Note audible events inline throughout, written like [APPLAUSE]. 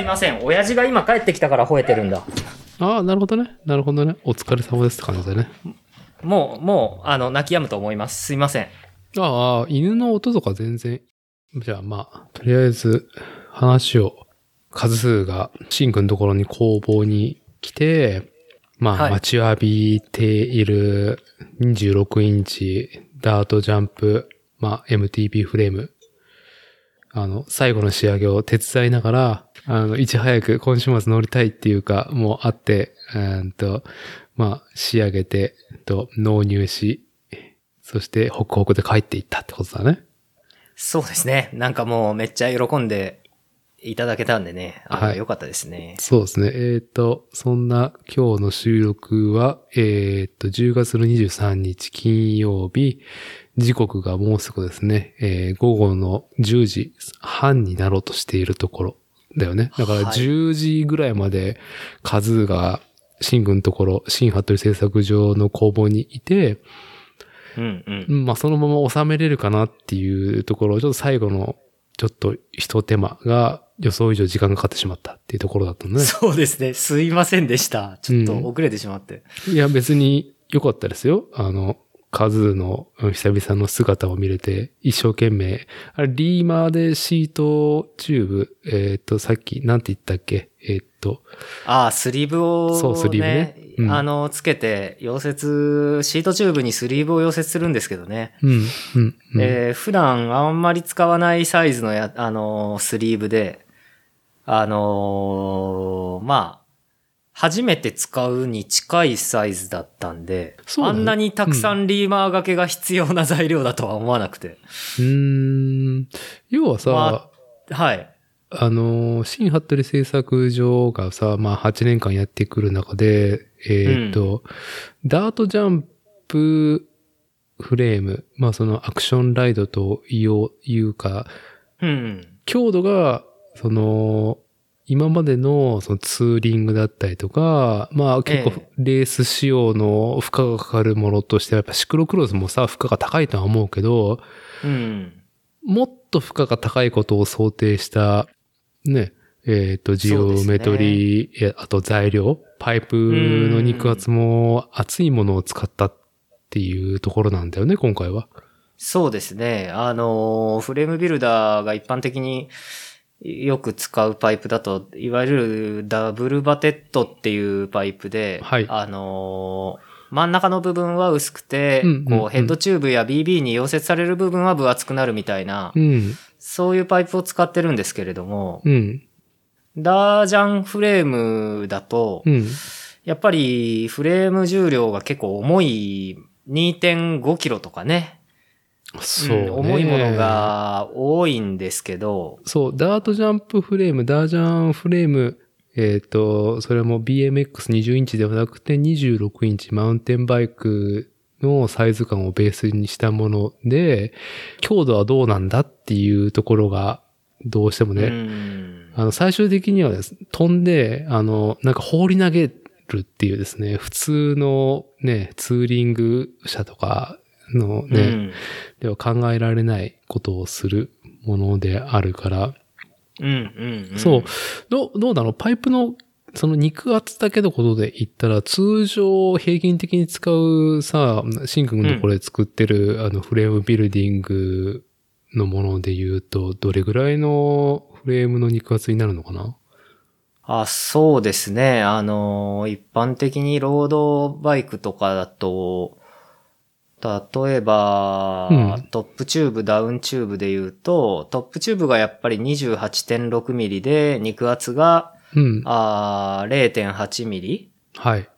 いません。親父が今帰ってきたから吠えてるんだ。ああ、なるほどね。なるほどね。お疲れ様ですって感じだね。もう、もう、あの、泣き止むと思います。すいません。ああ、犬の音とか全然。じゃあまあ、とりあえず話を、数数がシンくんのところに工房に来て、まあ、はい待ちわびている26インチダートジャンプ、まあ、MTP フレーム。あの、最後の仕上げを手伝いながら、あの、いち早く今週末乗りたいっていうか、もうあって、うーんと、まあ、仕上げて、と、納入し、そして、ホクホクで帰っていったってことだね。そうですね。なんかもうめっちゃ喜んでいただけたんでね。あはの、いよかったですね。そうですね。えっ、と、そんな今日の収録は、えっ、と、10月の23日金曜日、時刻がもうすぐですね、えー午後の10時半になろうとしているところだよね。だからはい10時ぐらいまで、カズーが、新軍のところ、新服部製作所の工房にいて、うんうん。まあ、そのまま収めれるかなっていうところ、ちょっと最後の、ちょっと一手間が予想以上時間がかかってしまったっていうところだったのね。そうですね。すいませんでした。ちょっと遅れてしまって。いや、別に良かったですよ。あの、カズーのうん久々の姿を見れて、一生懸命。あれ、リーマーでシートチューブ、えっ、と、さっき、なんて言ったっけえっ、と、ああ、スリーブを、ね、そうスリーブねうんあの、つけて、溶接、シートチューブにスリーブを溶接するんですけどね。うん、うん、うん。えー普段あんまり使わないサイズのや、あのースリーブで、あのーまあ、初めて使うに近いサイズだったんで、そうだあねんなにたくさんリーマー掛けが必要な材料だとは思わなくて。うーん。要はさ、まはい。あの、新服部製作所がさ、まあ8年間やってくる中で、えっ、と、ダートジャンプフレーム、まあそのアクションライドというか、うんうん。強度が、その、今までのそのツーリングだったりとか、まあ結構えレース仕様の負荷がかかるものとしては、やっぱシクロクロスもさ、負荷が高いとは思うけど、うん。もっと負荷が高いことを想定した、ね、えっ、と、ジオメトリー、えあと材料、パイプの肉厚も厚いものを使ったっていうところなんだよね、今回は。そうですね。あのー、フレームビルダーが一般的によく使うパイプだと、いわゆるダブルバテットっていうパイプで、はいあのー、真ん中の部分は薄くて、うんうんうんこうヘッドチューブや BB に溶接される部分は分厚くなるみたいな、うん、そういうパイプを使ってるんですけれども、うん、ダージャンフレームだと、うん。やっぱりフレーム重量が結構重い2.5キロとかね、そう、うん重いもの。が多いんですけど、そう、ダートジャンプフレーム、ダージャンフレーム、えっ、と、それも BMX20 インチではなくて26インチマウンテンバイクのサイズ感をベースにしたもので、強度はどうなんだっていうところが、どうしてもね、うんあの、最終的にはです、飛んで、あの、なんか放り投げるっていうですね、普通のね、ツーリング車とかのね、うんでは考えられないことをするものであるから、うんうんうんそう。どう、どうだろうパイプの、その肉厚だけどことで言ったら、通常平均的に使うさ、シンクのところで作ってる、あのフレームビルディングのもので言うと、どれぐらいのフレームの肉厚になるのかなあ、そうですね。あの、一般的にロードバイクとかだと、例えば、うんトップチューブ、ダウンチューブで言うと、トップチューブがやっぱり28.6ミリで、肉厚がうん。あー0.8ミリはい。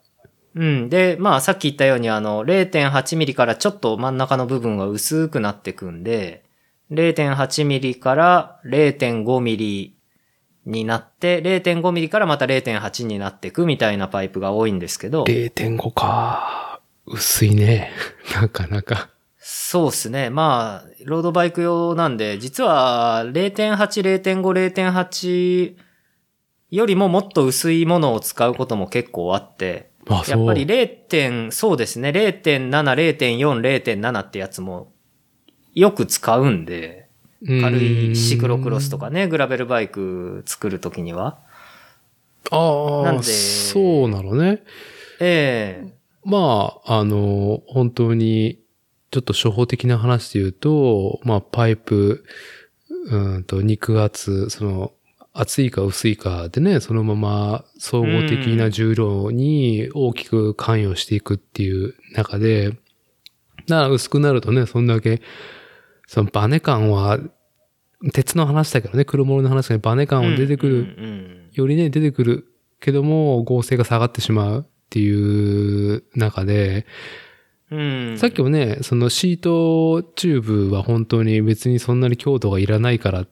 うん。で、まあ、さっき言ったように、あの、0.8ミリからちょっと真ん中の部分は薄くなってくんで、0.8ミリから0.5ミリになって、0.5ミリからまた0.8になってくみたいなパイプが多いんですけど、 0.5か。薄いね。 [LAUGHS] なかなか。そうですね。まあ、ロードバイク用なんで、実は0.8、0.5、0.8よりももっと薄いものを使うことも結構あって、あ、やそう。っぱり0点、そうですね、0.7、0.4、0.7ってやつもよく使うんで、軽いシクロクロスとか。かね、グラベルバイク作るときには。なあんあ、でそうなのね。ええまあ、あの、本当に、ちょっと初歩的な話で言うと、まあ、パイプ、うーんと、肉厚、その、厚いか薄いかでね、そのまま総合的な重量に大きく関与していくっていう中で、なら薄くなるとね、そんだけ、そのバネ感は、鉄の話だけどね、黒物の話がバネ感は出てくるうんうんよりね、出てくるけども、合成が下がってしまうっていう中で、うんうんさっきもね、そのシートチューブは本当に別にそんなに強度がいらないからっ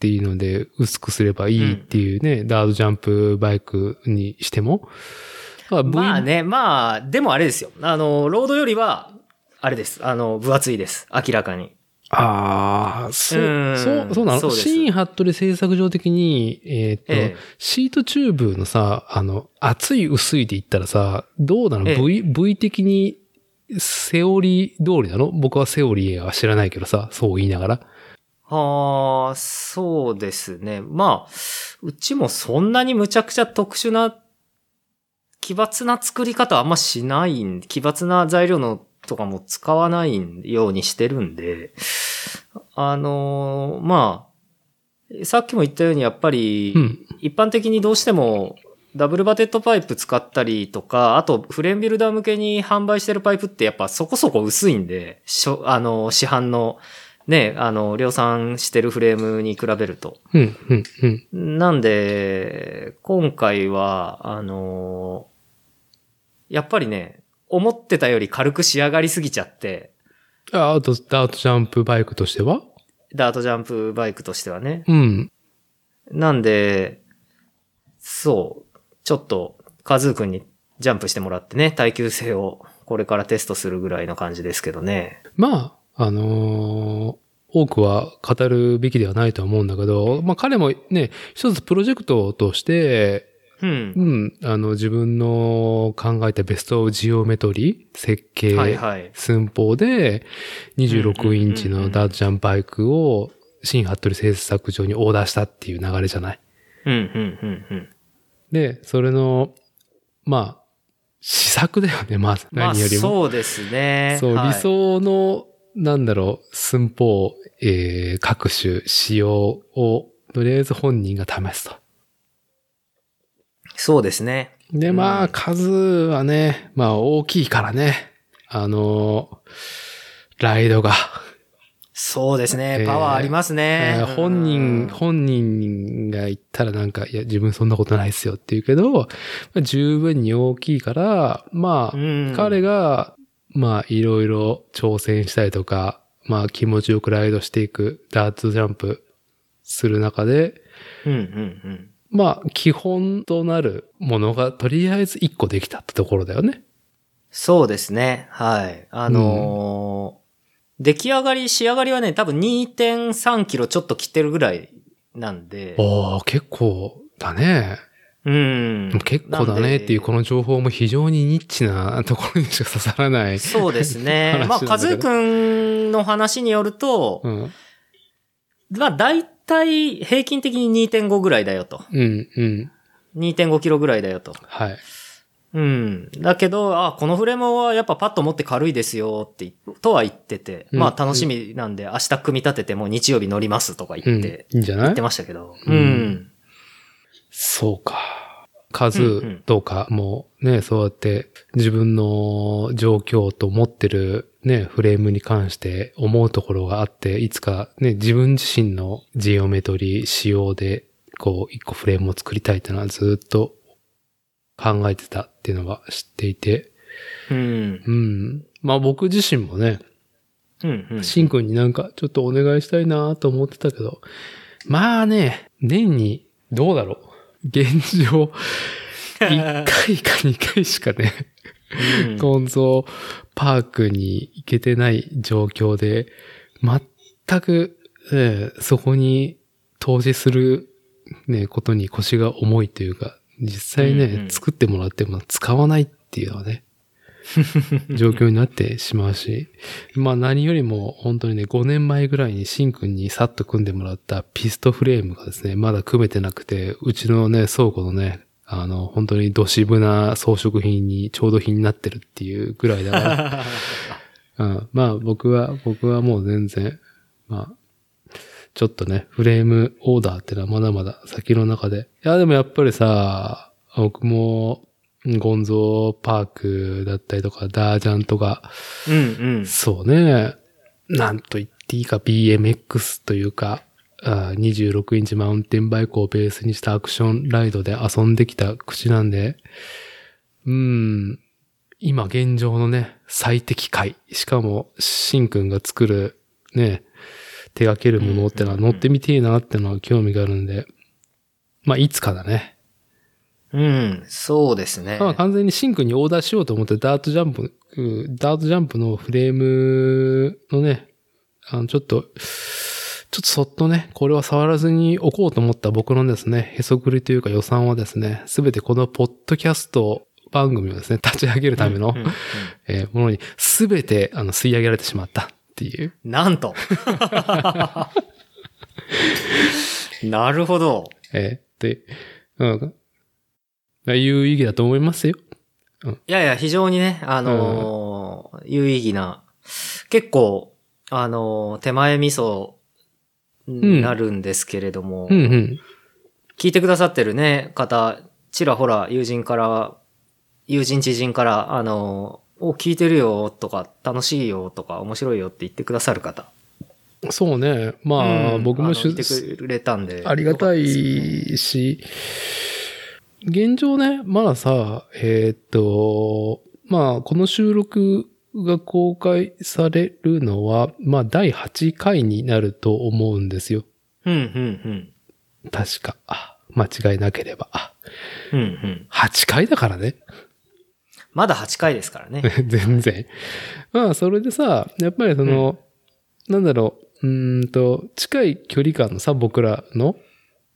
ていうので、薄くすればいいっていうね、ダードジャンプバイクにしても。だから V- まあね、まあ、でもあれですよ。あの、ロードよりは、あれです。あの、分厚いです。明らかに。ああ、そうう、んそう、そうなそのうですシーンハットで制作上的に、えーっと、ええシートチューブのさ、あの、厚い薄いで言ったらさ、どうなの、ええ ?V、V 的に、セオリー通りなの僕はセオリーは知らないけどさ、そう言いながら。ああ、そうですね。まあ、うちもそんなにむちゃくちゃ特殊な、奇抜な作り方あんましないん、奇抜な材料のとかも使わないようにしてるんで、あのーまあ、さっきも言ったようにやっぱり、うん。一般的にどうしてもダブルバテッドパイプ使ったりとか、あとフレームビルダー向けに販売してるパイプってやっぱそこそこ薄いんで、しょあの、市販のね、あの、量産してるフレームに比べると。うん、うん、うん。なんで、今回は、あの、やっぱりね、思ってたより軽く仕上がりすぎちゃって、ああと、ダートジャンプバイクとしてはダートジャンプバイクとしてはね。うん。なんで、そう、ちょっと、カズーくんにジャンプしてもらってね、耐久性をこれからテストするぐらいの感じですけどね。まあ、あのー多くは語るべきではないとは思うんだけど、まあ彼もね、一つプロジェクトとして、う。うんん、あの、自分の考えたベストジオメトリー、設計、はいはい。寸法で、うんうんうんう26んインチのダートジャンバイクを、新ハットリ製作上にオーダーしたっていう流れじゃない。うん、うん、うん、うん。で、それの、まあ、試作だよね、まず。まあ、何よりも。そうですね。そう、はい理想の、なんだろう、寸法、えー各種、仕様を、とりあえず本人が試すと。そうですね。で、まうあ、ん数はね、まあ、大きいからね。あのーライドが、そうですね。えーパワーありますね。えー本う人、ん本人が言ったらなんか、いや、自分そんなことないっすよって言うけど、まあ十分に大きいから、まあ、うん彼が、まあ、いろいろ挑戦したりとか、まあ、気持ちよくライドしていく、ダーツジャンプする中で、うん、うん、まあ、基本となるものが、とりあえず一個できたってところだよね。そうですね。はい。あのー出来上がり、仕上がりはね、多分2.3キロちょっと切ってるぐらいなんで。おー、結構だね。うんでも。結構だねっていう、この。の情報も非常にニッチなところにしか刺さらない。そうです [LAUGHS] 話ねな。んだまあ、けど和江くんの話によると、うん。まあ、大体平均的に2.5ぐらいだよと。うん、うん。 2.5キロぐらいだよと。はい。うん。だけど、あ、このフレームはやっぱパッと持って軽いですよって言っ、とは言ってて、うんまあ楽しみなんで明日組み立ててもう日曜日乗りますとかう言っん。て、いいんじゃ言なっていましたけど。ううんん。そうか。うんう数んとかもね、そうやって自分の状況と持ってるね、フレームに関して思うところがあって、いつかね、自分自身のジオメトリー仕様で、こう、一個フレームを作りたいっていうのはずっと考えてたっていうのは知っていて、うん。うん。まあ僕自身もね、うん。うん。シンくんになんかちょっとお願いしたいなと思ってたけど、まあね、年にどうだろう。現 [LAUGHS] 状、1回か2回しかね、うんコンゾパークに行けてない状況で、全く、ええそこに投資する、ね、ことに腰が重いというか、実際ね、うんうん作ってもらっても使わないっていうのはね、 [LAUGHS] 状況になってしまうし、まあ何よりも本当にね、5年前ぐらいにシンくんにさっと組んでもらったピストフレームがですね、まだ組めてなくて、うちのね、倉庫のね、あの、本当にド渋な装飾品に調度品になってるっていうぐらいだか [LAUGHS] ら、うん、まあ僕は、僕はもう全然、まあ、ちょっとね、フレームオーダーってのはまだまだ先の中で。いや、でもやっぱりさ、僕も、ゴンゾーパークだったりとか、ダージャンとか、うんうん。そうね。なんと言っていいか BMX というか、あー26インチマウンテンバイクをベースにしたアクションライドで遊んできた口なんで、うーん、今現状のね、最適解。しかも、シンくんが作る、ね、手掛けるものってのはうんうんう乗んってみてえなってのは興味があるんで、まあ、いつかだね。うん、そうですね。まあ、完全にシンクにオーダーしようと思って、ダートジャンプ、うんダートジャンプのフレームのね、あの、ちょっと、ちょっとそっとね、これは触らずに置こうと思った僕のですね、へそくりというか予算はですね、すべてこのポッドキャスト番組をですね、立ち上げるための、うんうんうんえーものに、すべて、あの、吸い上げられてしまったっていう。なんとなるほど。えーで、うん。有意義だと思いますよ。いやいや、非常にね、あのー有意義な、結構、あのー手前味噌になるんですけれども、うんうん。聞いてくださってるね、方、ちらほら友人から、友人知人から、あのーお、聞いてるよ、とか、楽しいよ、とか、面白いよって言ってくださる方。そうね。まあ、うん僕もあしゅの聞いてくれたんで。ありがよかたったですいし、現状ね、まださ、えーっと、まあ、この収録が公開されるのは、まあ、第8回になると思うんですよ。うん、うん、確か。あ間違いなければ。あうん。うん、うん。 8回だからね。 [LAUGHS] まだ8回ですからね。全然。まあ、それでさ、やっぱりその、なんだろう、うーんと、近い距離感のさ、僕らの、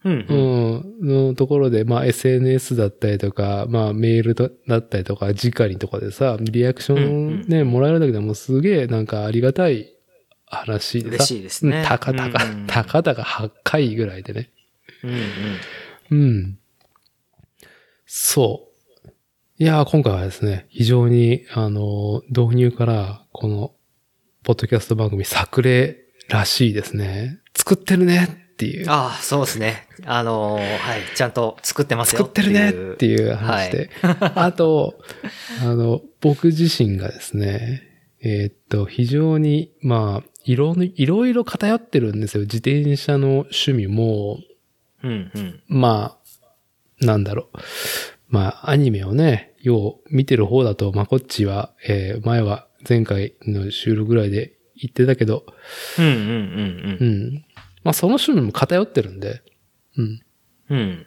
うん、ううん。ん、のところで、まあ SNS だったりとか、まあメールだだったりとか、直にとかでさ、リアクションね、もらえるだけでもすげえなんかありがたい話でさ。嬉しいですねうんたかたかうん、たかたか8回ぐらいでね。うん、うん。うん。そう。いやー、今回はですね、非常に、あのー導入から、この、ポッドキャスト番組作例らしいですね。作ってるねっていう。ああ、そうですね。あのーはい、ちゃんと作ってますよ作ってるねってう。いう話で。 [LAUGHS] あと、あの、僕自身がですね、えーっと、非常に、まあ、いろいろ、いろいろ偏ってるんですよ。自転車の趣味も、うん、うん。まあ、なんだろう。まあ、アニメをね、よう見てる方だと、まあ、こっちは、えー前は、前回の収録ぐらいで言ってたけど、うん、うん、う、うんん。まあ、その趣味も偏ってるんで、うん。うん。うん。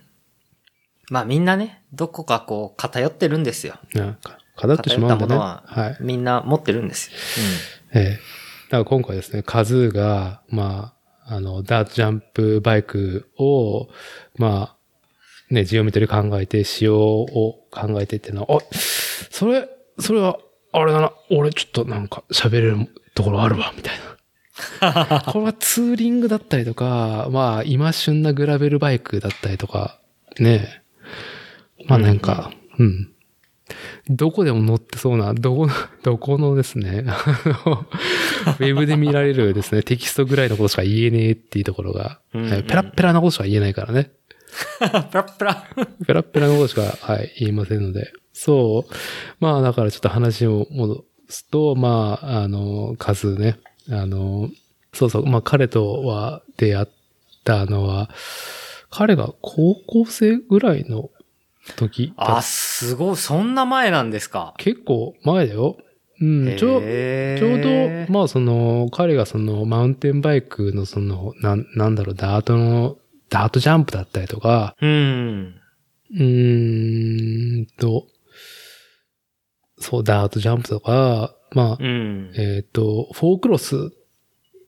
まあみんなね、どこかこう偏ってるんですよ。なんか、偏ってしまうん偏だったもね。のははい。みんな持ってるんですよ。ええ。だから今回ですね、カズーが、まあ、あの、ダートジャンプバイクを、まあ、ね、ジオメトリ考えて、仕様を考えてっていうのは、あ、それ、それは、あれだな、俺ちょっとなんか喋れるところあるわ、みたい [LAUGHS] な。これはツーリングだったりとか、まあ、今旬なグラベルバイクだったりとか、ね。まあなんか、うん、どこでも乗ってそうな、どこの、どこのですね、あの、ウェブで見られるですね、テキストぐらいのことしか言えねえっていうところが、うんえーペラッペラなことしか言えないからね。 [LAUGHS] うん。プラップラ。ペラッペラなことしか、はい、言いませんので。そう。まあ、だからちょっと話を戻すと、まあ、あの、数ね、あの、そうそう、まあ、彼とは出会ったのは、彼が高校生ぐらいの時だったあ、すごい。そんな前なんですか。結構前だよ。うん、ちょ、へーちょうど、まあその、彼がその、マウンテンバイクのその、なん、なんだろう、ダートの、ダートジャンプだったりとか、うん。うーんと、そう、ダートジャンプとか、まあ、うん。えっ、と、フォークロスっ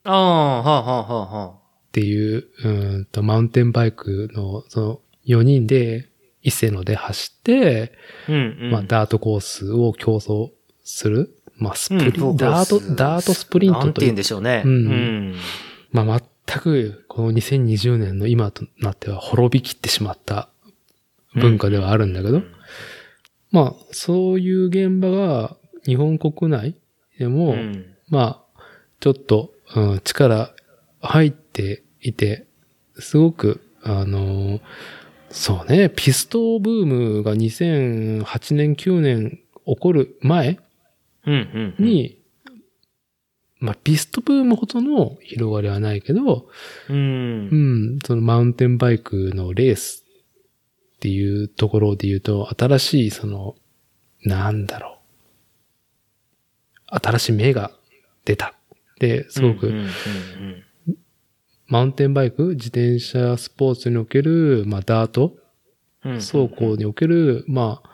ああ、はあ、はあ、はあ、はあ。ていう、うーんと、マウンテンバイクの、その、4人で、伊勢野で走って、うん、うん。まあ、ダートコースを競争する、まあ、スプリンうト、んダート、ダートスプリンなトんてとい言ううんでしょうね。ううんん。まあ、全く、この2020年の今となっては滅びきってしまった文化ではあるんだけど、まあ、そういう現場が日本国内でも、うん。まあ、ちょっと、うん、力入っていて、すごく、あのーそうね、ピストブームが2008年、9年起こる前うん。うん。うん、に、まあ、ピストブームほどの広がりはないけど、う。うんん、そのマウンテンバイクのレースっていうところで言うと、新しい、その、なんだろう。新しい目が出た。で、すごく、うんうんうんマウンテンバイク、自転車スポーツにおける、まあ、ダート、うんうん走行における、まあ、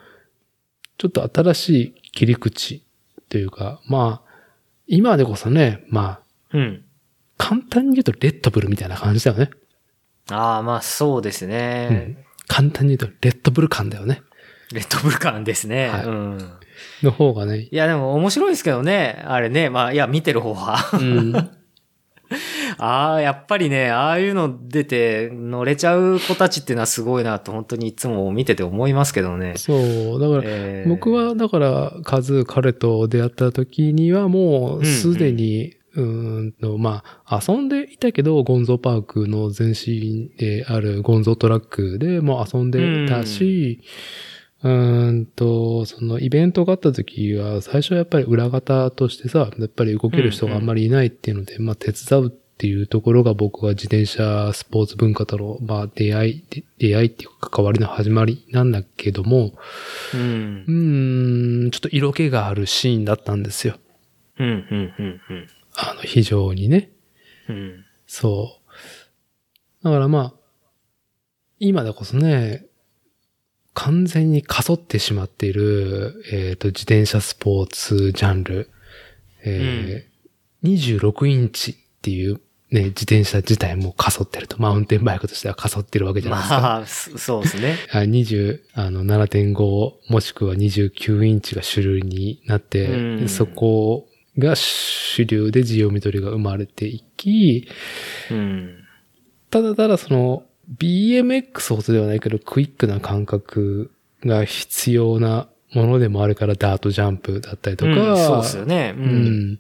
ちょっと新しい切り口というか、まあ、今でこそね、まあ、うん。簡単に言うとレッドブルみたいな感じだよね。ああ、まあそうですね。簡単に言うとレッドブル感だよね。レッドブル感ですね。はいうん。の方がね、いや、でも面白いですけどね。あれね。まあ、いや、見てる方は。 [LAUGHS] うん、ああ、やっぱりね、ああいうの出て乗れちゃう子たちっていうのはすごいなと、本当にいつも見てて思いますけどね。 [LAUGHS] そう。だから、えー僕、は、だから、カズ、彼と出会った時にはもんうんう、すでに、うーんと、まあ、遊んでいたけど、ゴンゾパークの前身であるゴンゾトラックでも遊んでいたし、うーんと、そのイベントがあった時は、最初はやっぱり裏方としてさ、やっぱり動ける人があんまりいないっていうので、まあ手伝うっていうところが僕は自転車スポーツ文化との、まあ出会い、で出会いっていうか関わりの始まりなんだけども、うんう。ーん、ちょっと色気があるシーンだったんですよ。うん、うん、うん、うんあの、非常にね。うん。そう。だからまあ、今でこそね、完全にかそってしまっている、えっ、と、自転車スポーツジャンル、えー26インチっていうね、自転車自体もかそってると、マウンテンバイクとしてはかそってるわけじゃないですか。まあ、そそうですね。あ20あの7.5もしくは29インチが主流になって、うんそこが主流でジオミドリが生まれていき、うん。ただただその BMX ほどではないけどクイックな感覚が必要なものでもあるからダートジャンプだったりとうか、んそうですよね。う。うんん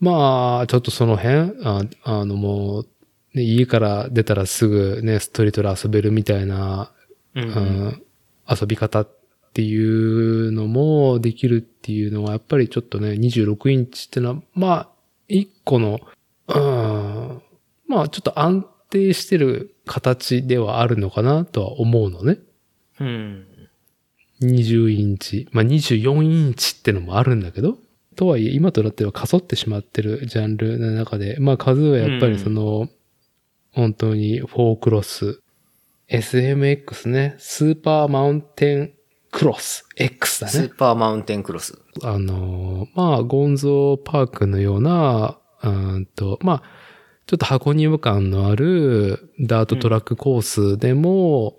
まあ、ちょっとその辺、ああのもう、ね家から出たらすぐね、ストリートで遊べるみたいなう。うんん、遊び方っていうのもできるっていうのは、やっぱりちょっとね、26インチってのは、まあ、一個の、うん、まあ、ちょっと安定してる形ではあるのかなとは思うのね。うん。 20インチ、まあ24インチってのもあるんだけど、とはいえ今となってはかそってしまってるジャンルの中で、まあ数はやっぱりその、本当にフォークロス、SMX ね、スーパーマウンテンクロス X だスねー。パーマウンテンクロス。あの、まあゴンゾーパークのような、うーんと、まあ、ちょっと箱庭感のあるダートトラックコースでも、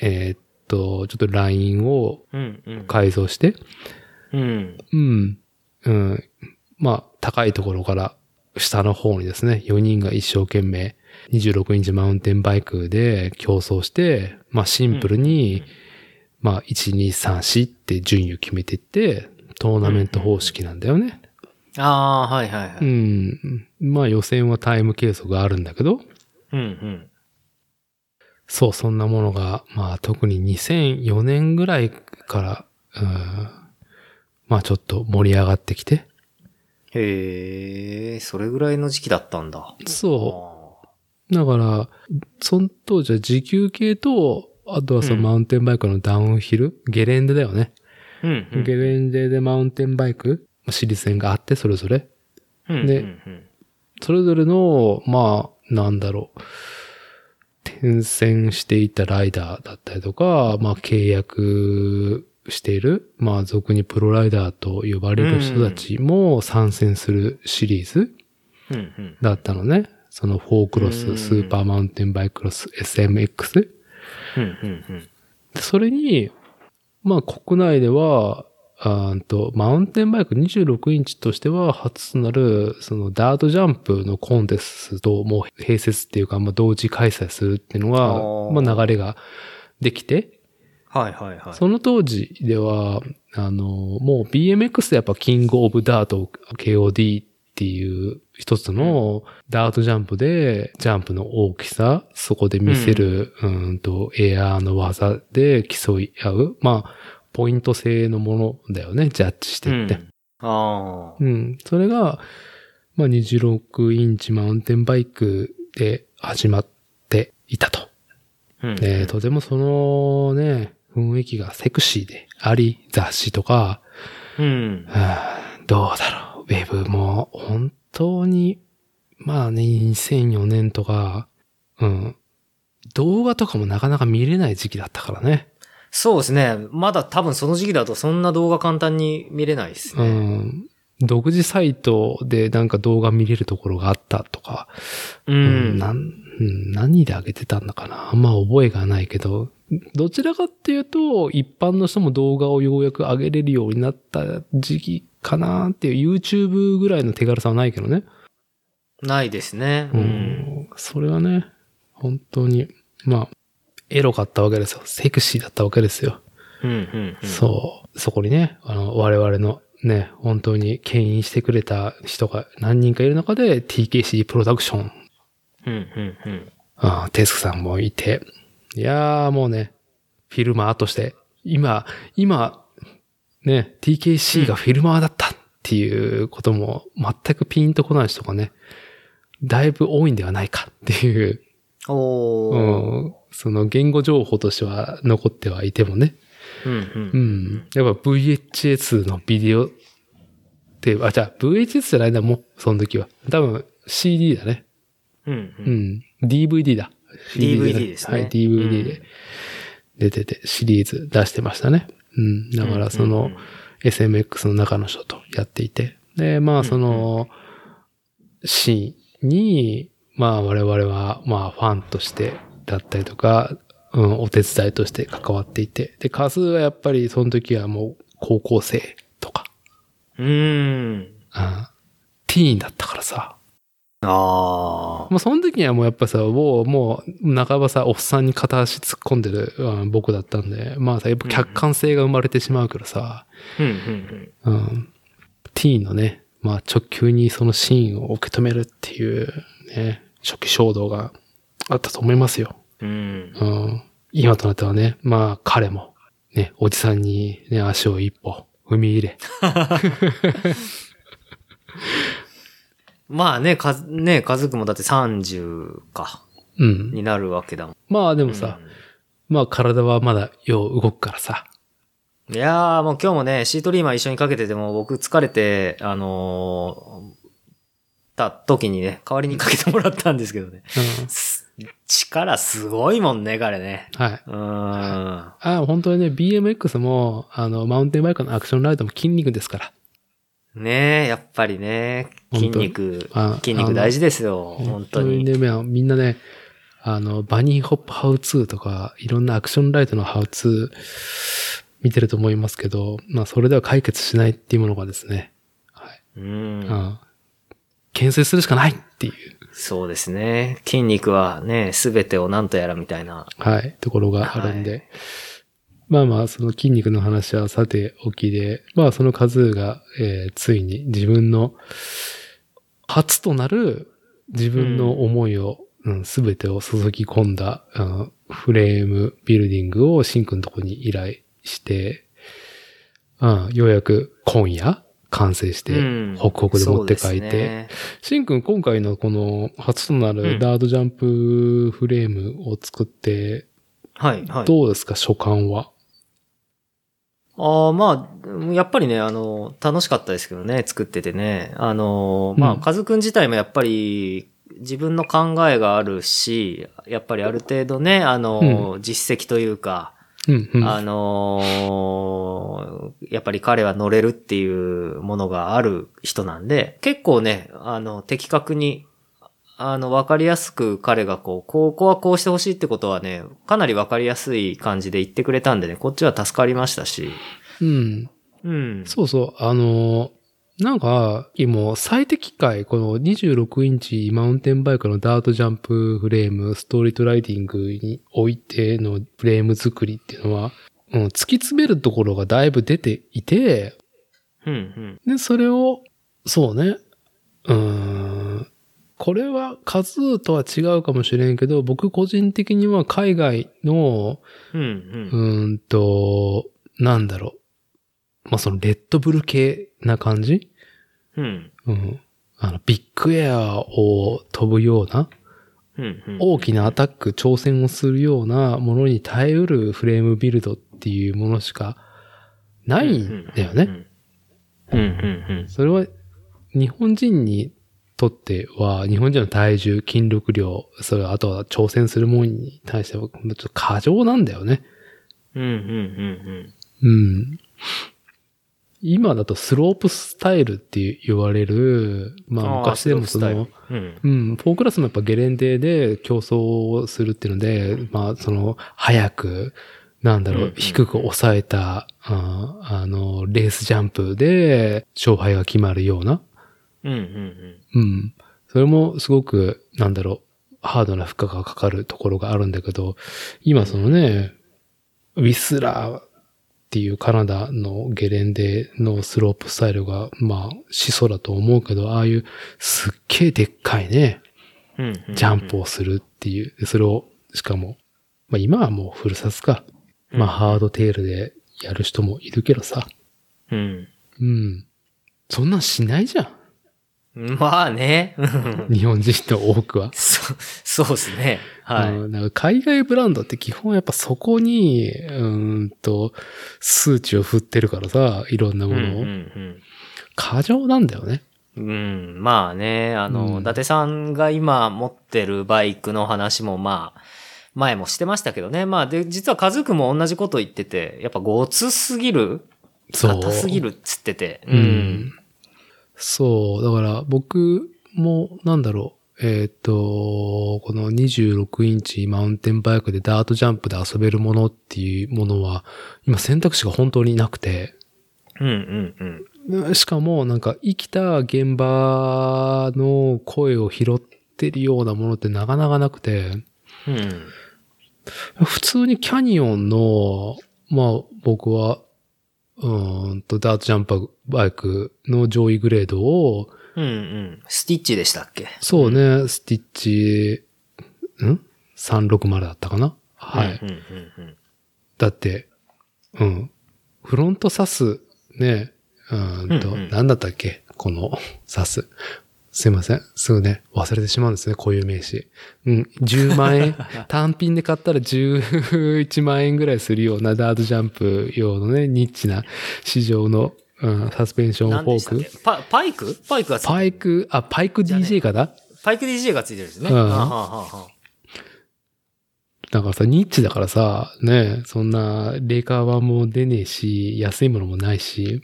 えーっと、ちょっとラインをうん、うん。改造して、うん。うん。うん。まあ、高いところから下の方にですね、4人が一生懸命26インチマウンテンバイクで競争して、まあシンプルに、まあ1、2、3、4って順位を決めていって、トーナメント方式なんだよね。ああ、はいはいはうい。ん。まあ予選はタイム計測があるんだけど、うん、うん。そう、そんなものが、まあ特に2004年ぐらいから、うん、まあちょっと盛り上がってきて、へえ、それぐらいの時期だったんだ。そう、だから、その当時は時給系と、あとはそうんのマウンテンバイクのダウンヒル、ゲレンデだよね。あーうん、うん。ゲレンデでマウンテンバイク、私立線があって、それぞれ。うんうんでうんそれぞれの、まあ、なんだろう。転戦していたライダーだったりとか、まあ契約している、まあ俗にプロライダーと呼ばれる人たちも参戦するシリーズ。うんうんだったのね。そのフォークロうんス、スーパーマウンテンバイクロス、SMX。うんうんうんでそれに、まあ国内では、あーんと、マウンテンバイク26インチとしては初となる、そのダートジャンプのコンテストも併設っていうか、まあ同時開催するっていうのあーが、まあ流れができて、はいはいはい。その当時では、あの、もう BMX でやっぱキングオブダート KOD っていう一つのダートジャンプで、ジャンプの大きさ、そこで見せる、うん、と、エアーの技で競い合う、まあ、ポイント制のものだよね、ジャッジしてって。うんああ。うん。それが、まあ、26インチマウンテンバイクで始まっていたと。うんえーとてもそのね、雰囲気がセクシーであり、雑誌とか、うん。はあどうだろう。ウェブも本当に、まあね、2004年とか、うん。動画とかもなかなか見れない時期だったからね。そうですね。まだ多分その時期だとそんな動画簡単に見れないですうね。ん。独自サイトでなんか動画見れるところがあったとか、ううん、ん。なんうん何であげてたんだかなあんま覚えがないけど、どちらかっていうと、一般の人も動画をようやく上げれるようになった時期かなっていう、YouTube ぐらいの手軽さはないけどね。ないですね。ううん。ん。それはね、本当に、まあ、エロかったわけですよ。セクシーだったわけですよ。うん。うん。うんそう。そこにね、あの、我々のね、本当に牽引してくれた人が何人かいる中で、TKC プロダクションうん。うん。うん。あテスクさんもいて。いやーもうね、フィルマーとして、今、今、ね、TKC がフィルマーだったっていうことも全くピンとこない人がね、だいぶ多いんではないかっていう、おうー。ん、その言語情報としては残ってはいてもね、うん。ううん。ん。やっぱ VHS のビデオって、あ、じゃあ VHS じゃないんだもん、その時は。多分 CD だね。うん。う。うんん。DVD だ。 DVD だですねはい、DVD でうん出てて、シリーズ出してましたね。うん。だから、その、SMX の中の人とやっていて。で、まあ、その、シーンに、まあ、我々は、まあ、ファンとしてだったりとか、うん、お手伝いとして関わっていて。で、数はやっぱり、その時はもう、高校生とか、うん。うん。うん、ティーンだったからさ。ああ。もうその時にはもうやっぱさ、もう、もう、半ばさ、おっさんに片足突っ込んでる、うん僕だったんで、まあさ、やっぱ客観性が生まれてしまうけどさ、うん。うん。うん。ティーンのね、まあ直球にそのシーンを受け止めるっていう、ね、初期衝動があったと思いますよ。うん。うん。うん。今となってはね、まあ彼も、ね、おじさんにね、足を一歩踏み入れ、まあね、かず、ね、かずくもだって30か、うん。になるわけだもん。まあでもさ、まあ体はまだよう動くからさ、いやーもう今日もね、シートリーマー一緒にかけてても、僕疲れて、あのーた時にね、代わりにかけてもらったんですけどね。うん。す力すごいもんね、彼ね。はい。うーん。あ本当にね、BMX も、あの、マウンテンバイクのアクションライドも筋肉ですから。ねえ、やっぱりね、筋肉あ、筋肉大事ですよ、本当に。ね、まあみんなね、あの、バニーホップハウツーとか、いろんなアクションライドのハウツー見てると思いますけど、まあ、それでは解決しないっていうものがですね、はい。う。うんん。牽制するしかないっていう、そうですね。筋肉はね、すべてをなんとやらみたいな。はい、ところがあるんで。まあまあ、その筋肉の話はさておきで、まあその数が、えーついに自分の初となる自分の思いを、うん、すべてを注ぎ込んだ、うんフレームビルディングをシンくんとこに依頼して、うん、ようやく今夜完成して、うんホクホクで持って帰そうっでて、すねシンくん、今回のこの初となうんるダートジャンプフレームを作って、はい、はい。どうですか、所感は。ああ、まあ、やっぱりね、あの、楽しかったですけどね、作っててね。あの、まあ、うんカズくん自体もやっぱり、自分の考えがあるし、やっぱりある程度ね、あの、実績というか、うん、うん。あのーやっぱり彼は乗れるっていうものがある人なんで、結構ね、あの、的確に、あの、わかりやすく彼がこう、こうここはこうしてほしいってことはね、かなりわかりやすい感じで言ってくれたんでね、こっちは助かりましたし。うん。うん。そうそう、あの、なんか、今、最適解、この26インチマウンテンバイクのダートジャンプフレーム、ストリートライディングにおいてのフレーム作りっていうのは、うん、突き詰めるところがだいぶ出ていて、うん、うん。で、それを、そうね。うーん。これは数とは違うかもしれんけど、僕個人的には海外の、うん、ううん。ーんと、なんだろう。まあ、そのレッドブル系な感じうん、うん。あの、ビッグエアを飛ぶような、うん、うん。大きなアタック、挑戦をするようなものに耐えうるフレームビルドっていうものしかないんだよね。うん。うん、うん、それは日本人にとっては、日本人の体重、筋力量、それはあとは挑戦するものに対しては、ちょっと過剰なんだよね。うん。うん、うん、うん。今だとスロープスタイルって言われる、まああー昔でもそスローの、うん。うん。うん、フォークラスもやっぱゲレンデで競争をするっていうので、まあその、早く、なんだろう、うんうん低く抑えた、あーあの、レースジャンプで勝敗が決まるような、うん、うん、うん。それもすごく、なんだろう、ハードな負荷がかかるところがあるんだけど、今そのね、ウィスラーっていうカナダのゲレンデのスロープスタイルが、まあ、始祖だと思うけど、ああいうすっげえでっかいね、うん。うんジャンプをするっていう、でそれを、しかも、まあ今はもうフルサスか。まあハードテールでやる人もいるけどさ。うん。うん。そんなんしないじゃまあね。 [LAUGHS] うんん。日本人の多くは。そそうですね。はい。うんなんか海外ブランドって基本やっぱそこに、うーんと、数値を振ってるからさ、いろんなうもんのを。うん過剰なんだよね。うん、うん、まあね、あの、うん伊達さんが今持ってるバイクの話もまあ、前もしてましたけどね。まあ、で、実はカズくんも同じこと言ってて、やっぱごつすぎるそう。硬すぎるっつってて。うん。。そう。だから僕も、なんだろう。えーっ、と、この26インチマウンテンバイクでダートジャンプで遊べるものっていうものは、今選択肢が本当になくて、うんうんうん。しかも、なんか、生きた現場の声を拾ってるようなものってなかなかなくて、うん。普通にキャニオンの、まあ、僕は、うーんと、ダートジャンパーバイクの上位グレードを、うんうん。スティッチでしたっけそうね、スティッチ、ん ?360 だったかなはい。うんうんだって、うん。フロントサス、ね、うーんと、うんうんなんだったっけこの、 [LAUGHS] サス。すいません。すぐね、忘れてしまうんですね、こういう名詞。うん、10 [LAUGHS] 万円、単品で買ったら11万円ぐらいするようなダートジャンプ用のね、ニッチな市場の、うん、サスペンシうョん。ン何フォでしたっーけク。パパイクパイクがついてるパイク、あ、パイク DJ かなパイク DJ がついてるんですね。うんはあはあはあだからさ、ニッチだからさ、ね、そんな、レーカーはもう出ねえし、安いものもないし、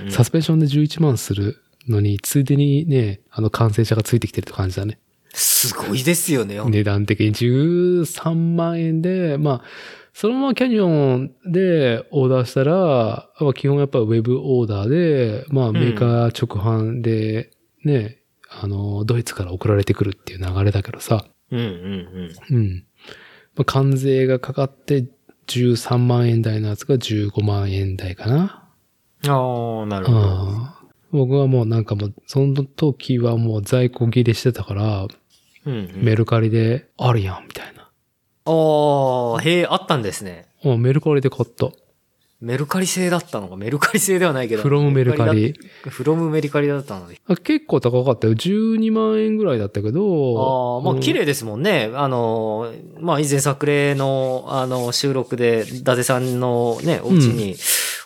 うんうんサスペンションで11万するのに、ついでにね、あの感染者がついてきてるって感じだね。すごいですよね、ほんと値段的に13万円で、まあ、そのままキャニオンでオーダーしたら、まあ、基本やっぱウェブオーダーで、まあメーカー直販でね、あの、ドイツから送られてくるっていう流れだけどさ、うんうんうん。まあ、関税がかかって13万円台のやつが15万円台かな。うん。ああ、なるほど。ああ僕はもうなんかもう、その時はもう在庫切れしてたから、うんうんメルカリで、あるやん、みたいな。ああ、へえ、あったんですね。もうメルカリで買った。メルカリ製だったのか、メルカリ製ではないけど。フロムメルカリ。だ。フロムメルカリだったので。あ結構高かったよ。12万円ぐらいだったけああ、ど。まあ綺い。麗ですもんね。あの、まあ以前作例の、あの、収録で、伊達さんのね、お家に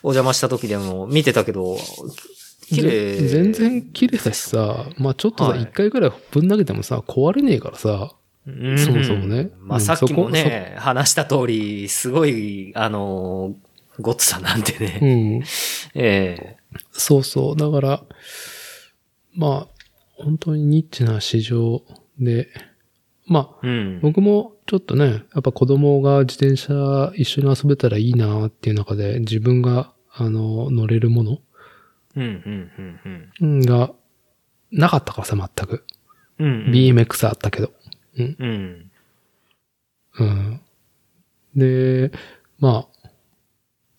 お邪魔した時でも見てたけど、綺麗。ぜ全。然綺麗だしさ、まあちょっとさ、はい1回ぐらいぶん投げてもさ、壊れねえからさ。うんそもそもねまあうんさっきそこもね、話した通り、すごい、あの、ゴッツさんなんでうね。ん。ええそうそう。だから、まあ、本当にニッチな市場で、まあ、うん。僕もちょっとね、やっぱ子供が自転車一緒に遊べたらいいなっていう中で、自分が、あの、乗れるもの、うん、うん、うん、うん。うんが、なかったからさ、全く。うん、うん。 BMX あったけど。うん。うん。で、まあ、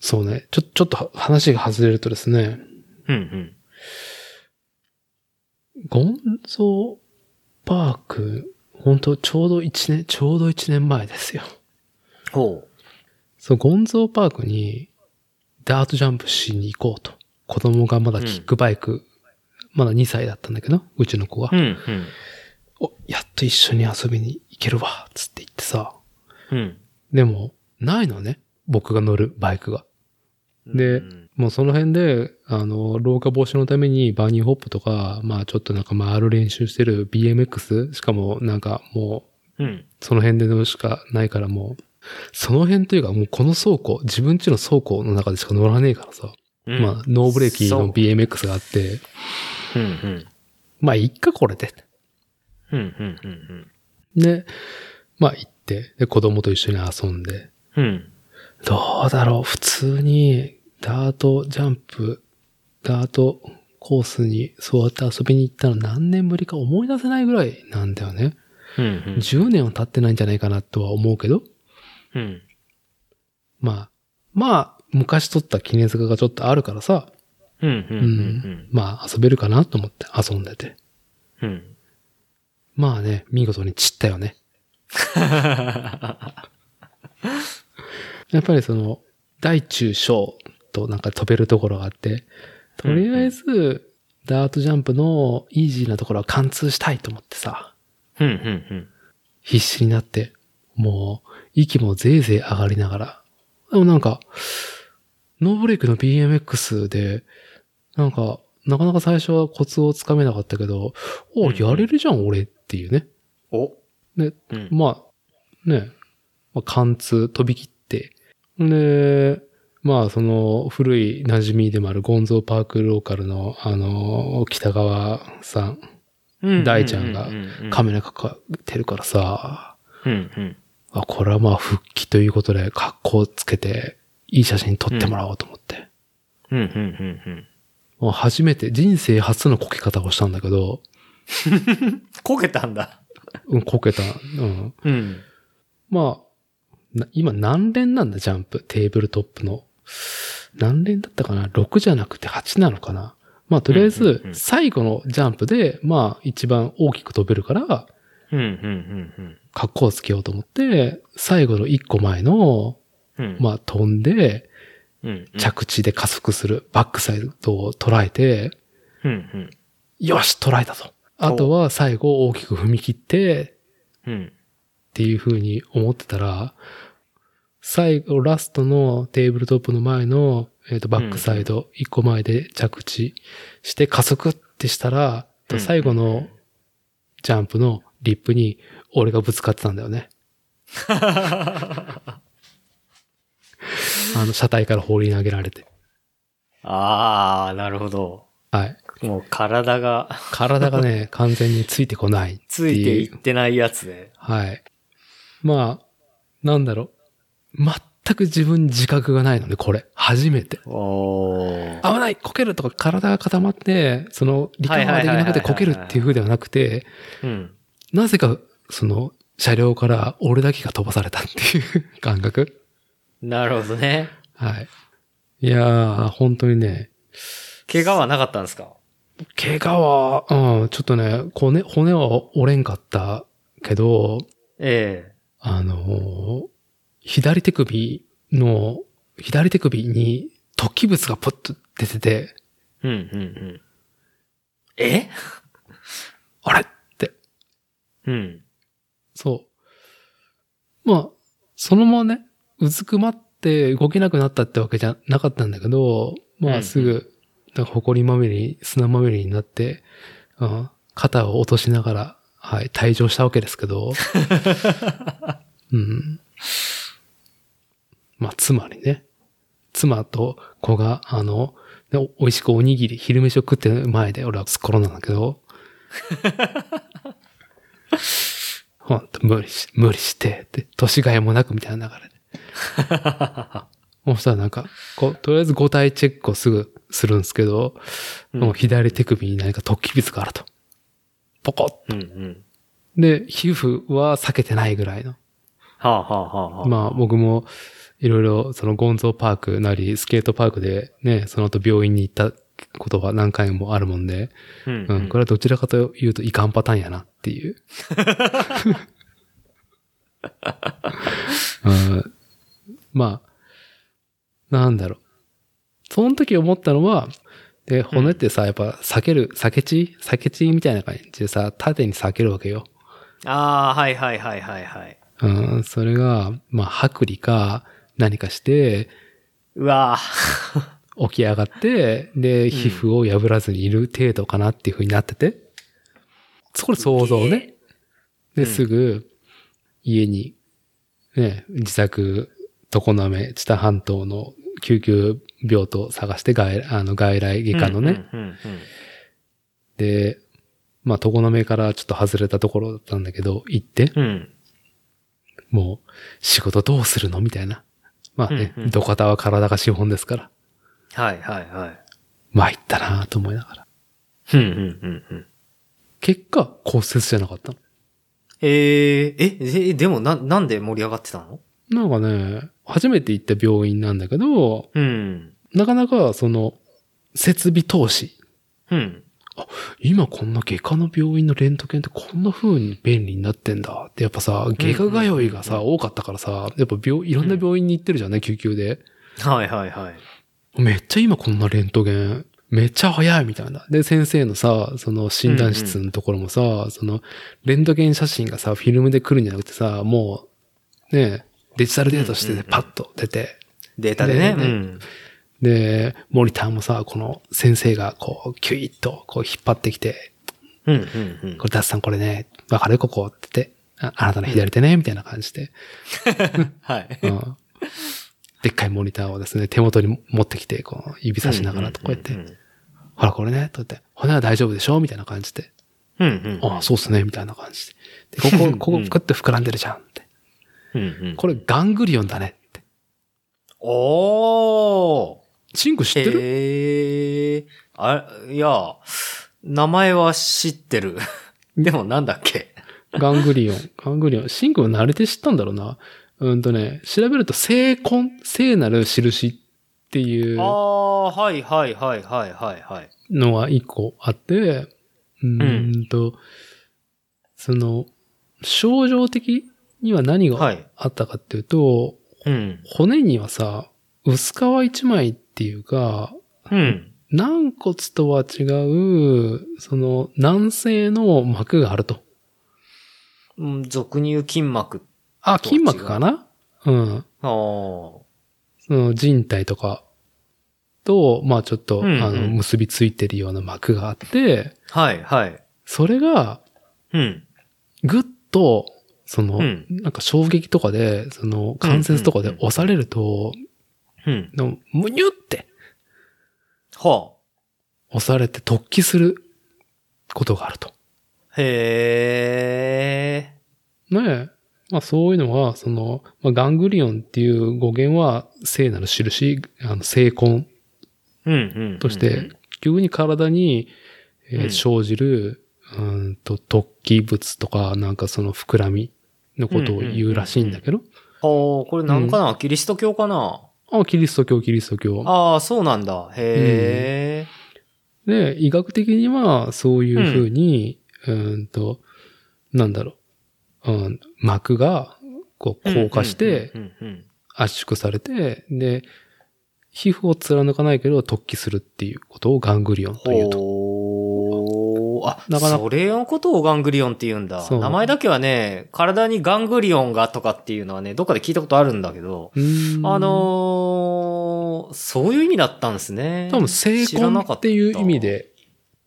そうね。ちょ、ちょっとは話が外れるとですね、うん、うん。ゴンゾーパーク、本当ちょうど1年、ちょうど1年前ですよ。ほそう、ゴンゾーパークにダートジャンプしに行こうと。子供がまだキックバイク、まだ2歳だったんだけど、うちの子が、う。うん、うん。お、やっと一緒に遊びに行けるわ、つって言ってさ。うん。でも、ないのね。僕が乗るバイクが。でうんもうその辺で、あの、老化防止のためにバニーホップとか、まあちょっとなんか回る練習してる BMX? しかもなんかもう、うん。その辺で乗るしかないからもう、その辺というかもうこの倉庫、自分家の倉庫の中でしか乗らねえからさ。うんまあ、ノーブレーキそうの BMX があって、うん、うん。まあ、いっか、これで。うん、うん、うん、で、まあ、行って、で、子供と一緒に遊んで、うん。うん。どうだろう、普通に、ダートジャンプ、ダートコースにそうやって遊びに行ったの何年ぶりか思い出せないぐらいなんだよね。うん、 10年は経ってないんじゃないかなとは思うけど、うん。うん。まあ、まあ、昔撮った記念作がちょっとあるからさ、うん、うん、う、うんん。まあ、遊べるかなと思って遊んでて。うん。まあね、見事に散ったよね。 [LAUGHS] やっぱりその、大中小となんか飛べるところがあって、とりあえず、ダートジャンプのイージーなところは貫通したいと思ってさ、うん、うん、必死になって、もう、息もぜいぜい上がりながら。でもなんか、ノーブレイクの BMX で、なんか、なかなか最初はコツをつかめなかったけど、お、うんやれるじゃん、俺っていうね。お。ねうん。まあ、ね、まあ、貫通、飛び切って。で、まあ、その、古い馴染みでもあるゴンゾーパークローカルの、あの、北川さん、うん大ちゃんがううカメラかかってるからさ、うん、うん。あこれはまあ、復帰ということで、格好つけて、いい写真撮ってもらおうと思って。うん、うん、うん、うん。もう初めて、人生初のこけ方をしたんだけど、こけたんだ。うん、こけた。うん。うん。まあ、な今何連なんだ、ジャンプ。テーブルトップの。何連だったかな ?6 じゃなくて8なのかなまあ、とりあえうんずうんう、ん最後のジャンプで、まあ、一番大きく飛べるから、うん、うん、うん、格好をつけようと思って、最後の1個前の、うん。うん、まあ、飛んで、うん。うん。着地で加速する、バックサイドを捉えて、うん、うん。よし捉えたと。あとは、最後大きく踏み切って、うん。っていう風に思ってたら、最後、ラストのテーブルトップの前の、えっ、と、バックサイド、一個前で着地して加速ってしたら、うん最後のジャンプのリップに俺がぶつかってたんだ [LAUGHS] よね。あの、車体から放り投げられて。ああ、なるほど。はい。もう体が体がね、完全についてこないっていう。ついていってないやつで。はい。まあ、なんだろう。全く自分自覚がないので、これ。初めて。おー。危ないこけるとか体が固まって、その、リカバーできなくてこけるっていう風ではなくて、うん。なぜか、その、車両から俺だけが飛ばされたっていう [LAUGHS] 感覚なるほどね。はい。いやー、本当にね、怪我はなかったんですか怪我は、うん、ちょっとね、骨、骨は折れんかったけど、えあのー左手首の、左手首に突起物がポッと出てて、えうん、うん、うん。えあれって、 [LAUGHS] うん。そう。まあ、そのままね、うずくまって動けなくなったってわけじゃなかったんだけど、まうあんすぐ、なんか埃まみれに、砂まみれになって、うん、肩を落としながら、はい、退場したわけです [LAUGHS] けど、うん。まあ、つまりね、妻と子が、あの、ねお美味しくおにぎり、昼飯を食ってる前で俺はすっ転んだんだけど、ほんと無理し、無理して、って、年がいもなくみたいな流れで。そしたらなんか、こう、とりあえず5体チェックをすぐするんですけど、うんもう左手首に何か突起物があると。ポコッうんうん。で、皮膚は避けてないぐらいの。はあはあはあはあ。まあ僕もいろいろそのゴンゾーパークなりスケートパークでね、その後病院に行ったことは何回もあるもんで、うん、うん、これはどちらかというといかんパターンやなっ [LAUGHS] ていう。うん、まあ、なんだろう。その時思ったのは、で、骨ってさ、やっぱ避ける、避け血避け血みたいな感じでさ、縦に避けるわけよ。ああ、はいはいはいはいはい。うん、それが、まあ、剥離か何かして、うわー起き上がって、で、皮膚を破らずにいる程度かなっていう風になってて、そこで想像ね。えで、すぐ、家に、ね、自宅、常滑、知多半島の救急病棟探して外あの外来外科のね、。うんうんうんうんで、まあ、常滑からちょっと外れたところだったんだけど、行って、うん。もう、仕事どうするのみたいな。まあね、うんうん土方は体が資本ですから、はいはいはい。参ったなぁと思いながら。うんうんうんうん。結果、骨折じゃなかったの。えー、え、えでもな、なんで盛り上がってたのなんかね、初めて行った病院なんだけど、うん。なかなかその、設備投資。うん。今こんな外科の病院のレントゲンってこんな風に便利になってんだって、やっぱさ、外科通いがさ、多かったからさ、やっぱ病、いろんな病院に行ってるじゃんね、救急で。はいはいはい。めっちゃ今こんなレントゲン、めっちゃ早いみたいな。で、先生のさ、その診断室のところもさ、その、レントゲン写真がさ、フィルムで来るんじゃなくてさ、もう、ね、デジタルデータとしてうんうんねうんパッと出て、データでね。ねうん。で、モニターもさ、この先生がこう、キュイッとこう引っ張ってきて、うんうんうんこ。れ、ダツさんこれね、わかるここって言って、ああなたの左手ね、みたいな感じで、はい。うんでっかいモニターをですね、手元に持ってきて、こう、指さしながらとこうやってう、んほらこれね、と言って、骨は大丈夫でしょみたいな感じで、うんうん。ああ、そうっすね、みたいな感じで。で、ここ、ここ、ぷくって膨らんでるじゃんって。うんうん。これ、ガングリオンだねって。おーチンコ知ってるへえ。あ、いや、名前は知ってる。でもなんだっけガングリオン。ガングリオン。シンクも慣れて知ったんだろうな。うんとね、調べると、聖根、聖なる印っていうああ、はいはいはいはいはいはい。のが一個あって、うーんと、その、症状的には何はがい。あったかっていうと、うん。骨にはさ、薄皮一枚っていうか、うん。軟骨とは違う、その、軟性の膜があると。うん俗に言う筋膜。あ、筋膜かなうん。ああ。その人体とかと、まあちょっと、うんうんあの、結びついてるような膜があって、はいはい。それが、うん。ぐっと、その、うんなんか衝撃とかで、その、関節とかで押されると、うん。のむにゅっては押されて突起することがあると。あ。へえ。ねえ。まあそういうのは、その、まあ、ガングリオンっていう語源は、聖なる印、あの、聖根うんうんうん。として、急に体に、えーうん生じる、うーんと、突起物とか、なんかその膨らみのことを言うらしいんだけど、はあ、これなんかな、キリスト教かなあ、キリスト教、キリスト教。ああ、そうなんだ。へえ。で、医学的には、そういうふうに、うーんと、なんだろう、うん、膜が、こう、硬化して、うんうんうん圧縮されて、で、皮膚を貫かないけど突起するっていうことをガングリオンというと。ほー。あ、なかなかそれのことをガングリオンって言うんだ。そう名前だけはね、体にガングリオンがとかっていうのはね、どっかで聞いたことあるんだけど、うーんあ、のー、そういう意味だったんですね。多分、成知ら婚なかったていう意味。で、へだと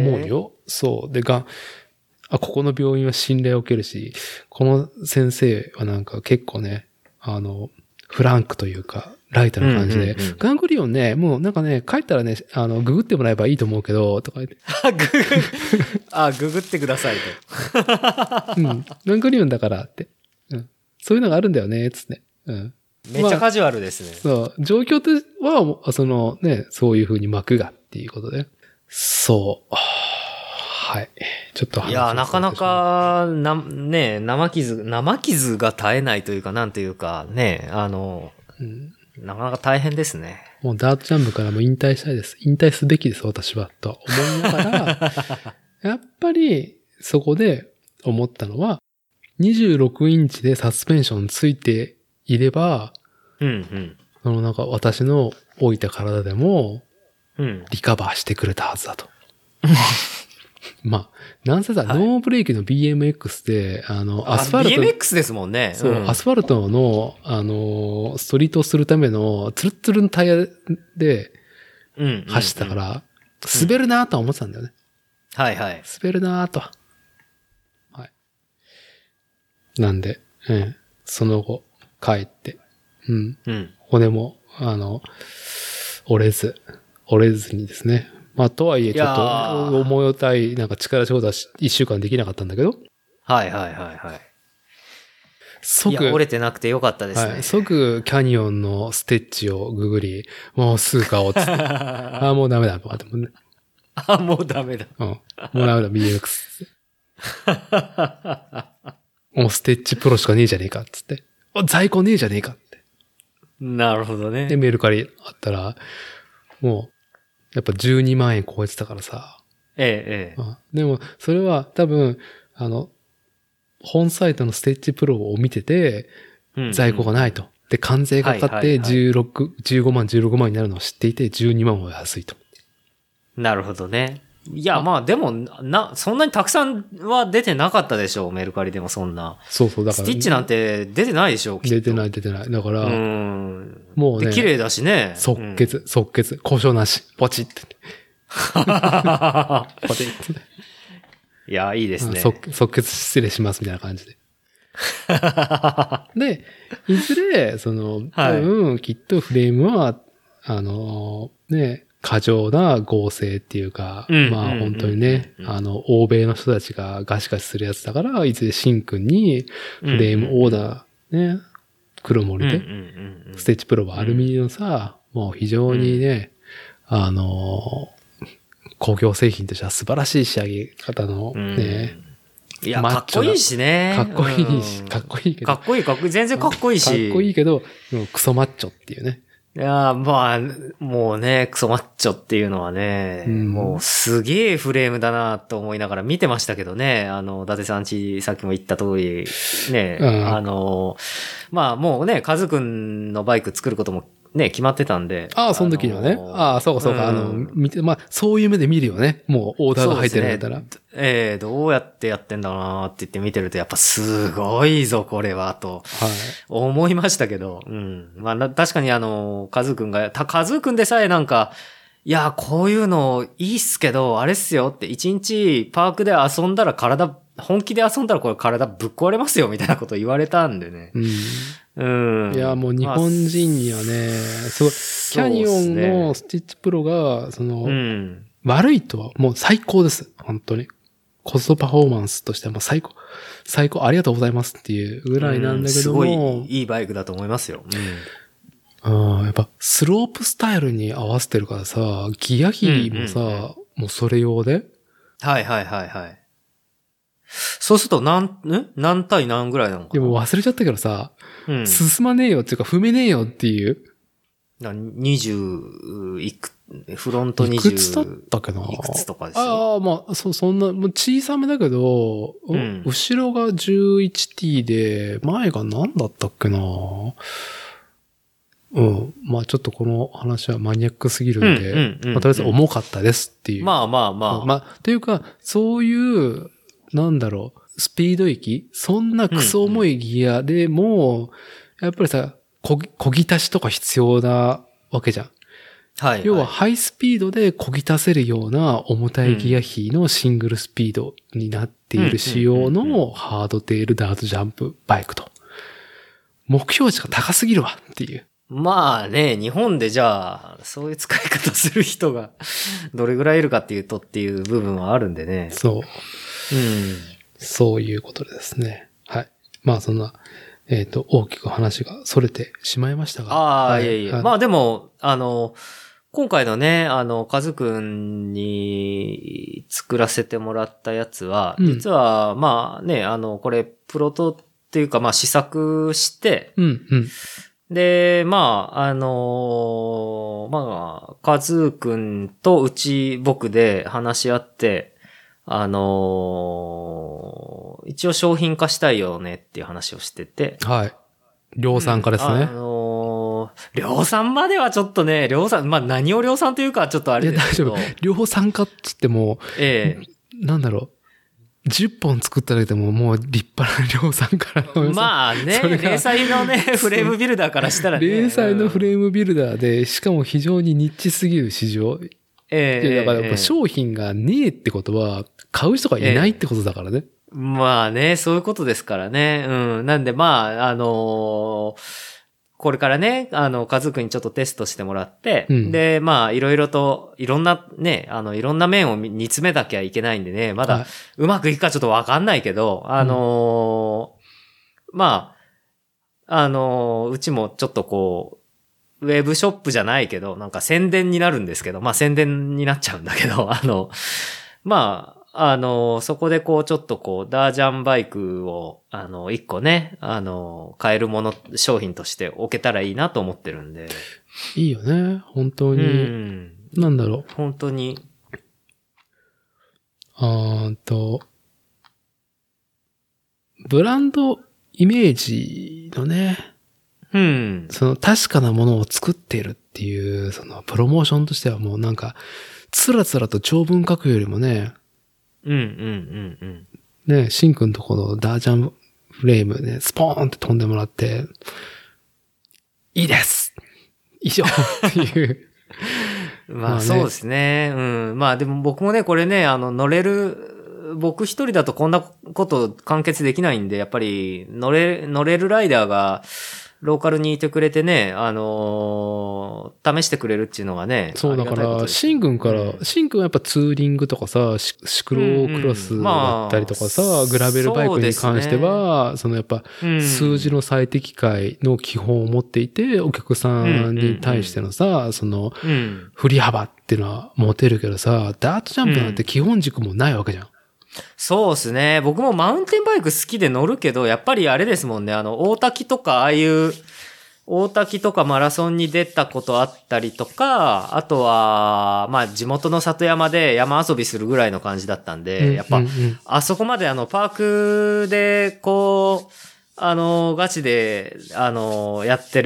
え。思う。よ。そう。で、が、あ、ここの病院は信頼を受けるし、この先生はなんか結構ね、あの、フランクというか、ライトな感じで、うんうんうんガングリオンね、もうなんかね、帰ったらね、あの、ググってもらえばいいと思うけど、とか言って、あ、ググ、あ、ググってくださ [LAUGHS] いうん、ガングリオンだからって、うん、そういうのがあるんだよね、つって、うん。めっちゃカジュアルですね。そう、状況とはもう、そのね、そういう風に幕がっていうことで。そう。 [SIGHS] はい。ちょっと話いやー、をなかな逸れてしまう。か、な、ねえ、生傷、生傷が絶えないというか、なんというか、ねえ、あの、うんなかなか大変ですね。もうダートジャンプからも引退したいです。引退すべきです、私は。と思いながら、やっぱりそこで思ったのは、26インチでサスペンションついていれば、うん、うん。そのなんか私の老いた体でもうん。リカバーしてくれたはずだと。まあ、なんせさ、はいノーブレーキの BMX で、あの、アスファルト。 BMX ですもんね。そう、んアスファルトの、あのーストリートをするための、ツルッツルのタイヤでうんうんうん走ったから、滑るなとは思ってたんだよね。はいはい。滑るなとは。はい。なんで、うん、その後、帰って、うん、うん。骨も、あの、折れず、折れずにですね。まあ、とはいえ、ちょっいやと、ー思いたい、なんか力仕事はし一週間できなかったんだけど、はいはいはいはい。い即、や、折れてなくてよかったですね。はい、 [LAUGHS] 即キャニオンのステッチをググり、もうすぐ買おうっつ [LAUGHS] って。ああ、もうダメだ、とかってもね。あ、もうダメだ。うん。もうダメだ、BMX っつって。もうステッチプロしかねえじゃねえか、っつって。お在庫ねえじゃねえかって。なるほどで、ね。メルカリあったら、もう、やっぱ12万円超えてたからさ。ええ、ええう。んでも、それは多分、あの、本サイトのステッチプロを見てて、うんうん在庫がないと。で、関税がかかっはいはていはい16、15万、16万になるのを知っていて、12万は安いと。なるほどね。いや、まあでも、な、そんなにたくさんは出てなかったでしょう、メルカリでもそんな。そうそう、だから。スティッチなんんて出てないでしょう、きっと。。出てないい、出てない。だから、うん。もうで、ね、綺麗だしね。即決、即決、故障なし、ポチって。うん。ポチって。 [LAUGHS] いや、いいですね。即即決失礼します、みたいな [LAUGHS] 感じで。で、いずれ、その、多分、きっとフレームは、あの、ね、過剰な合成っていうか、うんまうあん本当にね、うんあの、欧米の人たちがガシガシするやつだから、いずれシンくんにうんフレームオーダー、ね、黒うん森うんで、うんうんステッチプロはアルミのさ、もう非常にね、あの、工業製品としては素晴らしい仕上げ方のうんね、いや、マかッっチョこないいしね。かっこいいし、うんかっこいいけど。かっこいい、かっこいい。全然かっこいいし。かっこいいけど、うんクソマッチョっていうね。いやーまあ、もうね、クソマッチョっていうのはね、うんもうすげえフレームだなと思いながら見てましたけどね、あの、伊達さんち、さっきも言った通り、ね、うんあの、まあもうね、カズくんのバイク作ることもね、決まってたんで。ああ、その時にはね。ああ、そうかそうか。あの、ん見て、まあ、そういう目で見るよね。もうオーダーが入ってるんだったら。そうですねええどうやってやってんだろうなって言って見てると、やっぱすごいぞ、これは、と。はい。思いましたけど、うん。まあ、な確かにあの、カズくんが、た、カズくんでさえなんか、いや、こういうのいいっすけど、あれっすよって、一日パークで遊んだら体、本気で遊んだらこれ体ぶっ壊れますよみたいなこと言われたんでね。うん。うん。いや、もう日本人にはね、すごい、キャニオンのスティッチプロが、そそうの、っすね、うん。悪いとはもう最高です。本当に。コストパフォーマンスとしてはもう最高、最高ありがとうございますっていうぐらいなんだけども、うんすごいいいバイクだと思いますよ。うん、やっぱスロープスタイルに合わせてるからさ、ギア比もさ、うんうんうんもうそれ用で、うん。はいはいはいはい。そうすると何、ん何対何ぐらいなのかなでも忘れちゃったけどさ、うん進まねえよっていうか踏めねえよっていう。な20いく、フロント20。いくつだったっけないくつとかですよ。ああ、まあ、そ、そんな、もう小さめだけど、ううん後ろが 11T で、前が何だったっけなうん。まあちょっとこの話はマニアックすぎるんで、うんうんうんうんまあとりあえず重かったですっていう。まあまあままあ、あ。というか、そういう、なんだろう、スピード域そんなクソ重いギアでも、やっぱりさ、こぎ、こぎ足しとか必要なわけじゃん。はい、要は、ハイスピードでこぎ足せるような重たいギア比のシングルスピードになっている仕様うんうんうんのハードテールダートジャンプバイクと。目標値が高すぎるわっていう。まあね、日本でじゃあ、そういう使い方する人が、 [LAUGHS] どれぐらいいるかっていうとっていう部分はあるんでね。そうう。ん。そういうことですね。はい。まあそんな、えっ、と、大きく話が逸れてしまいましたが。ああ、、はいえいえ。はいまあでも、あの、今回のね、あの、カズくんに作らせてもらったやつは、うん実は、まあね、あの、これ、プロトっていうか、まあ試作して、うん、うん。で、まあ、あのーまあ、カズくんとうち僕で話し合って、あのー一応商品化したいよねっていう話をしてて、はい。量産化ですねあ。のー量産まではちょっとね、量産、まあ何を量産というかちょっとあいれや、ですけ大丈ど夫。。量産化っつっても、えなんだろう。10本作っただけでももう立派な量産化えの。あ、まあね、それが零細のね、フレームビルダーからしたらね。零細のーム、フレームビルダーで、しかも非常にニッチすぎる市場。ええいやだからやっぱえ商品がねえってことは、買う人がいないってことだからね。えまあね、そういうことですからね。うん。なんでまあ、あのーこれからね、あの、家族にちょっとテストしてもらって、うんで、まあ、いろいろと、いろんなね、あの、いろんな面を見煮詰めなきゃいけないんでね、まだ、はうまくいくかちょっとわかんないけど、あのーまあ、あのーうちもちょっとこう、ウェブショップじゃないけど、なんか宣伝になるんですけど、まあ宣伝になっちゃうんだけど、あ [LAUGHS] の、まあ、あのーそこでこうちょっとこう、ダージャンバイクを、あの一個ね、あのー買えるもの、商品として置けたらいいなと思ってるんで。い、いいよね。本当うに。ん。なんだろう。本当に。あーと、ブランドイメージのね、うん。その確かなものを作っているっていう、そのプロモーションとしてはもうなんか、つらつらと長文書くよりもね、うんうんうんうん。ね、シンくんとこのダージャンフレームね、スポーンって飛んでもらって、いいです以上っていう。ままああねそうですね。うん。まあでも僕もね、これね、あの、乗れる、僕一人だとこんなこと完結できないんで、やっぱり乗れ、乗れるライダーが、ローカルにいてくれてね、あのー試してくれるっていうのがね。そうだかありがたいことら、ですシンくんかうら、シンくんはやっぱツーリングとかさ、シシクロクロスだったりとかさ、うんうんまあグラベルバイクに関しては、そのやっぱうん数字の最適解の基本を持っていて、お客さんに対してのさ、そのうん。振り幅っていうのは持てるけどさ、ダートジャンプなんて基本軸もないわけじゃん。そうですね。僕もマウンテンバイク好きで乗るけど、やっぱりあれですもんね。あの、大滝とか、ああいう、大滝とかマラソンに出たことあったりとか、あとは、まあ、地元の里山で山遊びするぐらいの感じだったんで、うんやっぱ、うんうんあそこまであの、パークで、こう、あの、ガチで、あの、やって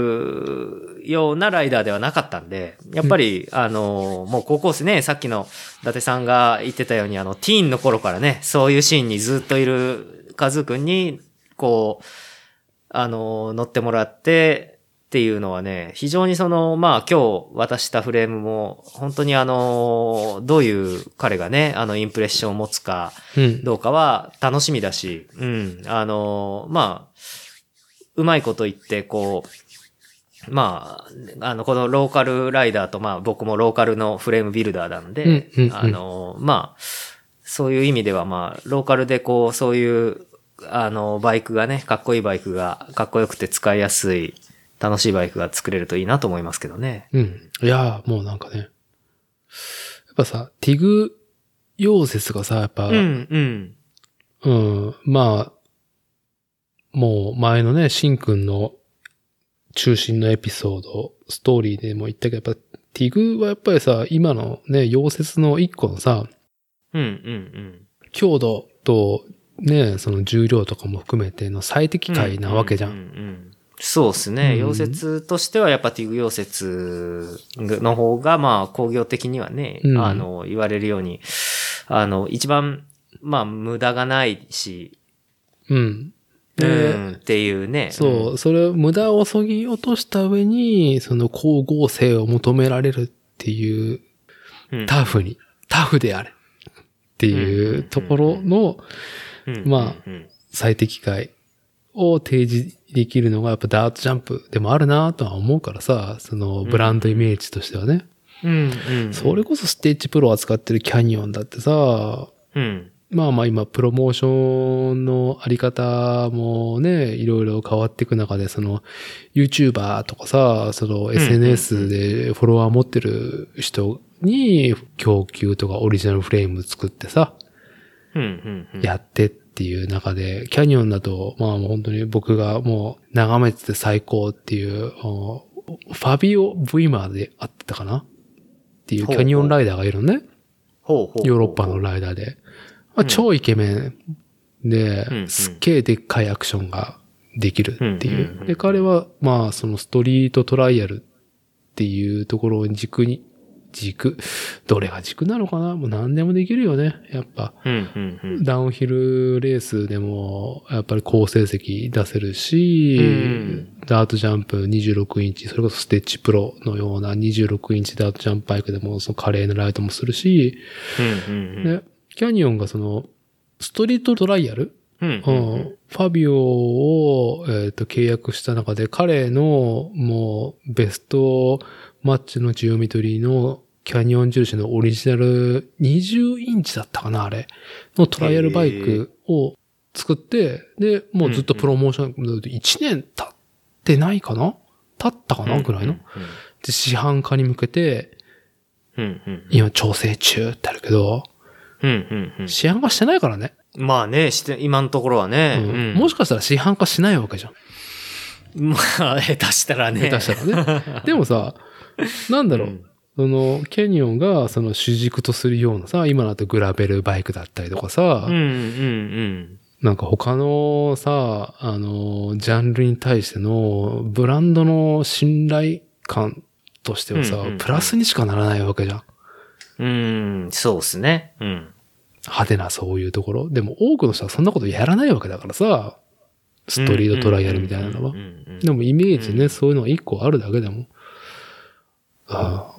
るようなライダーではなかったんで、やっぱり、あの、もう高校生ね、さっきの伊達さんが言ってたように、あの、ティーンの頃からね、そういうシーンにずっといるカズーくんに、こう、あの、乗ってもらって、っていうのはね、非常にその、まあ今日渡したフレームも、本当にあの、どういう彼がね、あの、インプレッションを持つか、うんどうかは楽しみだし、うん、あの、まあ、うまいこと言って、こう、まあ、あの、このローカルライダーと、まあ僕もローカルのフレームビルダーなんで、うんうんうんあの、まあ、そういう意味では、まあ、ローカルでこう、そういう、あの、バイクがね、かっこいいバイクが、かっこよくて使いやすい、楽しいバイクが作れるといいなと思いますけどね。うん。いやー、もうなんかね。やっぱさ、ティグ溶接がさ、やっぱ、うん、うん。うん、まあ、もう前のね、シンくんの中心のエピソード、ストーリーでも言ったけど、やっぱ、ティグはやっぱりさ、今のね、溶接の一個のさ、うん、うん、強度と、ね、その重量とかも含めての最う適ん。解なわけじゃん。ううううんそうですね。うん溶接としては、やっぱティグ溶接の方が、まあ、工業的にはね、うんあの、言われるように、あの、一番、まあ、無駄がないし、うん。うでん、っていうね。そう、それを無駄を削ぎ落とした上に、その光合成を求められるっていう、うん。うん、タフに、タフであれっていうところのうんまあうんうん最適解を提示できるのがやっぱダートジャンプでもあるなとは思うからさ、そのブランドイメージとしてはね。うん、うん。それこそステッチプロを扱ってるキャニオンだってさ、うん。まあまあ今、プロモーションのあり方もね、いろいろ変わっていく中で、その、YouTuber とかさ、その SNS でフォロワー持ってる人に供給とかオリジナルフレーム作ってさ、うん、うん、うん。やってっていう中で、キャニオンだと、まあもう本当に僕がもう眺めてて最高っていう、おファビオ・ブイマーであってたかなっていうキャニオンライダーがいるのね。ほうほうほう。ヨーロッパのライダーで。うまあ、ん超イケメンで、うんうんすっげえでっかいアクションができるっていうんうんうう。んで、彼は、まあ、そのストリートトライアルっていうところを軸に、軸、どれが軸なのかなもう何でもできるよね。やっぱ、うん、うん、うん。ダウンヒルレースでも、やっぱり好成績出せるし、うんダートジャンプ26インチ、それこそステッチプロのような26インチダートジャンプバイクでも、その華麗なライトもするし、うん、うん、うん。で、キャニオンがその、ストリートトライアル、うんう、ん、ファビオを、えーと契約した中で、彼のもうベストマッチのジオメトリーのキャニオン印のオリジナル20インチだったかな、あれ。のトライアルバイクを作って、で、もうずっとプロモーション、1年経ってないかな経ったかうなんぐらいの。うんで、市販化に向けて、うん、うん。今調整中ってあるけど、うん、うん、うん。市販化してないからね。まあね、して、今のところはね。うんうんもしかしたら市販化しないわけじゃん。まあ、下手したらね。下手したら [LAUGHS] ね。でもさ、なんだろう。うんその、ケニオンが、その主軸とするようなさ、今だとグラベルバイクだったりとかさ、うん、うん、なんか他のさ、あの、ジャンルに対しての、ブランドの信頼感としてはさ、うんうんうんプラスにしかならないわけじゃん。うん。うん、そうですね。うん。派手なそういうところ。でも多くの人はそんなことやらないわけだからさ、ストリートトライアルみたいなのはうん。うんうんうんでもイメージね、うんそういうのが一個あるだけでも。ああ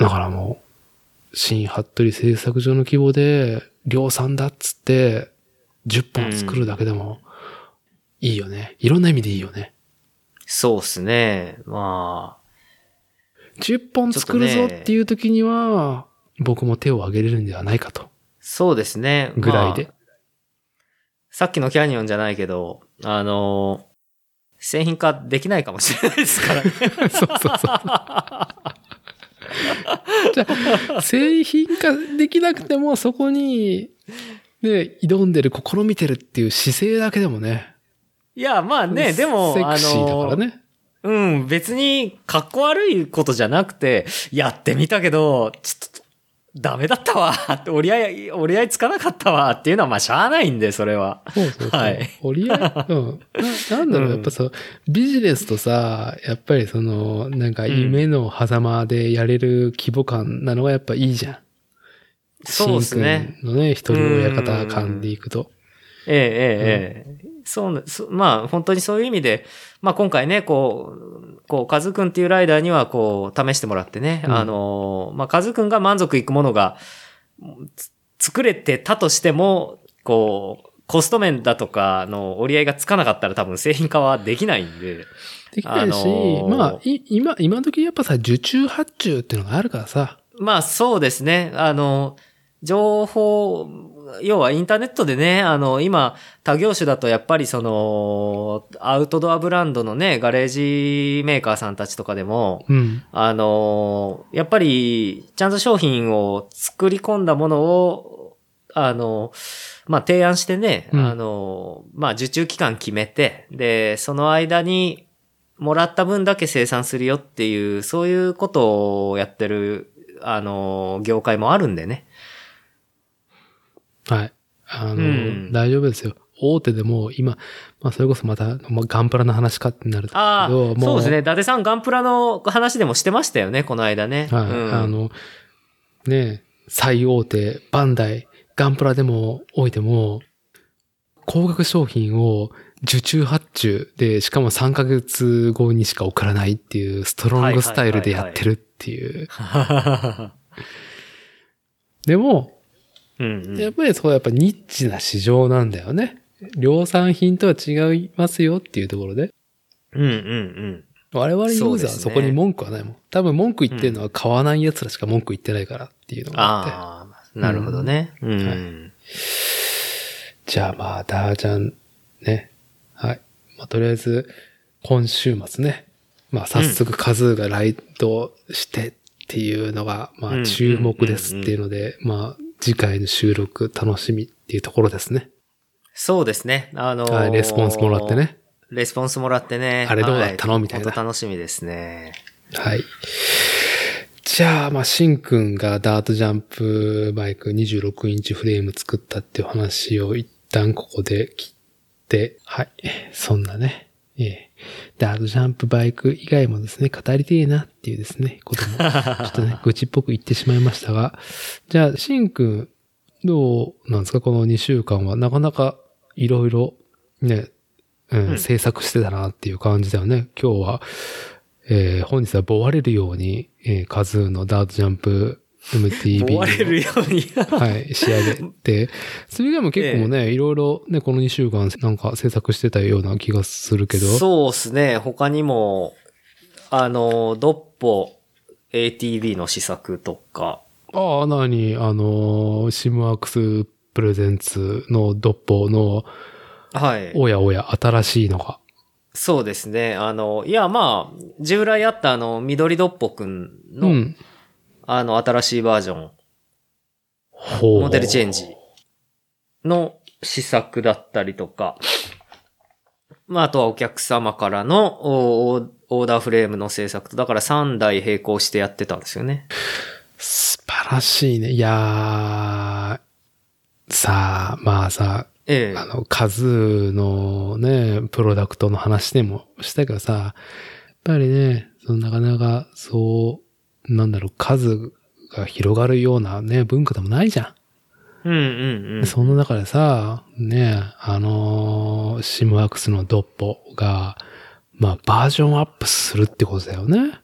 だからもう、新服部製作所の規模で、量産だっつって、10本作るだけでも、いいよね。いろんな意味でいいよね。そうですね。まあ、 10本作るぞっていう時には、僕も手を挙げれるんではないかと。そうですね。ぐらいでまあ。さっきのキャニオンじゃないけど、あの、製品化できないかもしれないです [LAUGHS] から。そうそうそう。じゃあ製品化できなくても、そこに、ね、挑んでる、試みてるっていう姿勢だけでもね、いや、まあね、でも、セクシーだからね。あの、うん、別に、かっこ悪いことじゃなくて、やってみたけど、ちょっと、ダメだったわ、折り合い、折り合いつかなかったわ、っていうのは、まあ、しゃあないんで、それは。そうそうそう。はい折り合い、うん。ななんだろうう、んやっぱそう、ビジネスとさ、やっぱりその、なんか夢の狭間でやれる規模感なのがやっぱいいじゃん。そうですね。シンくんのね、一人親方感でいくと。ええええええ、そうな、そまあ本当にそういう意味で、まあ今回ね、こう、こう、カズくんっていうライダーにはこう、試してもらってね、うんあの、まあカズくんが満足いくものが、つ作れてたとしても、こう、コスト面だとかの折り合いがつかなかったら多分製品化はできないんで。できなあいし、のーまあ、い今、今時やっぱさ、受注発注っていうのがあるからさ、まあそうですね。あの、情報、要はインターネットでね、あの、今、他業種だとやっぱりその、アウトドアブランドのね、ガレージメーカーさんたちとかでも、うん。あの、やっぱり、ちゃんと商品を作り込んだものを、あの、まあ、提案してね、うんあの、まあ、受注期間決めて、で、その間に、もらった分だけ生産するよっていう、そういうことをやってる、あの、業界もあるんでね。はい。あの、うん大丈夫ですよ。大手でも今、まあそれこそまた、まあ、ガンプラの話かってなるけどああ、もそうですね。伊達さん、ガンプラの話でもしてましたよね、この間ね。はい。うんあの、ねえ最大手、バンダイ、ガンプラでもおいても、高額商品を受注発注で、しかも3ヶ月後にしか送らないっていう、ストロングスタイルでやってるっていう。でも、うんうん [LAUGHS] やっぱりそう、やっぱニッチな市場なんだよね。量産品とは違いますよっていうところで。うんうんうん。我々ユそうーでザーはすねそこに文句はないもん。多分文句言ってるのは買わない奴らしか文句言ってないからっていうのがあって。ああ、なるほどね。うん。じゃあまあ、ダージャン、ね。はい。まあ、とりあえず、今週末ね。まあ、早速数がライトしてっていうのが、まうんあ、注目ですっていうので、まあ、次回の収録楽しみっていうところですね。そうですね。あのーはい、レスポンスもらって。ね。レスポンスもらってね。あれどうだったのはいみたいな本当楽しみですね。はい。じゃあ、まあ、しんくんがダートジャンプバイク26インチフレーム作ったっていう話を一旦ここで切って、はい。そんなね、ええダートジャンプバイク以外もですね、語りてえなっていうですね、ことも、ちょっ [LAUGHS] とね、愚痴っぽく言ってしまいましたが、じゃあ、しんくん、どうなんですかこの2週間は、なかなかいろいろ、ね、うんうん制作してたなっていう感じだよね。今日は、えー本日はボワれるように、えーカズーのダートジャンプ MTB 追のわれるように。はい、仕上げて、それ以外も結構 [LAUGHS] ね、いろいろね、この2週間なんか制作してたような気がするけど、そうですね。他にも、あのー、ドッポ ATB の試作とか、ああ、なに、あのーシムワークスプレゼンツのドッポの、はい。おやおや、新しいのが。そうですね。あの、いや、まあ、従来あったあの、緑ドッポくんうの、ん。あの、新しいバージョン、ほうモデルチェンジの試作だったりとか、まあ、あとはお客様からのおおオーダーフレームの制作と、だから3台並行してやってたんですよね。素晴らしいね。いやー、さあ、まあさ、ええあの、カズーのね、プロダクトの話でもしたけどさ、やっぱりね、そのなかなかそう、なんだろう、数が広がるようなね、文化でもないじゃん。うんうんうん。そんな中でさ、ね、あのーシムワークスのドッポが、まあ、バージョンアップするってことだよね。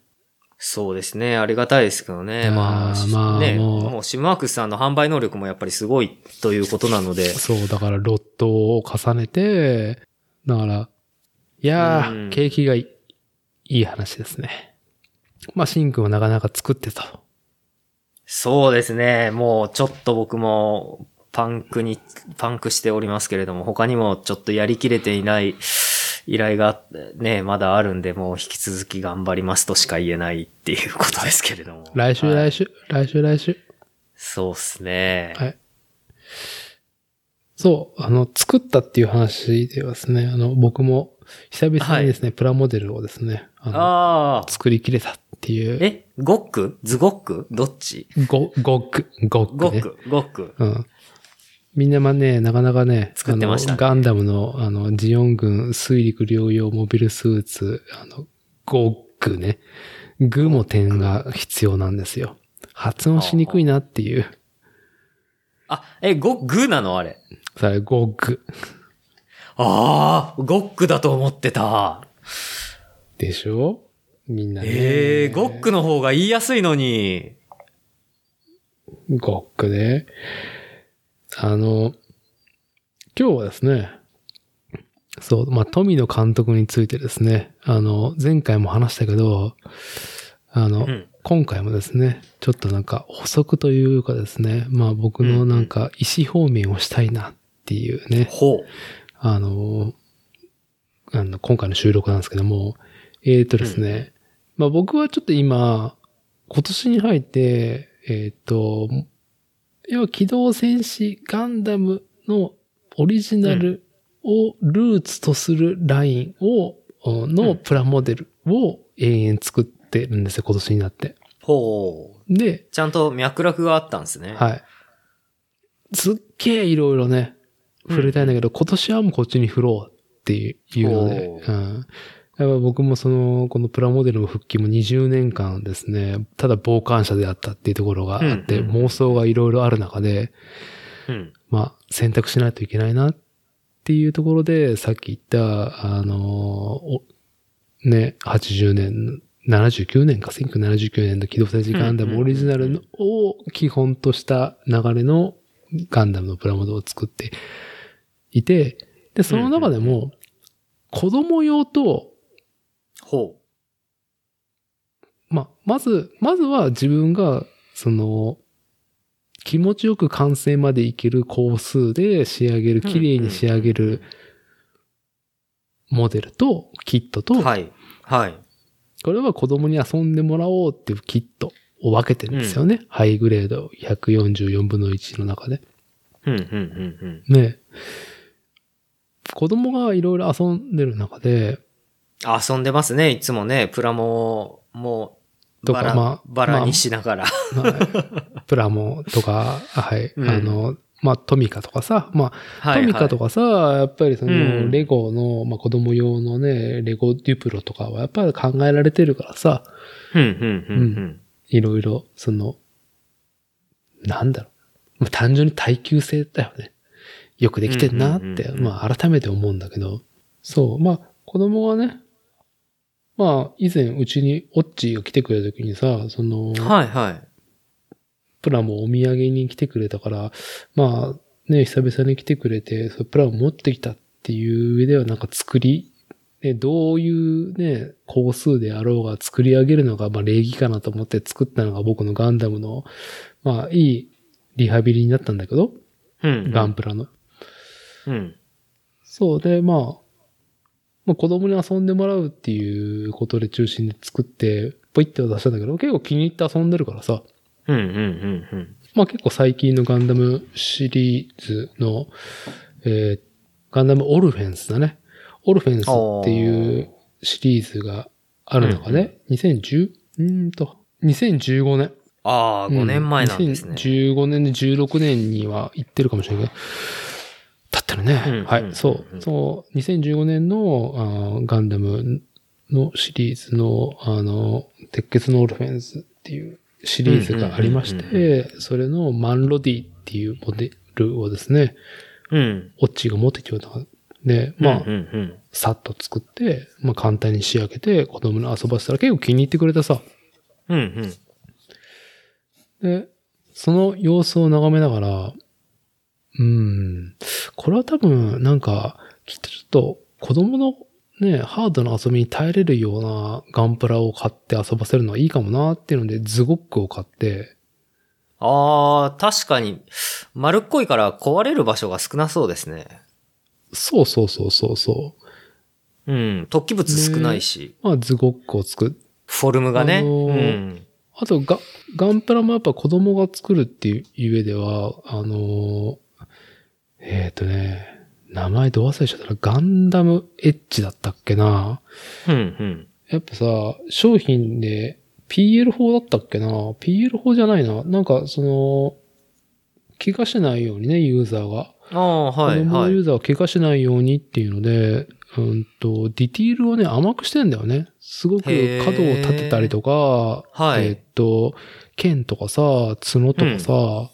そうですね。ありがたいですけどね。やーまあ、まあね、もうもうシムワークスさんの販売能力もやっぱりすごいということなので、そう、だからロットを重ねて、だから、いやー、うん景気がいいいい話ですね。まあ、シンくんはなかなか作ってたと。そうですね。もうちょっと僕もパンクに、パンクしておりますけれども、他にもちょっとやりきれていない依頼がね、まだあるんで、もう引き続き頑張りますとしか言えないっていうことですけれども。来週、はい来週、来週、来週。そうですね。はい。そう、あの、作ったっていう話ではですね、あの、僕も久々にですね、プラモデルをですね、あのああ。作りきれたっていう。えゴックズゴックどっちご、ごっく、ごっゴくッね。ク、ゴック。うん。みんなまね、なかなかね、作ってましたねあのガンダムの、あの、ジオン軍水陸両用モビルスーツ、あの、ゴッグね。グも点が必要なんですよ。発音しにくいなっていう。あ、え、ゴッグなのあれ。それ、ゴッグああ、ゴックだと思ってた。でしょみんなね。ええー、ゴックの方が言いやすいのに。ゴックね。あの、今日はですね、そう、まあ、富野監督についてですね、あの、前回も話したけど、あうの、ん今回もですね、ちょっとなんか補足というかですね、まあ僕のなんか意思表明をしたいなっていうね、ほう。あの、あの、今回の収録なんですけども、えっ、とですね、まあ僕はちょっと今、今年に入って、えっ、と、要は機動戦士ガンダムのオリジナルをルーツとするラインを、うのんプラモデルを永遠作ってるんですよ、今年になって。ほう。で、ちゃんと脈絡があったんですね。い。はい。すっげえいろいろね、触れたいんだけど、今年はもうこっちに振ろうっていうので、おうーん。やっぱ僕もその、このプラモデルの復帰も20年間ですね、ただ傍観者であったっていうところがあって、うんうんうん妄想がいろいろある中で、うん。まあ、選択しないといけないなっていうところで、さっき言った、あのーおね、80年、79年か、1979年の機動戦士ガンダうんムうんオリジナルのを基本とした流れのガンダムのプラモデルを作っていて、で、その中でも、子供用と、ほまあ、まず、まずは自分が、その、気持ちよく完成までいける工数で仕上げる、綺麗に仕上げるモデルとキットと、はい。はい。これは子供に遊んでもらおうっていうキットを分けてるんですよね。ハイグレード144分の1の中で。うん、うん、うん、ね子供がいろいろ遊んでる中で、うん。遊んでますね、いつもね。プラモも、とバか、ラ、まあ、バラにしながら。ま [LAUGHS] あ、はいプラモとか、はい、うんあの、まあ、トミカとかさ、まあ、はい、トミカとかさ、やっぱりその、うんレゴの、まあ、子供用のね、レゴデュプロとかはやっぱり考えられてるからさ、はい。うん、うん、うん、うん。いろいろ、その、なんだろう、まあ、単純に耐久性だよね。よくできてんなっうんうんてう、んうんまあ、改めて思うんだけど、そう、まあ、子供がね、まあ、以前、うちに、オッチーが来てくれた時にさ、その、はい、はい。プラもお土産に来てくれたから、まあね、久々に来てくれて、そうプラを持ってきたっていう上ではなんか作り、ね、どういうね、工数であろうが作り上げるのがまあ礼儀かなと思って作ったのが僕のガンダムの、まあいいリハビリになったんだけど、うん、ガンプラの。うん。そうで、まあ、まあ子供に遊んでもらうっていうことで中心で作って、ポイって渡したんだけど、結構気に入って遊んでるからさ、うん、うん、うん、うん。まあ結構最近のガンダムシリーズの、えーガンダムオルフェンスだね。オルフェンスっていうシリーズがある中で、2010? うーんと、2015年。ああ、5年前なんですね。 2015年で16年には行ってるかもしれないけど。だったらね、うんはうんい、そう。そう、2015年のあーガンダムのシリーズの、あの、鉄血のオルフェンスっていうシリーズがありましうんうんうて、それのマンロディっていうモデルをですね、うん。オッチーが持ってきてくれたからで、まあ、うん、うん。さっと作って、まあ簡単に仕上げて、子供に遊ばせたら結構気に入ってくれたさ。うん、うん。で、その様子を眺めながら、うん、これは多分なんか、きっとちょっと子供のね、ハードな遊びに耐えれるようなガンプラを買って遊ばせるのはいいかもなっていうので、ズゴックを買って、ああ、確かに、丸っこいから壊れる場所が少なそうですね。そうそうそうそうそう。うん。突起物少ないし、まあ、ズゴックを作っフォルムがね。あのーあとガ、ガンプラもやっぱ子供が作るっていう上では、あのーえっ、とね、名前どう忘れちゃったらガンダムエッジだったっけなうん。うん、うん。やっぱさ、商品で PL4 だったっけな ?PL4 じゃないな。なんかその、怪我しないようにね、ユーザーが。ああ、はい、子供はのユーい。ザーは怪我しないようにっていうので、うんと、ディティールをね、甘くしてんだよね。すごくへー角を立てたりとか、はいえーっと、剣とかさ、角とかさ、うんうんうん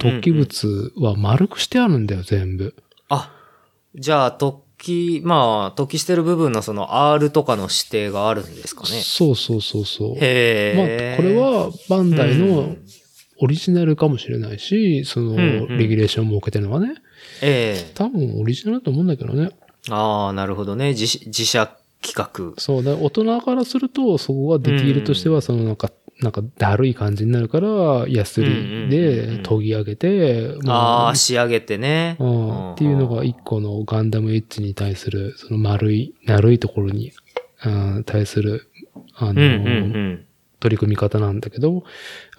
突起。物は丸くしてあるんだよ、全部。あ、じゃあ、突起、まあ、突起してる部分のその R とかの指定があるんですかね。そうそうそうそう。へまあ、え。これはバンダイうのんオリジナルかもしれないし、その、うんうんレギュレーションを設けてるのはね、ええ多分オリジナルだと思うんだけどね。ああ、なるほどね。自し、自社企画。そうだ、大人からすると、そこはディティールとしては、そのなんか、なんかだるい感じになるから、ヤスリうんうんうんうでん研ぎ上げて、ああ、あ仕上げてね。うんっていうのが一個のガンダムエッジに対する、その丸い、なるいところに、うん対する、あうの、んうんうん。取り組み方なんだけど、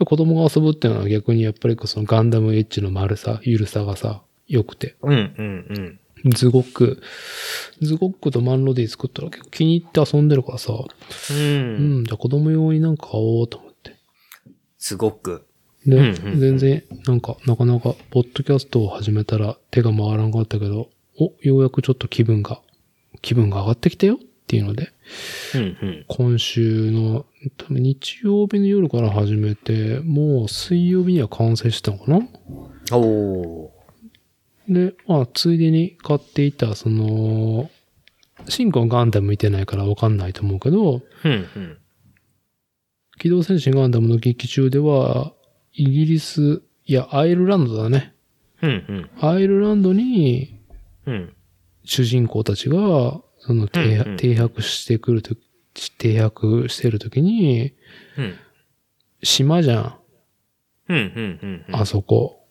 子供が遊ぶっていうのは逆にやっぱりそのガンダムエッジの丸さ、ゆるさがさ、良くて。うんうんズゴック、ズゴックとマンロディ作ったら結構気に入って遊んでるからさ、う。うんうん。ん、じゃあ子供用になんか買おうと思って。すごく。で、うんうん全然、なんか、なかなか、ポッドキャストを始めたら手が回らんかったけど、お、ようやくちょっと気分が、気分が上がってきたよっていうので、うんうん。今週の、多分日曜日の夜から始めて、もう水曜日には完成してたのかなおー。で、まあ、ついでに買っていた、その、シンコンガンダム見てないからわかんないと思うけど、うんうん。機動戦士ガンダムの劇中では、イギリス、いや、アイルランドだね。うんうん。アイルランドにうん。主人公たちが、その、停うんうん停泊してくるとき、停泊してるときに、うん。島じゃん、うんうんうんうん。あそこ。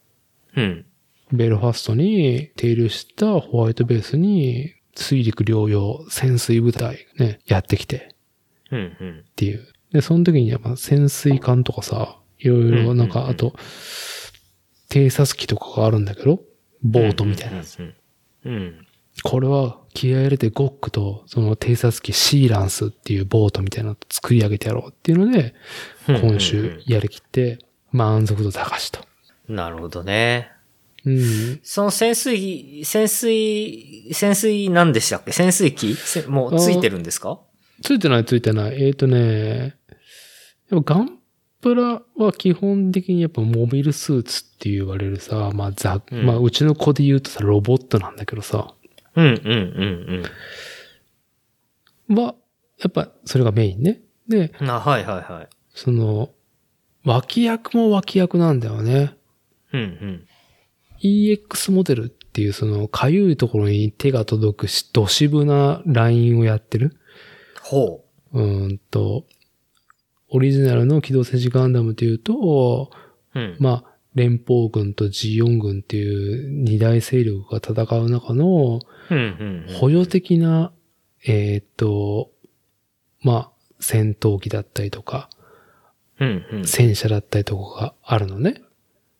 うん。ベルファストに停留したホワイトベースに水陸両用潜水部隊ね、やってきてうん。うん。っていう。で、その時にやっぱ潜水艦とかさ、いろいろなうんんうんうか、んあと、偵察機とかがあるんだけど、ボートみたいなやつ。うん。うん。これは気合い入れてゴックとその偵察機シーランスっていうボートみたいなの作り上げてやろうっていうので、うん今週。やりきって満足度高しと。なるほどね。うん。その潜水、潜水、潜水何でしたっけ潜水機せもうついてるんですかついてないついてない。えっ、とね、やっぱガンプラは基本的にやっぱモビルスーツって言われるさ、まあざ、うんまあうちの子で言うとさ、ロボットなんだけどさ、うんうんうんは、やっぱそれがメインね。で、うん。あ、はいはいはい。その、脇役も脇役なんだよね。うん EX モデルっていうその、かゆいところに手が届くし、ど渋なラインをやってる。うん。ほうーんと、オリジナルの機動戦士ガンダムというと、う。うん。まあ、連邦軍と G4 軍っていう二大勢力が戦う中のうんうんうん。補助的な、えーっと、まあ、戦闘機だったりとか、うんうん。戦車だったりとかがあるのね。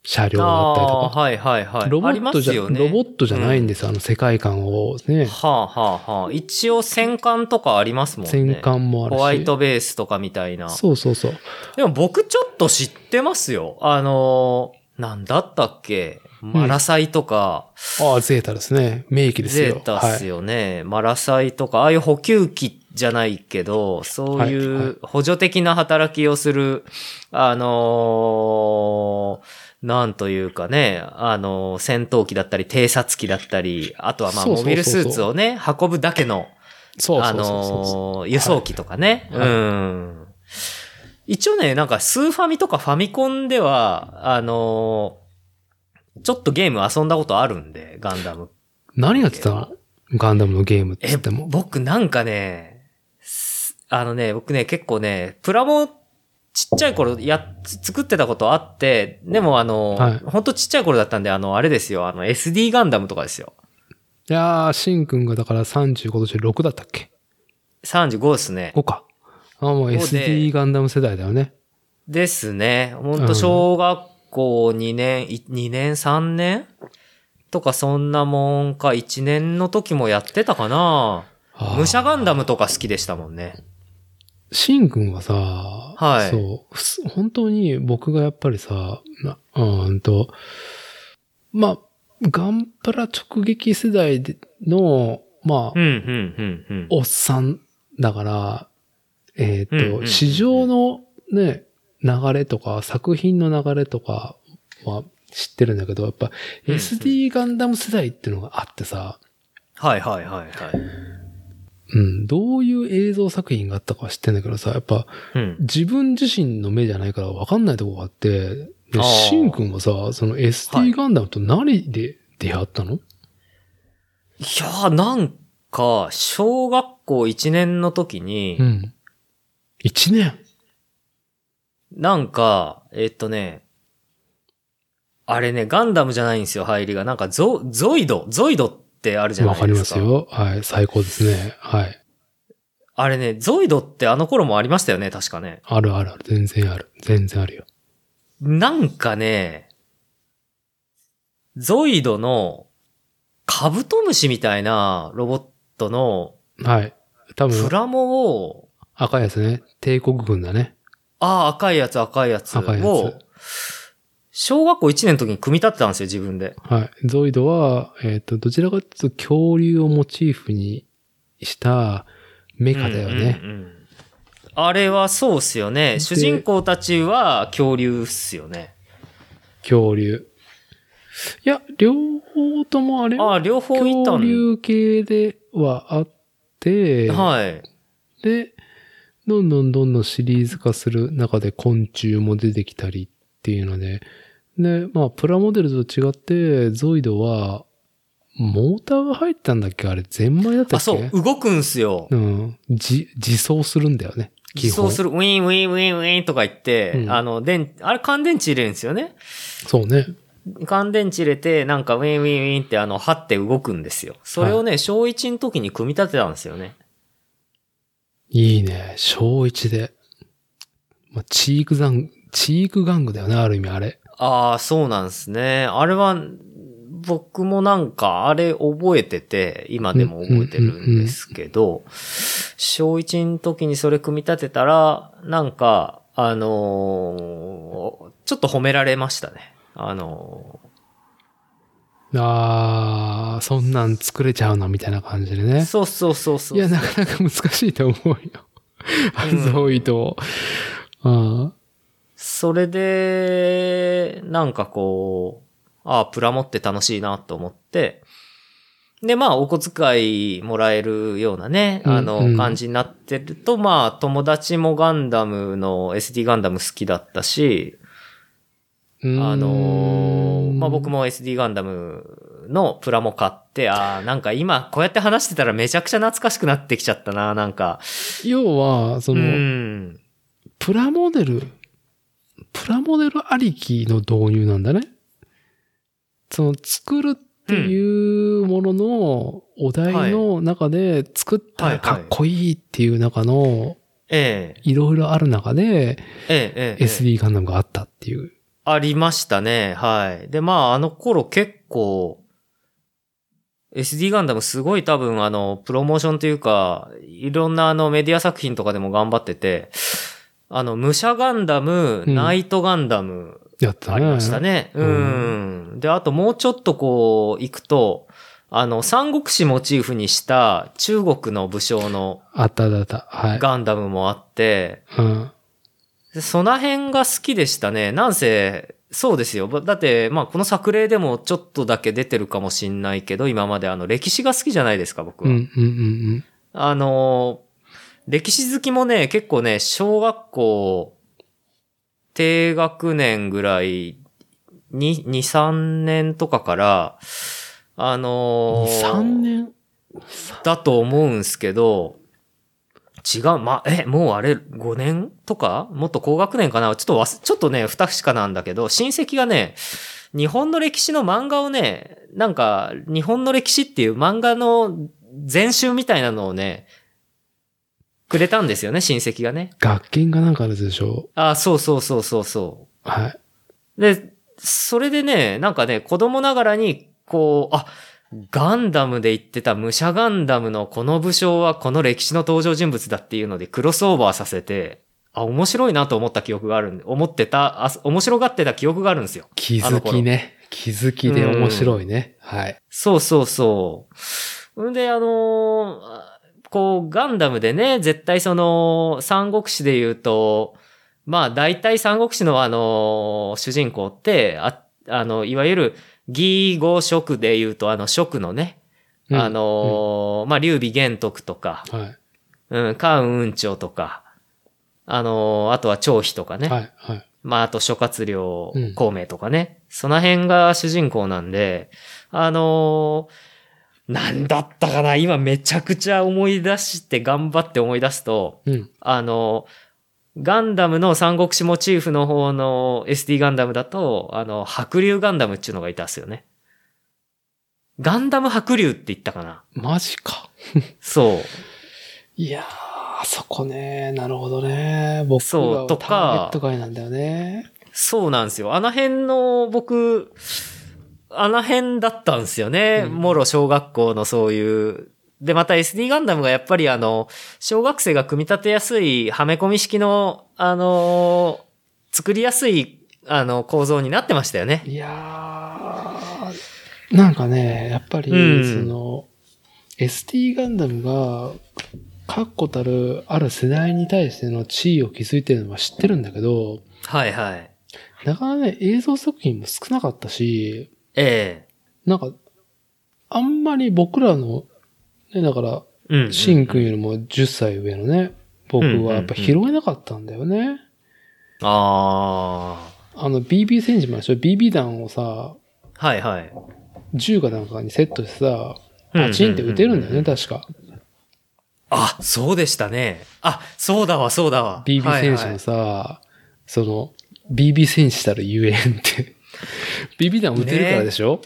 車両だったりとあか。ーはいはいはい。ロボありッまトじすゃ、よね。ロボットじゃないんです、あの世界観をね。はあはあはあ。一応戦艦とかありますもんね。戦艦もあるし。ホワイトベースとかみたいな。そうそうそう。でも僕ちょっと知ってますよ。あのー、なんだったっけマラサイとか、ああ、ゼータですね。名機ですゼよ。ータっすよね、マラサイとか、ああいう補給機じゃないけど、そうはいはいいう補助的な働きをする、あのーなんというかね、あのー戦闘機だったり、偵察機だったり、あとはまあ、そうそモうそうそうビルスーツをね、運ぶだけの、そうあそうそうそうそう。のー輸送機とかね。はいうん。一応ね、なんかスーファミとかファミコンでは、あのーちょっとゲーム遊んだことあるんで、ガンダム。何やってたのガンダムのゲームってえ、言っても。僕なんかね、すあのね、僕ね、結構ね、プラモ、ちっちゃい頃や、つ作ってたことあって、でもあの、はいほんとちっちゃい頃だったんで、あの、あれですよ、あの、SD ガンダムとかですよ。いやー、シンくんがだから35年6だったっけ35ですね。 ?5 か。あーもう5で SD ガンダム世代だよね。ですね。ほんうとん小学校2年、2年、3年とかそんなもんか、1年の時もやってたかな。あー武者ガンダムとか好きでしたもんね。シンくんはさ、はいそうふす、本当に僕がやっぱりさ、なうーんと、まあ、ガンプラ直撃世代での、まあう、ん、うん、うん、うん。おっさんだから、えっ、と、うんうんうんうん市場のね、流れとか、作品の流れとかは知ってるんだけど、やっぱうんうん SD ガンダム世代っていうのがあってさ、はい、はい、はい、はい。うん、どういう映像作品があったかは知ってんだけどさ、やっぱうん。自分自身の目じゃないからわかんないとこがあって、あーでシンくんはさ、そのはい SD ガンダムと何で出会ったの、いやー、なんか、小学校1年の時に、うん。一年なんか、えっとね、あれね、ガンダムじゃないんですよ、入りが。なんかゾ、ゾイド、ゾイドってあるじゃなわいですか。かりますよ。はい、最高ですね。はい。あれね、ゾイドってあの頃もありましたよね、確かね。あるあるある。全然ある。全然あるよ。なんかね、ゾイドのカブトムシみたいなロボットのはい。多分プ、ラモを、赤いやつね。帝国軍だね。ああ、赤いやつ、赤いやつ赤いやつを、小学校1年の時に組み立てたんですよ、自分で。はい。ゾイドは、えっ、と、どちらかというと恐竜をモチーフにしたメカだよね。うんうんうんあれはそうっすよね。主人公たちは恐竜っすよね。恐竜。いや、両方ともあれああ、両方いた恐ん竜系ではあって、はい。で、どんどんどんどんシリーズ化する中で昆虫も出てきたりっていうので、で、まあ、プラモデルと違って、ゾイドは、モーターが入ったんだっけあれ、ゼンマイだったあ、っけそう、動くんすよ。うん。じ、自走するんだよね。基そ本。うする、ウィーンウィーンウィーンウィーンとか言って、うんあの、電、あれ乾電池入れるんですよね。そうね。乾電池入れて、なんかウィンウィンウィンってあの、張って動くんですよ。それをね、小1の時に組み立てたんですよね。いいね。小1で。まあ、チークザン、チーク玩具だよね、ある意味あれ。ああ、そうなんですね。あれは、僕もなんか、あれ覚えてて、今でも覚えてるんですけど、小1の時にそれ組み立てたら、なんか、あのーちょっと褒められましたね。あのあー、そんなん作れちゃうのみたいな感じでーね。そうそうそうそう。いや、なかなか難しいと思ううんよ。数多いと。あそれで、なんかこう、ああ、プラモって楽しいなと思って、で、まあ、お小遣いもらえるようなね、あうんうの、ん感じになってると、まあ、友達もガンダムの、SD ガンダム好きだったし、あのーまあ僕も。も SD ガンダムのプラモ買って、ああ、なんか今、こうやって話してたらめちゃくちゃ懐かしくなってきちゃったな、なんか。要は、そうの、ん。プラモデル、プラモデルありきの導入なんだね。その作るっていうもののお題の中で作ったらかっこいいっていう中のええ、いろいろある中でええ、ええ。 SD ガンダムがあったっていう。ありましたね。はい。で、まあ、あの頃結構、SD ガンダムすごい多分あの、プロモーションというか、いろんなあのメディア作品とかでも頑張ってて、あの、武者ガンダム、うんナイトガンダム、やったね。ありましたね。ううんん。で、あともうちょっとこう、行くと、あの、三国志モチーフにした中国の武将のあったあったあった。はい。ガンダムもあって、うん。でその辺が好きでしたね。なんせ、そうですよ。ばだって、まあ、この作例でもちょっとだけ出てるかもしんないけど、今まであの、歴史が好きじゃないですか、僕うは。んうんうんあのー、歴史好きもね、結構ね、小学校、低学年ぐらい、に、2、3年とかから、あうん。の2、ー、 3年だと思うんすけど、違う、ま、え、もうあれ、5年とかもっと高学年かなちょっとわす、ちょっとね、不確かなんだけど、親戚がね、日本の歴史の漫画をね、なんか、日本の歴史っていう漫画の全集みたいなのをね、くれたんですよね、親戚がね。学研がなんかあるでしょあ、そうそうそうそうそう。はい。で、それでね、なんかね、子供ながらに、こう、あ、ガンダムで言ってた武者ガンダムのこの武将はこの歴史の登場人物だっていうのでクロスオーバーさせて、あ、面白いなと思った記憶があるんで、思ってた、あ、面白がってた記憶があるんですよ。気づきね。気づきで面白いね。はい。そうそうそう。んで、あのーあこう、ガンダムでね、絶対その、三国志で言うと、まあ、大体三国志のあのー主人公って、あ、あの、いわゆる、義語職で言うと、あの、職のね、うんあのーまあ、劉備玄徳とか、はうん、関雲長とか、あのーあとは張飛とかい。ね、はい。はい。まあ、あと諸葛亮うん、孔明とかね、その辺が主人公なんで、あのーなんだったかな今めちゃくちゃ思い出して頑張って思い出すと、うん。あのーガンダムの三国志モチーフの方の SD ガンダムだと、あの、白竜ガンダムっていうのがいたんですよね。ガンダム白竜って言ったかなマジか。そう。いやー、そこね、なるほどね。僕そうらはとかターゲット外なんだよね。そうなんですよ。あの辺の、僕、あの辺だったんですよね。うんもろ小学校のそういう。で、また SD ガンダムがやっぱりあの、小学生が組み立てやすい、はめ込み式の、あのー作りやすい、あの、構造になってましたよね。いやー、なんかね、やっぱり、うんその、ST ガンダムが、確固たるある世代に対しての地位を築いてるのは知ってるんだけど、はいはい。なかなかね、映像作品も少なかったし、えなんか、あんまり僕らの、ね、だから、えうん。シンくんよりも10歳上のね、僕うんうんうはんやっぱ拾えなかったんだよね。ああの、BB 戦士もあるでしょ ?BB 弾をさ、あ。はいはい。銃かなんかにセットしてさ、パチンって撃てるんだよね、うううう。確か。あ、そうでしたね。あ、そうだわ、そうだわ。 BB 戦士はいはのいさ、その、BB 戦士たるゆえんって、 [LAUGHS] ビビ弾打てるからでしょ、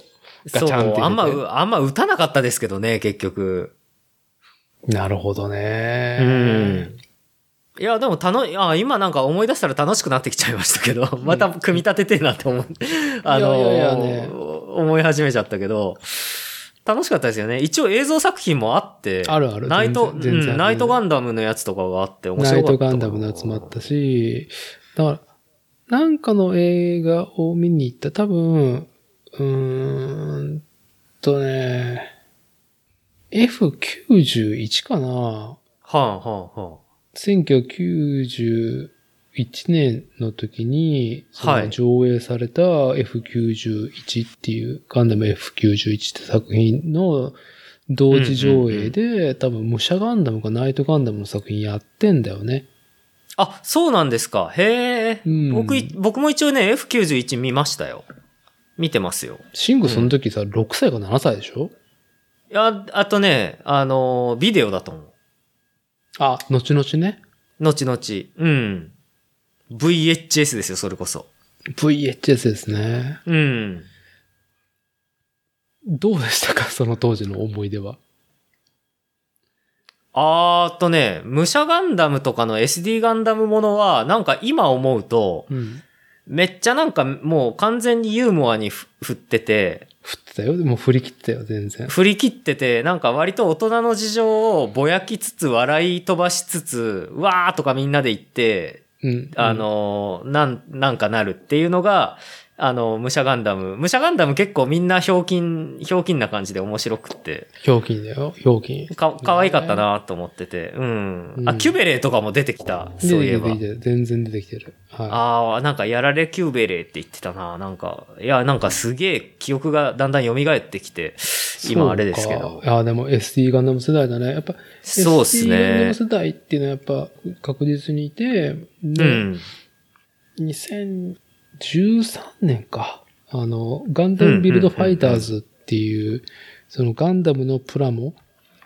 ガチャンっそう、て入れてあんま、うあんま打たなかったですけどね、結局。なるほどね。うん。いや、でも楽い、あ、今なんか思い出したら楽しくなってきちゃいましたけど、また組み立ててえなって思う。あのいやいやいやね思い始めちゃったけど、楽しかったですよね。一応映像作品もあって、あるある。ナイト、全然全然あるうんナイトガンダムのやつとかがあって面ナ白イかトった。ガンダムの集まったし、だから、なんかの映画を見に行った、多分、うーんとね、F91 かなはあ、はあ、は ?1991 年の時に、そのはい上映された F91 っていう、ガンダム F91 って作品の同時上映で、多分、武者ガンダムかナイトガンダムの作品やってんだよね。あ。あ、そうなんですか。へえ、うん僕い、僕も一応ね、F91 見ましたよ。見てますよ。シングその時さ、6歳か7歳でしょいや、あとね、あの、ビデオだと思う。あ、後々ね。後々。うん。VHS ですよ、それこそ。 VHS ですね。うん。どうでしたか [LAUGHS] その当時の思い出は。あーっとね、武者ガンダムとかの SD ガンダムものは、なんか今思うと、うん。めっちゃなんかもう完全にユーモアにふ振ってて、振ってたよ。もう振り切ってたよ、全然。振り切ってて、なんか割と大人の事情をぼやきつつ、笑い飛ばしつつ、うわーとかみんなで言って、うん。あのー、なん、なんかなるっていうのが、あの、武者ガンダム。武者ガンダム結構みんなひょうきん、ひょうきんな感じで面白くって。うん、表記だよ、表記。か、可愛かったなと思ってて。うん。うあ、んキュベレーとかも出てきた。そういえば出てき。てる出てきてる全然出てきてる。はああ、なんかやられキューベレーって言ってたな。なんか、いや、なんかすげえ記憶がだんだん蘇ってきて、い。今あれですけど。そうか。あ、でも SD ガンダム世代だね。やっぱ、そうっす SD ガンダねム。世代っていうのはやっぱ確実にいて、うで、ん。 2013年か。あの、ガンダムビルドファイターズっていう、そのガンダムのプラモ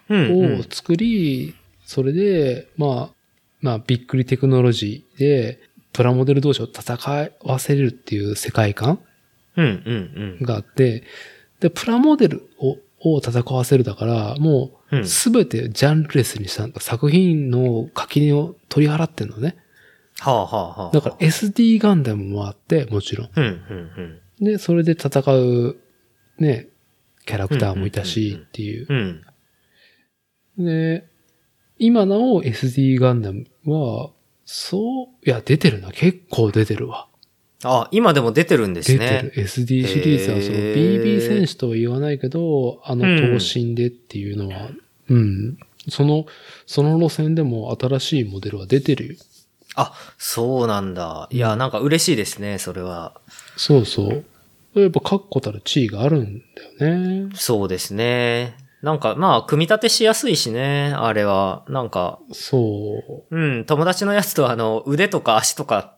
うん。うんを作り、それで、まあ、まあ、びっくりテクノロジーで、プラモデル同士を戦わせるっていう世界観うん。うん。があって、で、プラモデルを、を戦わせるだから、もうんう、。すべてジャンルレスにしたんだ。作品の垣根を取り払ってんのね。はあはあはあ。だから SD ガンダムもあって、もちろん。うん。うん。で、それで戦う、ね、キャラクターもいたしっていう。うん。うん。で、今なお SD ガンダムは、そう、いや、出てるな。結構出てるわ。あ、今でも出てるんです出ね。てる。SD シリーズは、そのへー BB 戦士とは言わないけど、あのうん等身でっていうのは、うん、その、その路線でも新しいモデルは出てるよ。あ、そうなんだ。いや、なんか嬉しいですね、それは。そうそう。やっぱ確固たる地位があるんだよね。そうですね。なんか、まあ、組み立てしやすいしね、あれは。なんか、そう。うん、友達のやつとあの、腕とか足とか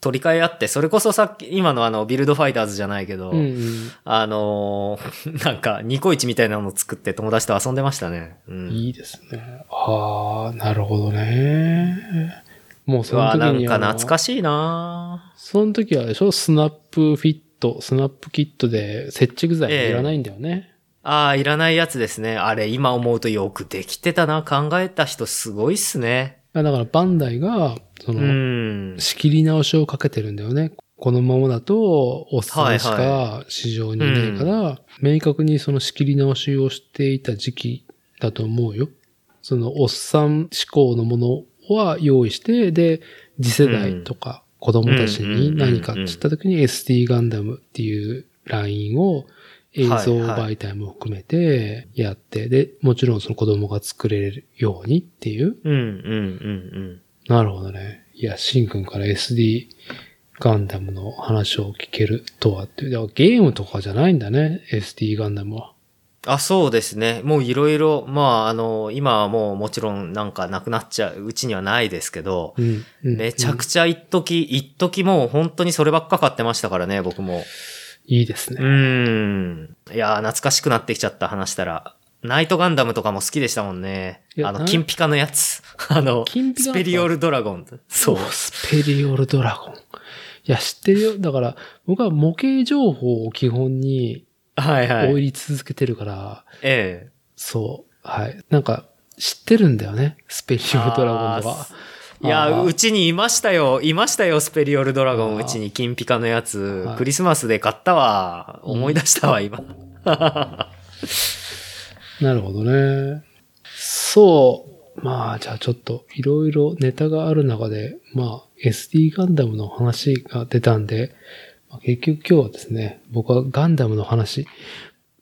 取り替え合って、それこそさっき、今のあの、ビルドファイターズじゃないけど、うんうん。あのー [LAUGHS] なんか、ニコイチみたいなの作って友達と遊んでましたね。うん。いいですね。ああ、なるほどね。もううそのわ、時になあのんか懐かしいなその時はあれでしょスナップフィット、スナップキットで接着剤ええいらないんだよね。ああ、いらないやつですね。あれ、今思うとよくできてたな。考えた人すごいっすね。だからバンダイが、そうの、ん。仕切り直しをかけてるんだよね。このままだと、おっさんしはいか市場にいないから、明確にその仕切り直しをしていた時期だと思うよ。その、おっさん志向のものは用意して、で、次世代とか子供たちに何かって言った時に SD ガンダムっていうラインを映像媒体も含めてやって、で、もちろんその子供が作れるようにっていう。うん、うん、うん、なるほどね。いや、シンくんから SD ガンダムの話を聞けるとはって。だからゲームとかじゃないんだね、SD ガンダムは。うん。あ、そうですね。もういろいろ、まあ、あの、今はもうもちろんなんかなくなっちゃう、うちにはないですけど、うん。うんめちゃくちゃ。ちゃ一時、一時もう本当にそればっか買ってましたからね、僕も。いいですうね。ーん。いやー、懐かしくなってきちゃった話したら。ナイトガンダムとかも好きでしたもんねい。やあの、ナイ金ピカのやつ。あの、金ピカスペリオルドラゴン。そう。スペリオルドラゴン。いや、知ってるよ。だから、僕は模型情報を基本にはいは追い。い続けてるから、ええ。そう。はい。なんか、知ってるんだよね。スペリオドラゴンは。いや、あーうちにいましたよ。いましたよ、スペリオルドラゴン。うちに金ピカのやつは。いクリスマスで買ったわ。うん思い出したわ、今。なるほどね。そう。まあ、じゃあちょっと、いろいろネタがある中で、まあ、SD ガンダムの話が出たんで、まあ結局今日はですね、僕はガンダムの話。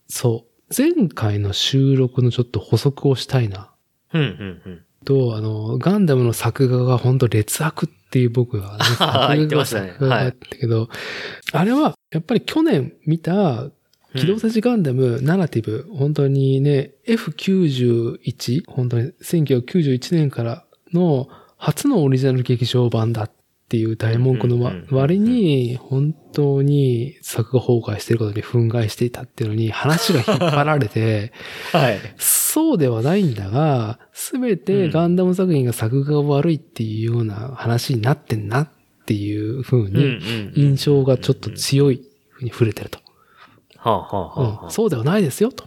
そう。前回の収録のちょっと補足をしたいな。うん、うん、うん。と、あの、ガンダムの作画が本当劣悪っていう僕は、ね、[LAUGHS] 作あー画言ってまがしたね作画があったけど、あれは、やっぱり去年見た機動戦士ガンダムナラティブ、本当にね、F91、本当に1991年からの初のオリジナル劇場版だっていう大文句のわうんうんうんうん割に、本当に作画崩壊してることに憤慨していたっていうのに話が引っ張られて、はい。そうではないんだが、すべてガンダム作品が作画が悪いっていうような話になってんなっていう風うんうに、ん印象がちょっと強い風に触れてると。はあ、はあはあうはん、そうではないですよ、と。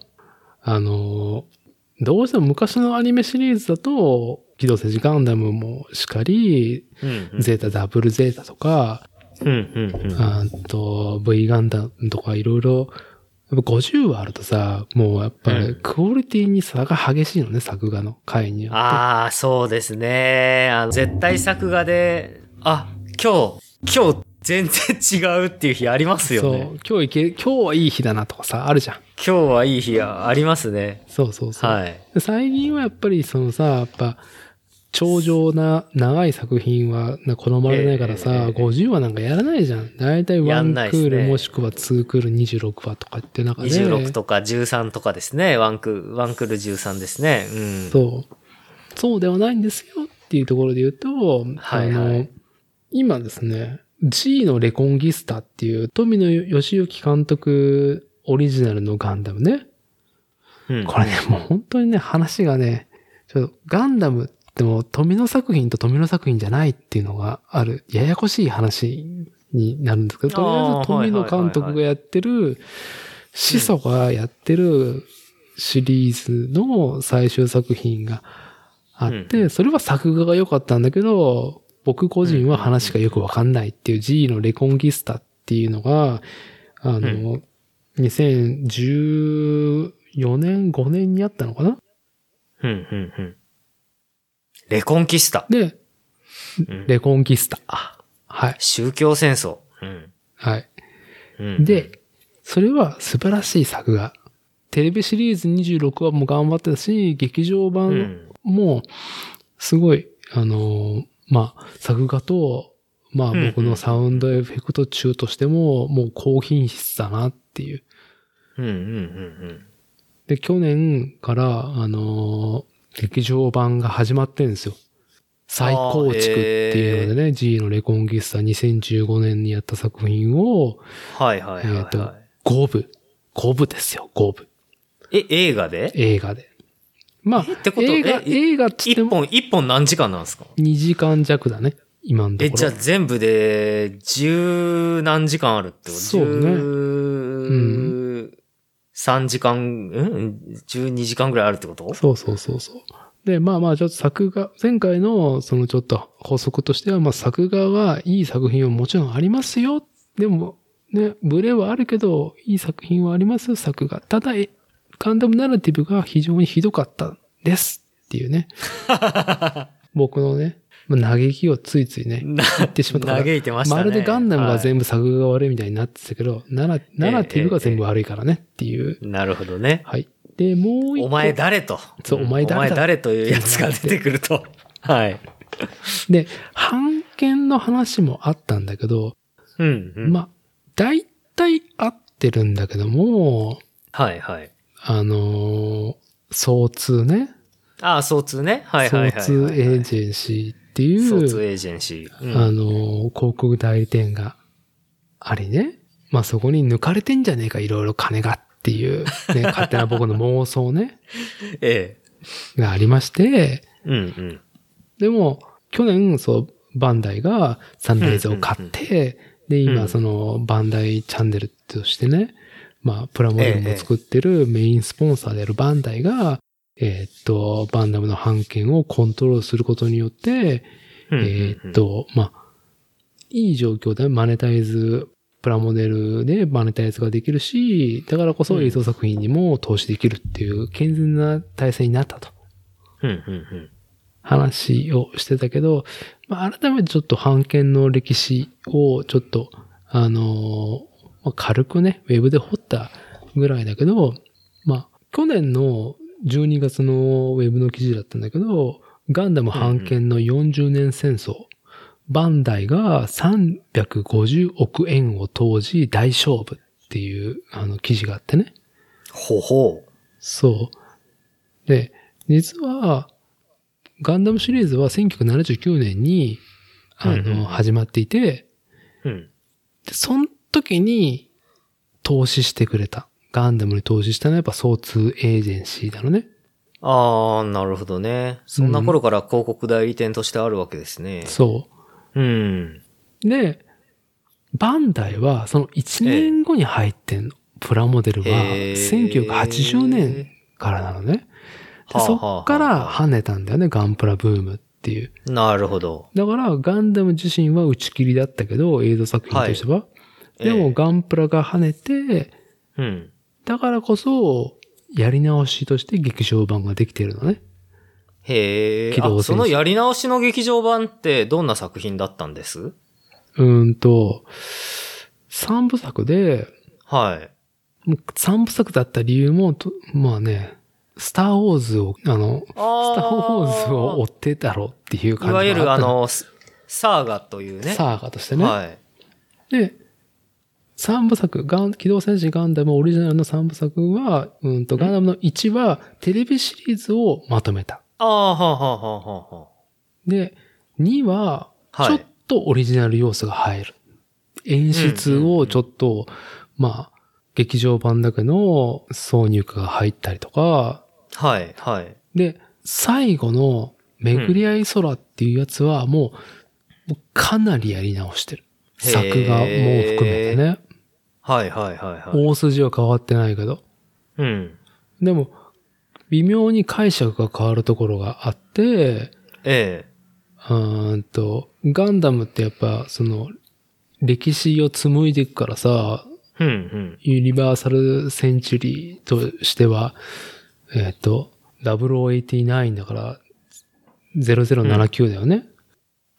あのー、どうしても昔のアニメシリーズだと、機動戦士ガンダムもしかり、あ。うんうんゼータ、ダブルゼータとか、うんうんうん。あーと V ガンダムとかいろいろ、やっぱ50はあるとさ、もうやっぱうりんクオリティに差が激しいのね、作画の回によって。ああ、そうですね。あの、絶対作画で、あ、今日、今日全然違うっていう日ありますよそうね。今日いけ、今日はいい日だなとかさ、あるじゃん。今日はいい日ありますね。そうそうそう。はい。で最近はやっぱりそのさ、やっぱ、長情な長い作品はな好まれないからさ、ええええ50話なんかやらないじゃん。だいたいや1んクないっすねールもしくは2クール26話とかって中で。 26とか13とかですね。ワンク、ワンクル13ですね。うん。そう。そうではないんですよっていうところで言うはと、いはいあの、今ですね、G のレコンギスタっていう富野義行監督オリジナルのガンダムね。うんこれね、もう本当にね、話がね、ちょっとガンダムってもう富野作品と富野作品じゃないっていうのがある、ややこしい話になるんですけど、とりあえあーず富野監督がやってる、始祖がやってるシリーズの最終作品があって、それは作画が良かったんだけど、僕個人は話がよくわかんないっていう G のレコンギスタっていうのが、あの、2014年、5年にあったのかなうんうんうん。レコンキスタ。で、うんレコンキスタ。はい。宗教戦争。うんはい。うんで、それは素晴らしい作画。テレビシリーズ26話も頑張ってたし、劇場う版ん。も、すごい、あのーまあ、作画と、まあうん僕のサウンドエフェクト中としても、もう高品質だなっていう。うんうんうんで、去年から、あのー劇場版が始まってんですよ。再構築っていうのでね、G のレコンギスタ2015年にやった作品をうん。はいはいはいえーとは5部。5部ですよ、5部。い。え、映画で映画で。まあえって、こと映画、え映画っつっ一ても本、一本何時間なんですか2時間弱だね、今のとえ、こじゃろあ。全部で、十何時間あるってことそうね十、3時間、うん十二時間ぐらいあるってことそうそうそうそう。で、まあまあ、ちょっと作画、前回のそのちょっと法則としては、まあ作画はいい作品はもちろんありますよ。でも、ね、ブレはあるけど、いい作品はありますよ、作画。ただ、えガンダムナラティブが非常にひどかったですってい [LAUGHS] うね。僕のね、まあ嘆きをついついね、な、言ってしまったから嘆いてましたね。まるでガンダムがは全部作画が悪いみたいになってたけど、ナラナラティブが全部悪いからねっていう。いなるほどね。はい。で、もう一個。お前誰と。そうお前誰だお前誰というやつが出てくると。はい。で、版権の話もあったんだけど、うん、うん。まあ、大体合ってるんだけども、はいはい。あのー、総通ね。ああ、相通ね。はいはいはいはい。総通エージェンシーってい相通う、エージェンシー。うんあのー、広告代理店がありね。まあそこに抜かれてんじゃねえか、いろいろ金がっていう、ね、勝手な僕の妄想ね、ええ。がありまして、うんうん。でも、去年、そう、バンダイがサンライズを買って、で、う今、んその、バンダイチャンネルとしてね、まあ、プラモデルも作ってるメインスポンサーであるバンダイが、えーっと、バンダムの版権をコントロールすることによって、うんうんうんえーっ、と、まあ、いい状況でマネタイズ、プラモデルでマネタイズができるし、だからこそ映像作品にも投資できるっていう健全な体制になったと。うんうん話をしてたけど、まあ、改めてちょっと版権の歴史をちょっと、あのーまあ軽くね、ウェブで掘ったぐらいだけど、まあ、去年の12月のウェブの記事だったんだけど、ガンダム版権の40年戦争、バンダイが350億円を投じ大勝負っていうあの記事があってね。ほほそう。で、実は、ガンダムシリーズは1979年に、あうんうんうんの、始まっていて、う。うん。で、その時に投資してくれた。ガンダムに投資したのはやっぱ総通エージェンシーだろうね。ああ、なるほどね。そんな頃から広告代理店としてあるわけですね。そうん。う。で、バンダイはその1年後に入ってんの。プラモデルはへー1980年からなのね。ではあはあそはあっから跳ねたんだよね、ガンプラブームっていう。なるほど。だから、ガンダム自身は打ち切りだったけど、映像作品としては。ええでも、ガンプラが跳ねて、うん。だからこそ、やり直しとして劇場版ができてるのね。へえ。機動あ戦士そのやり直しの劇場版ってどんな作品だったんですうーんと、三部作で、はい。もう三部作だった理由も、とまあね、スターウォーズを、あの、あースターウォーズを追ってたろうっていうい感じがわゆるっあたの、の、スサーガというね。サーガとしてね。はい。で、三部作、ガン、機動戦士ガンダムオリジナルの三部作は、うんと、ガンダムの1はテレビシリーズをまとめた。ああ、はあはあはあはあはで、2は、はちょいっとオリジナル要素が入る。演出をちょっと、まあ、劇場版だけの挿入歌が入ったりとか、あ。はい、はい。で、最後の巡り合い空っていうやつはもう、もうかなりやり直してる。へー作画も含めてね。はい、はい、はい、はい。大筋は変わってないけど。うん。でも、微妙に解釈が変わるところがあって、ええ。うーんと、ガンダムってやっぱ、その、歴史を紡いでいくからさ、うん、うん。ユニバーサルセンチュリーとしては、えっ、と、0089だから、0079だよね。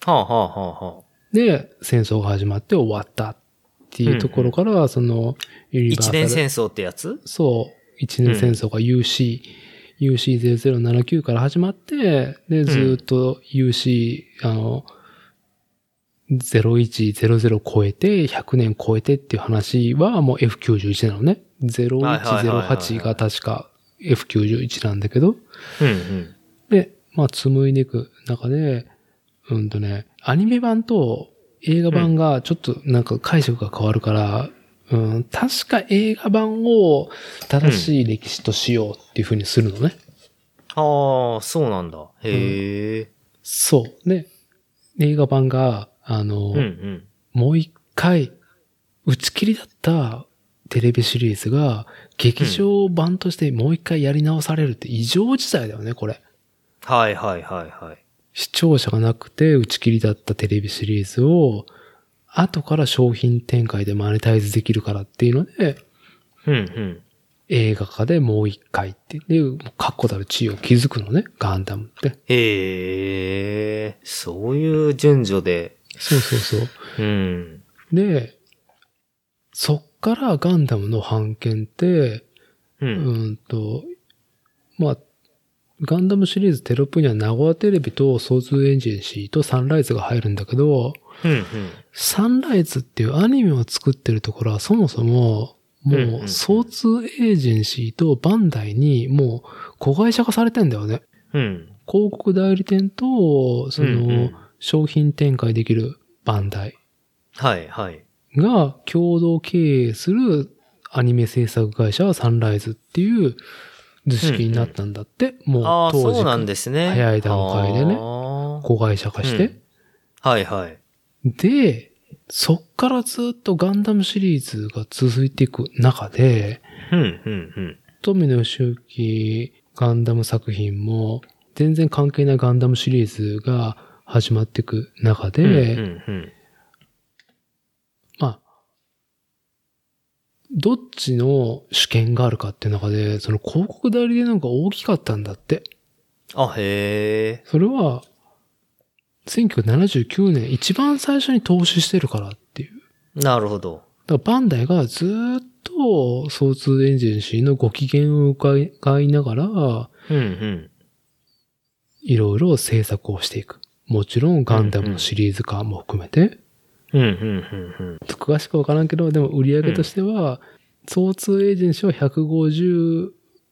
はあ、はあ、はあ、はあ。で、戦争が始まって終わったっていうところから、その、ユニバーサ一ル。年戦争ってやつそう、一年戦争が UC、UC0079 から始まって、で、ずーっと UC、あの、0100超えて、100年超えてっていう話はもう F91 なのね。はいはいはいはい0108が確か F91 なんだけど。うん、うん。で、まあ、紡いでいく中で、うんとね、アニメ版と映画版がちょっとなんか解釈が変わるから、うん、確か映画版を正しい歴史としようっていう風にするのね。ああ、そうなんだ。へえ。そう。で、映画版が、あの、うん、うん。もう一回、打ち切りだったテレビシリーズが、劇場版としてもう一回やり直されるって異常事態だよね、これ。はい、はい、はい、はい。視聴者がなくて打ち切りだったテレビシリーズを、後から商品展開でマネタイズできるからっていうので、うん、うん。映画化でもう一回っていう、で確固たる地位を築くのね、ガンダムって。へえ。そういう順序で。そうそうそう。うん。で、そっからガンダムの版権って、う。うんんと、まあ、ガンダムシリーズテロップには名古屋テレビとソーズエンジェンシーとサンライズが入るんだけど、うん、うん。サンライズっていうアニメを作ってるところはそもそも、もうんうんうんう、相通エージェンシーとバンダイにもう子会社化されてんだよね。うん。広告代理店と、そうんうのん、商品展開できるバンダイはい、はい。が共同経営するアニメ制作会社はサンライズっていう図式になったんだって。もうああ、当そうなん時、ですね。早い段階でねあー子会社化して。うんはいはい。で、そっからずっとガンダムシリーズが続いていく中で、うん、うん、富野義行ガンダム作品も、全然関係ないガンダムシリーズが始まっていく中で、うん。うん、うん、まあ、どっちの主権があるかっていう中で、その広告代理でなんか大きかったんだって。あ、へえ。それは、1979年一番最初に投資してるからっていう。なるほど。だからバンダイがずーっと、総通エンジェンシーのご機嫌を伺いながら、うん、うん。いろいろ制作をしていく。もちろんガンダムのシリーズ化も含めて、うん、うん、うん、うん。詳しくわからんけど、でも売り上げとしては、総通エージェンシーは150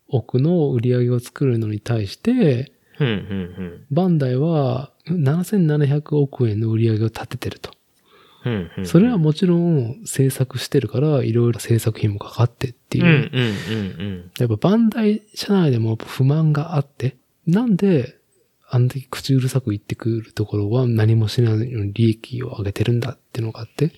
億の売り上げを作るのに対して、うん、うん、バンダイは7700億円の売り上げを立ててると。うんうん。うんそれはもちろん制作してるから、いろいろ制作費もかかってってういん、う。うん、うん、やっぱバンダイ社内でも不満があって、なんで、あんだけ口うるさく言ってくるところは何もしないのに利益を上げてるんだっていうのがあって、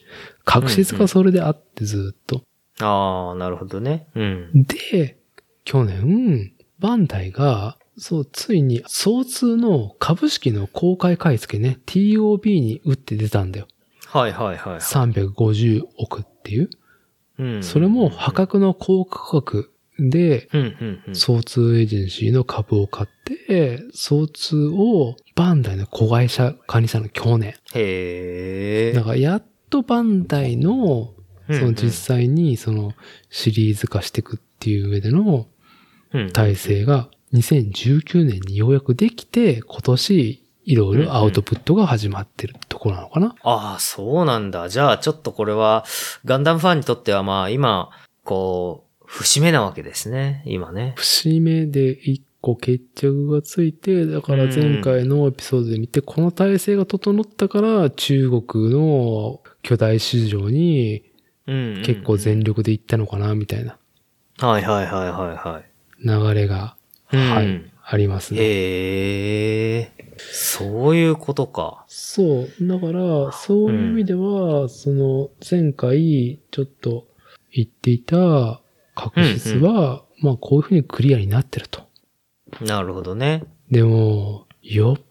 確実がそれであってずっと。うん。ああ、なるほどね。うん。で、去年、バンダイが、そう、ついに、総通の株式の公開買い付けね、TOB に打って出たんだよ。はい、はい、はい。 350億っていう。うんそれも破。格の高価格で、うん、うん、うん。総通エージェンシーの株を買って、総通をバンダイの子会社化にしたの去年。へえ。だからやっとバンダイの、うんその実、際にそのシリーズ化していくっていう上でのうん体制が2019年にようやくできて、今年いろいろアウトプットが始まってるところなのかな。ああ、そうなんだ。じゃあ、ちょっとこれは、ガンダムファンにとっては、まあ、今、こう、節目なわけですね。今ね。節目で一個決着がついて、だから前回のエピソードで見て、この体制が整ったから中国の巨大市場にうんうんうん結構全力で行ったのかな、みたいなはいはいはいはいはい。流れが、うんはい、ありますね。へえ、そういうことか。そう。だから、そういう意味では、その、前回、ちょっと言っていた確実は、まあ、こういうふうにクリアになってると。なるほどね。でも、よっ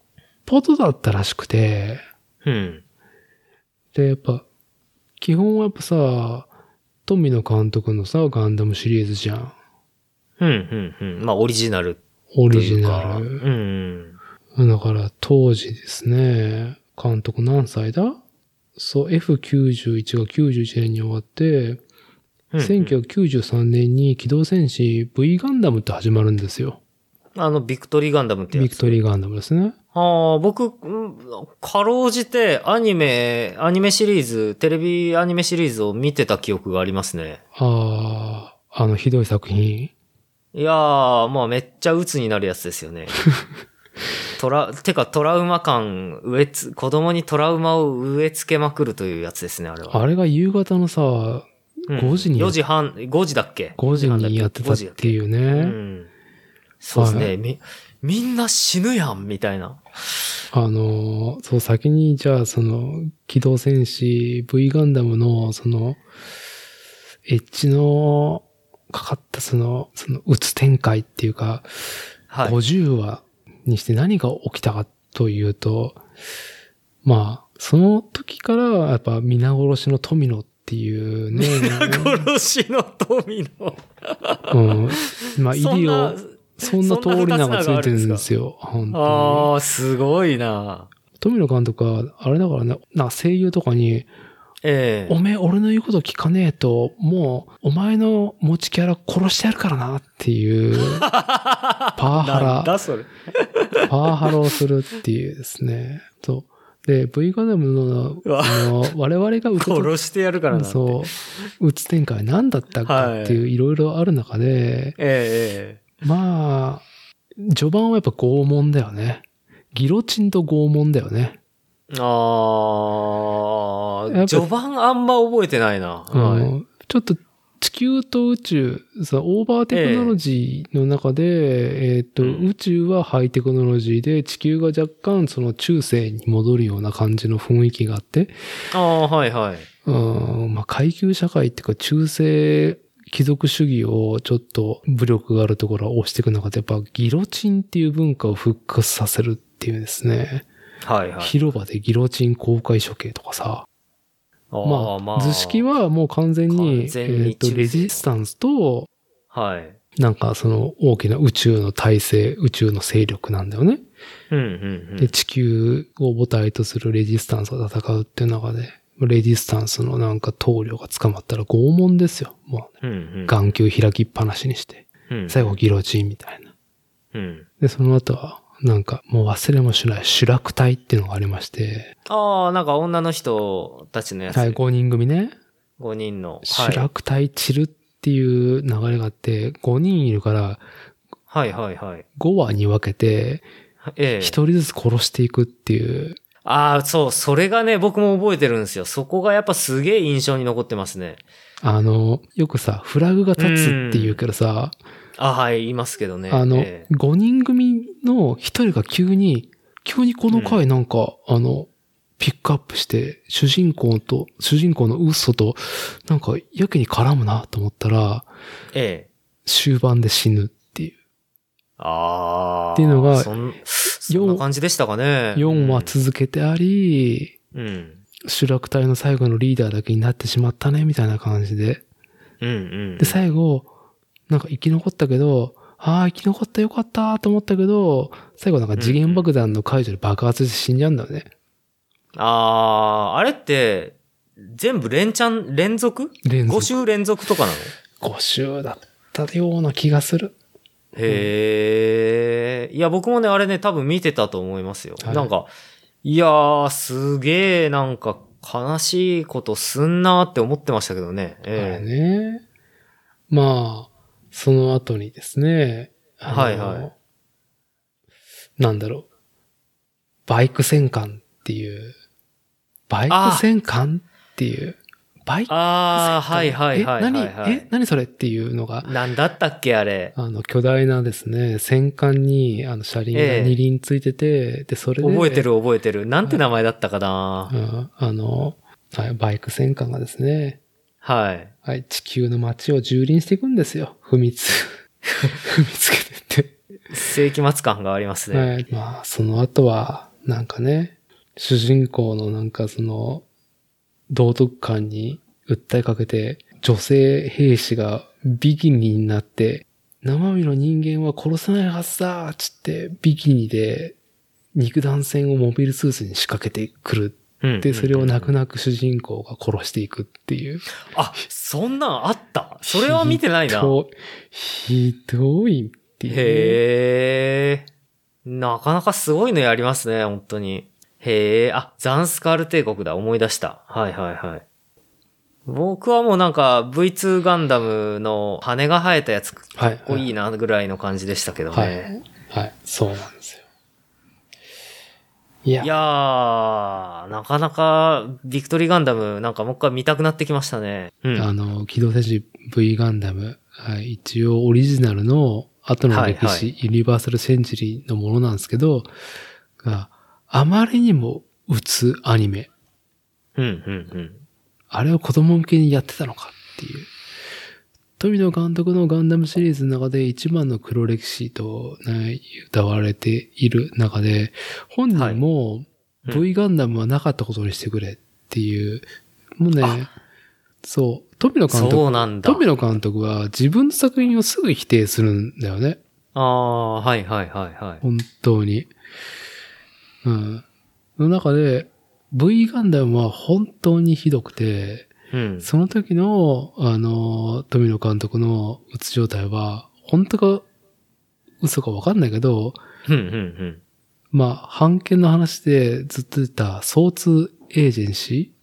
ぽどだったらしくて、うん。で、やっぱ、基本はやっぱさ、富野監督のさ、ガンダムシリーズじゃん。うんうんうん。まあ、オリジナルオとリいジうか。ナル。うん。だから、当時ですね、監督何歳だそう、F91 が91年に終わって、うんうん1993年に機動戦士 V ガンダムって始まるんですよ。あの、ビクトリーガンダムってやビつク。トリーガンダムですね。ああ、僕、うんかろうじてアニメ、アニメシリーズ、テレビアニメシリーズを見てた記憶がありますね。ああ、あのひどい作品。いやー、まあめっちゃ鬱になるやつですよ [LAUGHS] ね。トラ、てかトラウマ感植えつ、子供にトラウマを植え付けまくるというやつですね、あれは。あれが夕方のさ、うん5時に4時半、5時だっけ5時にやってたっていううね。ん。そうですね、はいみ、みんな死ぬやん、みたいな。あの、そう、先に、じゃあ、その、機動戦士 V ガンダムの、その、エッジのかかった、その、その、打つ展開っていうか、はい。 50話にして何が起きたかというと、まあ、その時から、やっぱ、皆殺しの富野っていうね、 [LAUGHS] 殺しの富の。うん、まあ、そ入んりなを、、そんな通り名がついてるんですよ、本当に。ああ、すごいな。富野監督は、あれだからね、な声優とかに、ええおめえ、俺の言うこと聞かねえと、もう、お前の持ちキャラ殺してやるからなっていう、 [LAUGHS] パワハなんラ、だそれ。パワハラをするっていうですね。そう。で、V ガンダムの、うわあの、我々が打つ殺してやるからな。う。そう、打つ展開何だったかっていう、いろいろある中で、ええまあ、序盤はやっぱ拷問だよね。ギロチンと拷問だよね。ええあやっあ、ぱ序盤あんま覚えてないな。あはいのちょっと地球と宇宙、そのオーバーテクノロジーの中で、えーっと、うん宇宙はハイテクノロジーで、地球が若干その中世に戻るような感じの雰囲気があって、ああ、はいはい。うん、まあ階級社会っていうか中世貴族主義をちょっと武力があるところは押していく中で、やっぱギロチンっていう文化を復活させるっていうですね。はいはい。広場でギロチン公開処刑とかさ。まあ、図式は、はもう完全に、完全にえっと、中世レジスタンスと、はい。なんかその大きな宇宙の体制、宇宙の勢力なんだよね。うんうんうで、ん。地球を母体とするレジスタンスが戦うっていう中で、レジスタンスのなんか棟梁が捕まったら拷問ですよ。もう、うんうん眼球開きっぱなしにして、うん最後ギロチンみたいな。うん。で、その後は、なんかもう忘れもしない主楽隊っていうのがありまして、ああ、なんか女の人たちのやつ。はい、5人組ね。 5人の。主楽隊散るっていう流れがあって、5人いるから、はいはいはいはい。 5話に分けて、ええ1。人ずつ殺していくっていう、ああ、そう、それがね、僕も覚えてるんですよ。そこがやっぱすげえ印象に残ってますね。あの、よくさ、フラグが立つっていうけどさ、あはい、言いますけどね。あの、ええ5人組の1人が急に、急にこの回なんか、あの、ピックアップして、主人公と、主人公のウッソと、なんか、やけに絡むなと思ったら、ええ。終盤で死ぬっていう。ああ。っていうのがそんそんな感じでしたかね。 4話続けてあり、うん。うん。集落隊の最後のリーダーだけになってしまったね、みたいな感じで。うんうん。で、最後、なんか生き残ったけど、ああ、生き残ったよかったと思ったけど、最後なんか次元爆弾の解除で爆発して死んじゃうんだよね。ああ、あれって、全部連チャン、連続連続 ?5 週連続とかなの5週だったような気がする。へえ。いや、僕もね、あれね、多分見てたと思いますよ。はいなんか、いやー、すげえ、なんか、悲しいことすんなーって思ってましたけどね。あれえね。まあ、その後にですね。あのはいはいなんだろう。バイク戦艦っていう、バイク戦艦っていう、バイえク戦艦ああ、はいはいはいはえ、い、は何、えい、。何それっていうのが、なんだったっけ、あれ。あの、巨大なですね、戦艦に、あの、車輪がええ二輪ついてて、で、それで、覚えてる覚えてる。なんて名前だったかなう、ん、あの、はいバイク戦艦がですね、はい。はい、地球の街を蹂躙していくんですよ。踏みつ、 [LAUGHS] 踏みつけてっ世紀末感がありますて。ね。はい。まあ、その後は、なんかね、主人公のなんかその、道徳観に訴えかけて、女性兵士がビキニになって、生身の人間は殺さないはずだつって、ビキニで肉弾戦をモビルスーツに仕掛けてくる。うんで、それをな泣く泣く主人公が殺していくっていう。あ、そんなんあった。それは見てないな。ひどいっていうね、へえ。なかなかすごいのやりますね、本当に。へえ。あ、ザンスカール帝国だ。思い出した。はいはいはい。僕はもうなんか V2 ガンダムの羽が生えたやつかっはい。こいいなぐらいの感じでしたけどね。はい。い、はい。そうなんですよ。いや、やー、なかなかビクトリーガンダムなんかもう一回見たくなってきましたね。うん。あの、機動戦士 V ガンダム、はい、一応オリジナルの後の歴史、はいユニバーサルセンチュリーのものなんですけど、があまりにも打つアニメ。うんうんあれを子供向けにやってたのかっていう。富野監督のガンダムシリーズの中で一番の黒歴史と、ね、歌われている中で、本人もはいうん V ガンダムはなかったことにしてくれっていう、もうねあ、そう、富う野ん。監そう督、なんだ。富野監督は自分の作品をすぐ否定するんだよね。ああ、はいはいはいはい。本当に。うん。の中で、V ガンダムは本当にひどくて、うん。その時の、あの、富野監督のうつ状態は、本当か、嘘かわかんないけど、うんうんうん。まあ、判件の話でずっと出た、相通エージェンシ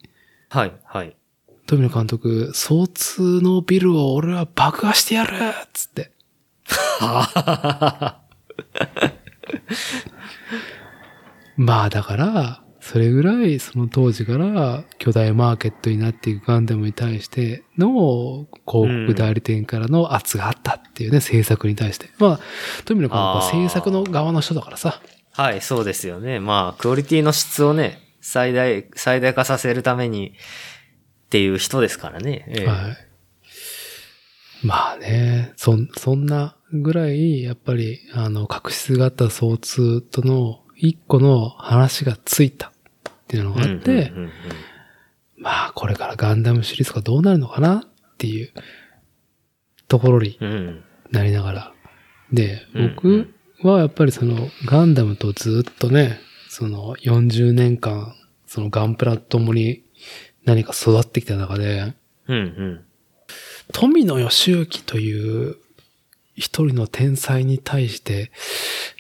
ーはいはい。富野監督、相通のビルを俺は爆破してやるっつって。まあ、だから、それぐらいその当時から巨大マーケットになっていくガンダムに対しての広告代理店からの圧があったっていうね、制作に対して。まあ、という意味ではこあうー制作の側の人だからさ。はい、そうですよね。まあ、クオリティの質をね、最大、最大化させるためにっていう人ですからね。ええはい。まあね、そん、そんなぐらい、やっぱり、あの、確執があった相通との一個の話がついたっていうのがあって、うんうんうんうんまあ、これからガンダムシリーズがどうなるのかなっていうところにうん。なりながら。で、うんう僕んはやっぱりそのガンダムとずっとね、その40年間、そのガンプラと共に何か育ってきた中で、うんうん。富野義行という一人の天才に対して、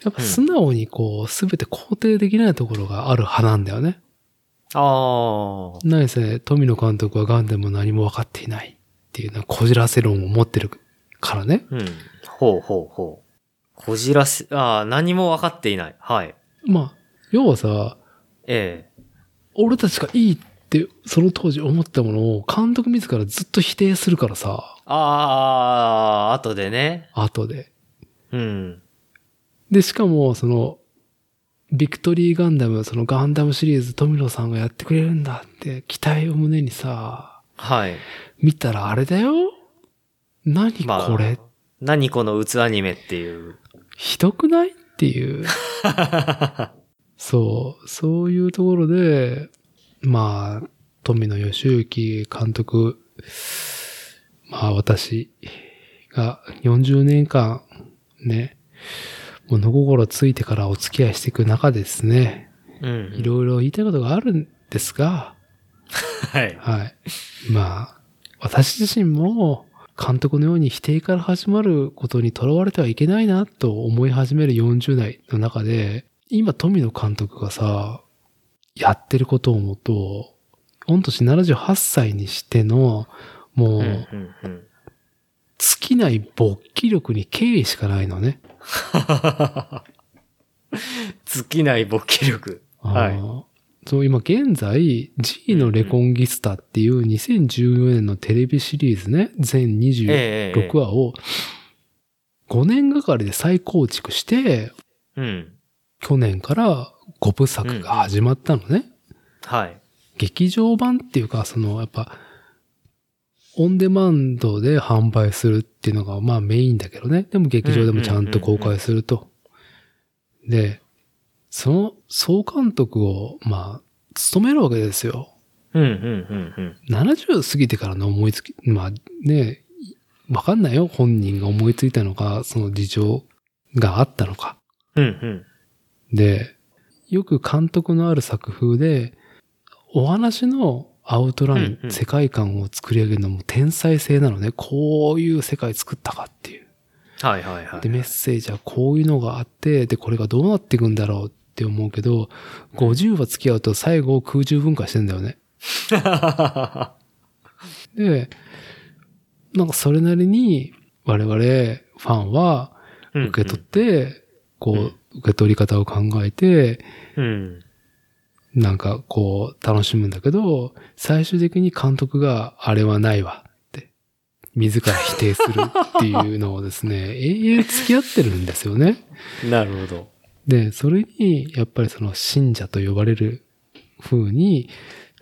やっぱ素直にこう、すべて肯定できないところがある派なんだよね。ああ。何せ、富野監督はガンダムを何も分かっていないっていうのはこじらせ論を持ってるからね。うん。ほうほうほう。こじらせ、ああ、何も分かっていない。はい。まあ、要はさ、ええ。俺たちがいいって、その当時思ったものを監督自らずっと否定するからさ、ああ、後でね。後で。うん。で、しかも、その、ビクトリーガンダム、そのガンダムシリーズ、富野さんがやってくれるんだって、期待を胸にさ、はい。見たらあれだよ何これ、何この鬱アニメっていう。ひどくないっ [LAUGHS] ていう。そう、そういうところで、まあ、富野義行監督、まあ私が40年間ね、物心ついてからお付き合いしていく中ですね、うん。いろいろ言いたいことがあるんですが、はい。はい。まあ、私自身も監督のように否定から始まることにとらわれてはいけないなと思い始める40代の中で、今富野監督がさ、やってることを思うと、御年78歳にしての、もうんう、う尽んうん。きない勃起力に敬意しかないのね。尽きない勃起力。はいあーそう、今現在、G のレコンギスタっていう2014年のテレビシリーズね、全24ええ6。話を5年がかりで再構築して、うん。去年から5部作が始まったのね。はい。劇場版っていうか、そのやっぱ、オンデマンドで販売するっていうのがまあメインだけどね。でも劇場でもちゃんと公開すると。で、その総監督をまあ、務めるわけですよ。うんうんうんうん。 70過ぎてからの思いつき、まあね、わかんないよ。本人が思いついたのか、その事情があったのか。うんうん。で、よく監督のある作風で、お話のアウトライン、うんうん世界観を作り上げるのも天才性なのね。こういう世界作ったかっていう。はいはいはで、い。メッセージはこういうのがあって、で、これがどうなっていくんだろうって思うけど、50話付き合うと最後空中分解してんだ [LAUGHS] よね。で、なんかそれなりに我々ファンは受け取って、こうんう、受け取り方を考えて、うんうん。なんかこう楽しむんだけど、最終的に監督があれはないわって、自ら否定するっていうのをで [LAUGHS] すね、永遠付き合ってるんですよね。うんなるほど。で、それに、やっぱりその信者と呼ばれる風に、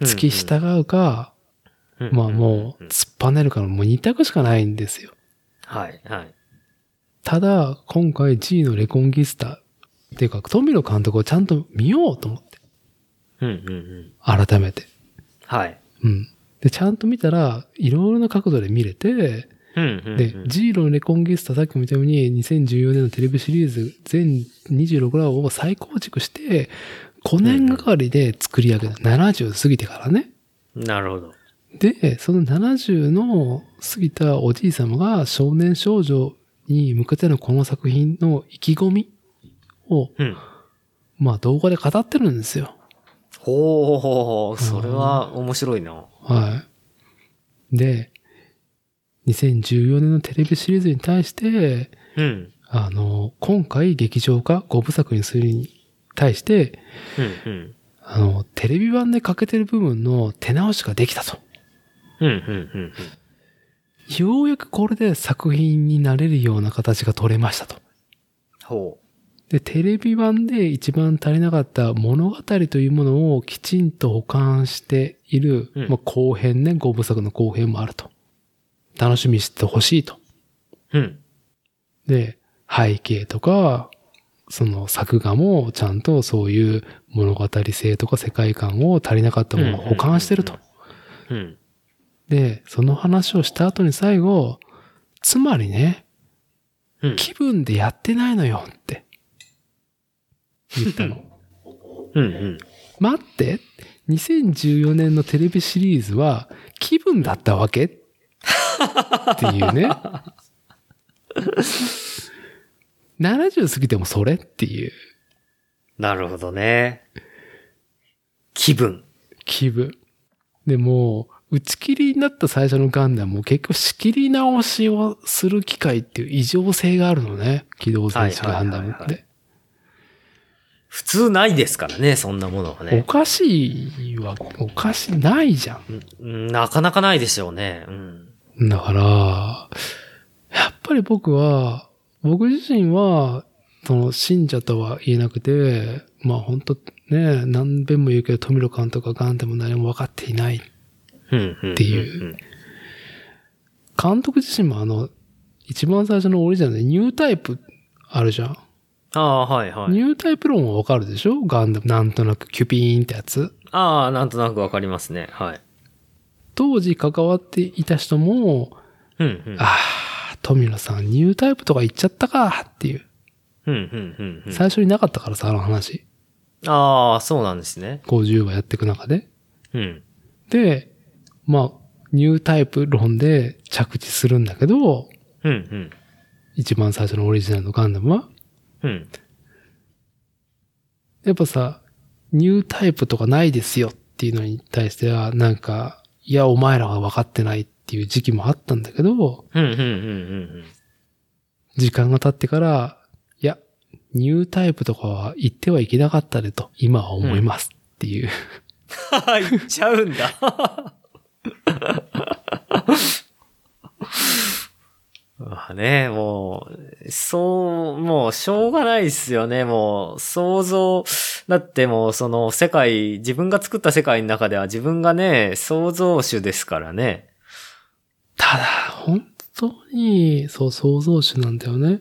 付き従うか、うんまあもう、突っぱねるかの、もう二択しかないんですよ。はいはい。ただ、今回 G のレコンギスタ、っていうか、富野監督をちゃんと見ようと思って、うんうんうん。改めて。はい。うん。で、ちゃんと見たら、いろいろな角度で見れて、うんうんうん。で、G のレコンギスタ、さっきも言ったように、2014年のテレビシリーズ、全26話を再構築して、5年がかりで作り上げた。70過ぎてからね。なるほど。で、その70の過ぎたおじい様が少年少女に向けてのこの作品の意気込みを、うん。まあ動画で語ってるんですよ。ほうほうほう。それは面白いな。はい。で、2014年のテレビシリーズに対して、うん。あの、今回劇場化5部作にするに対して、うんうん。あの、テレビ版で欠けてる部分の手直しができたと。うん、うん、ようやくこれで作品になれるような形が取れましたと。ほで、テレビ版で一番足りなかった物語というものをきちんと保管している、うんまあ、後編ね、五部作の後編もあると。楽しみにしてほしいと。う。うん。で、背景とか、その作画もちゃんとそういう物語性とか世界観を足りなかったものを保管してると。うん。で、その話をした後に最後、つまりね、うん。気分でやってないのよって言 [LAUGHS] ったの。うん、うん。待って、2014年のテレビシリーズは気分だったわけっていうね。70過ぎてもそれっていうなるほどね。気分。気分。でも、打ち切りになった最初のガンダムも結局仕切り直しをする機会っていう異常性があるのね。機動戦士ガンダはいはいムっはいはて。普通ないですからね、そんなものはおね。かしいは、おかしないじゃん。うんなかなかないですよね。うん。だから、やっぱり僕は、僕自身は、その信者とは言えなくて、まあ本当ね、何遍も言うけど、富野監督はガンでも何も分かっていない。うん、うん。っていううん。監督自身もあの、一番最初のオリジナルでニュータイプあるじゃん。ああ、はい、はい。ニュータイプ論は分かるでしょガンダム。なんとなくキュピーンってやつ。ああ、なんとなくわかりますね。はい。当時関わっていた人も、うん、うん。ああ、富野さんニュータイプとか言っちゃったかっていう。うん、うん、うんうん。最初になかったからさ、あの話。ああ、そうなんですね。 50話やっていく中で。うん。で、まあ、ニュータイプ論で着地するんだけど、うん、うん。一番最初のオリジナルのガンダムは。うん。やっぱさ、ニュータイプとかないですよっていうのに対しては、なんか、いや、お前らは分かってないっていう時期もあったんだけど、うん、うん、 [LAUGHS] うん、時間が経ってから、いや、ニュータイプとかは言ってはいけなかったでと、今は思いますっていう。うん。いっちゃうんだ。 [LAUGHS] まあね、もう、そう、もう、しょうがないっすよね、もう、想像、だってもう、その、世界、自分が作った世界の中では自分がね、創造主ですからね。ただ、本当に、そう、創造主なんだよね。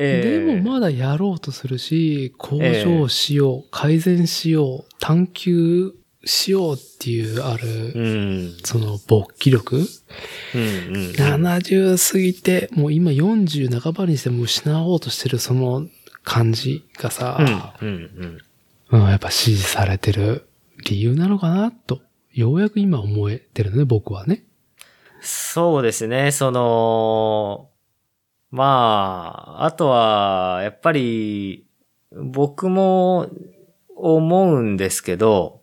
ええでもまだやろうとするし、向上しよう、改善しよう、探求しようっていうある、うん、うん、その勃起力、うんうん。 ?70 過ぎて、もう今40半ばにしても失おうとしてるその感じがさ、うん、うん、うんやっぱ支持されてる理由なのかなと、ようやく今思えてるのね、僕はね。そうですね、その、まあ、あとは、やっぱり、僕も思うんですけど、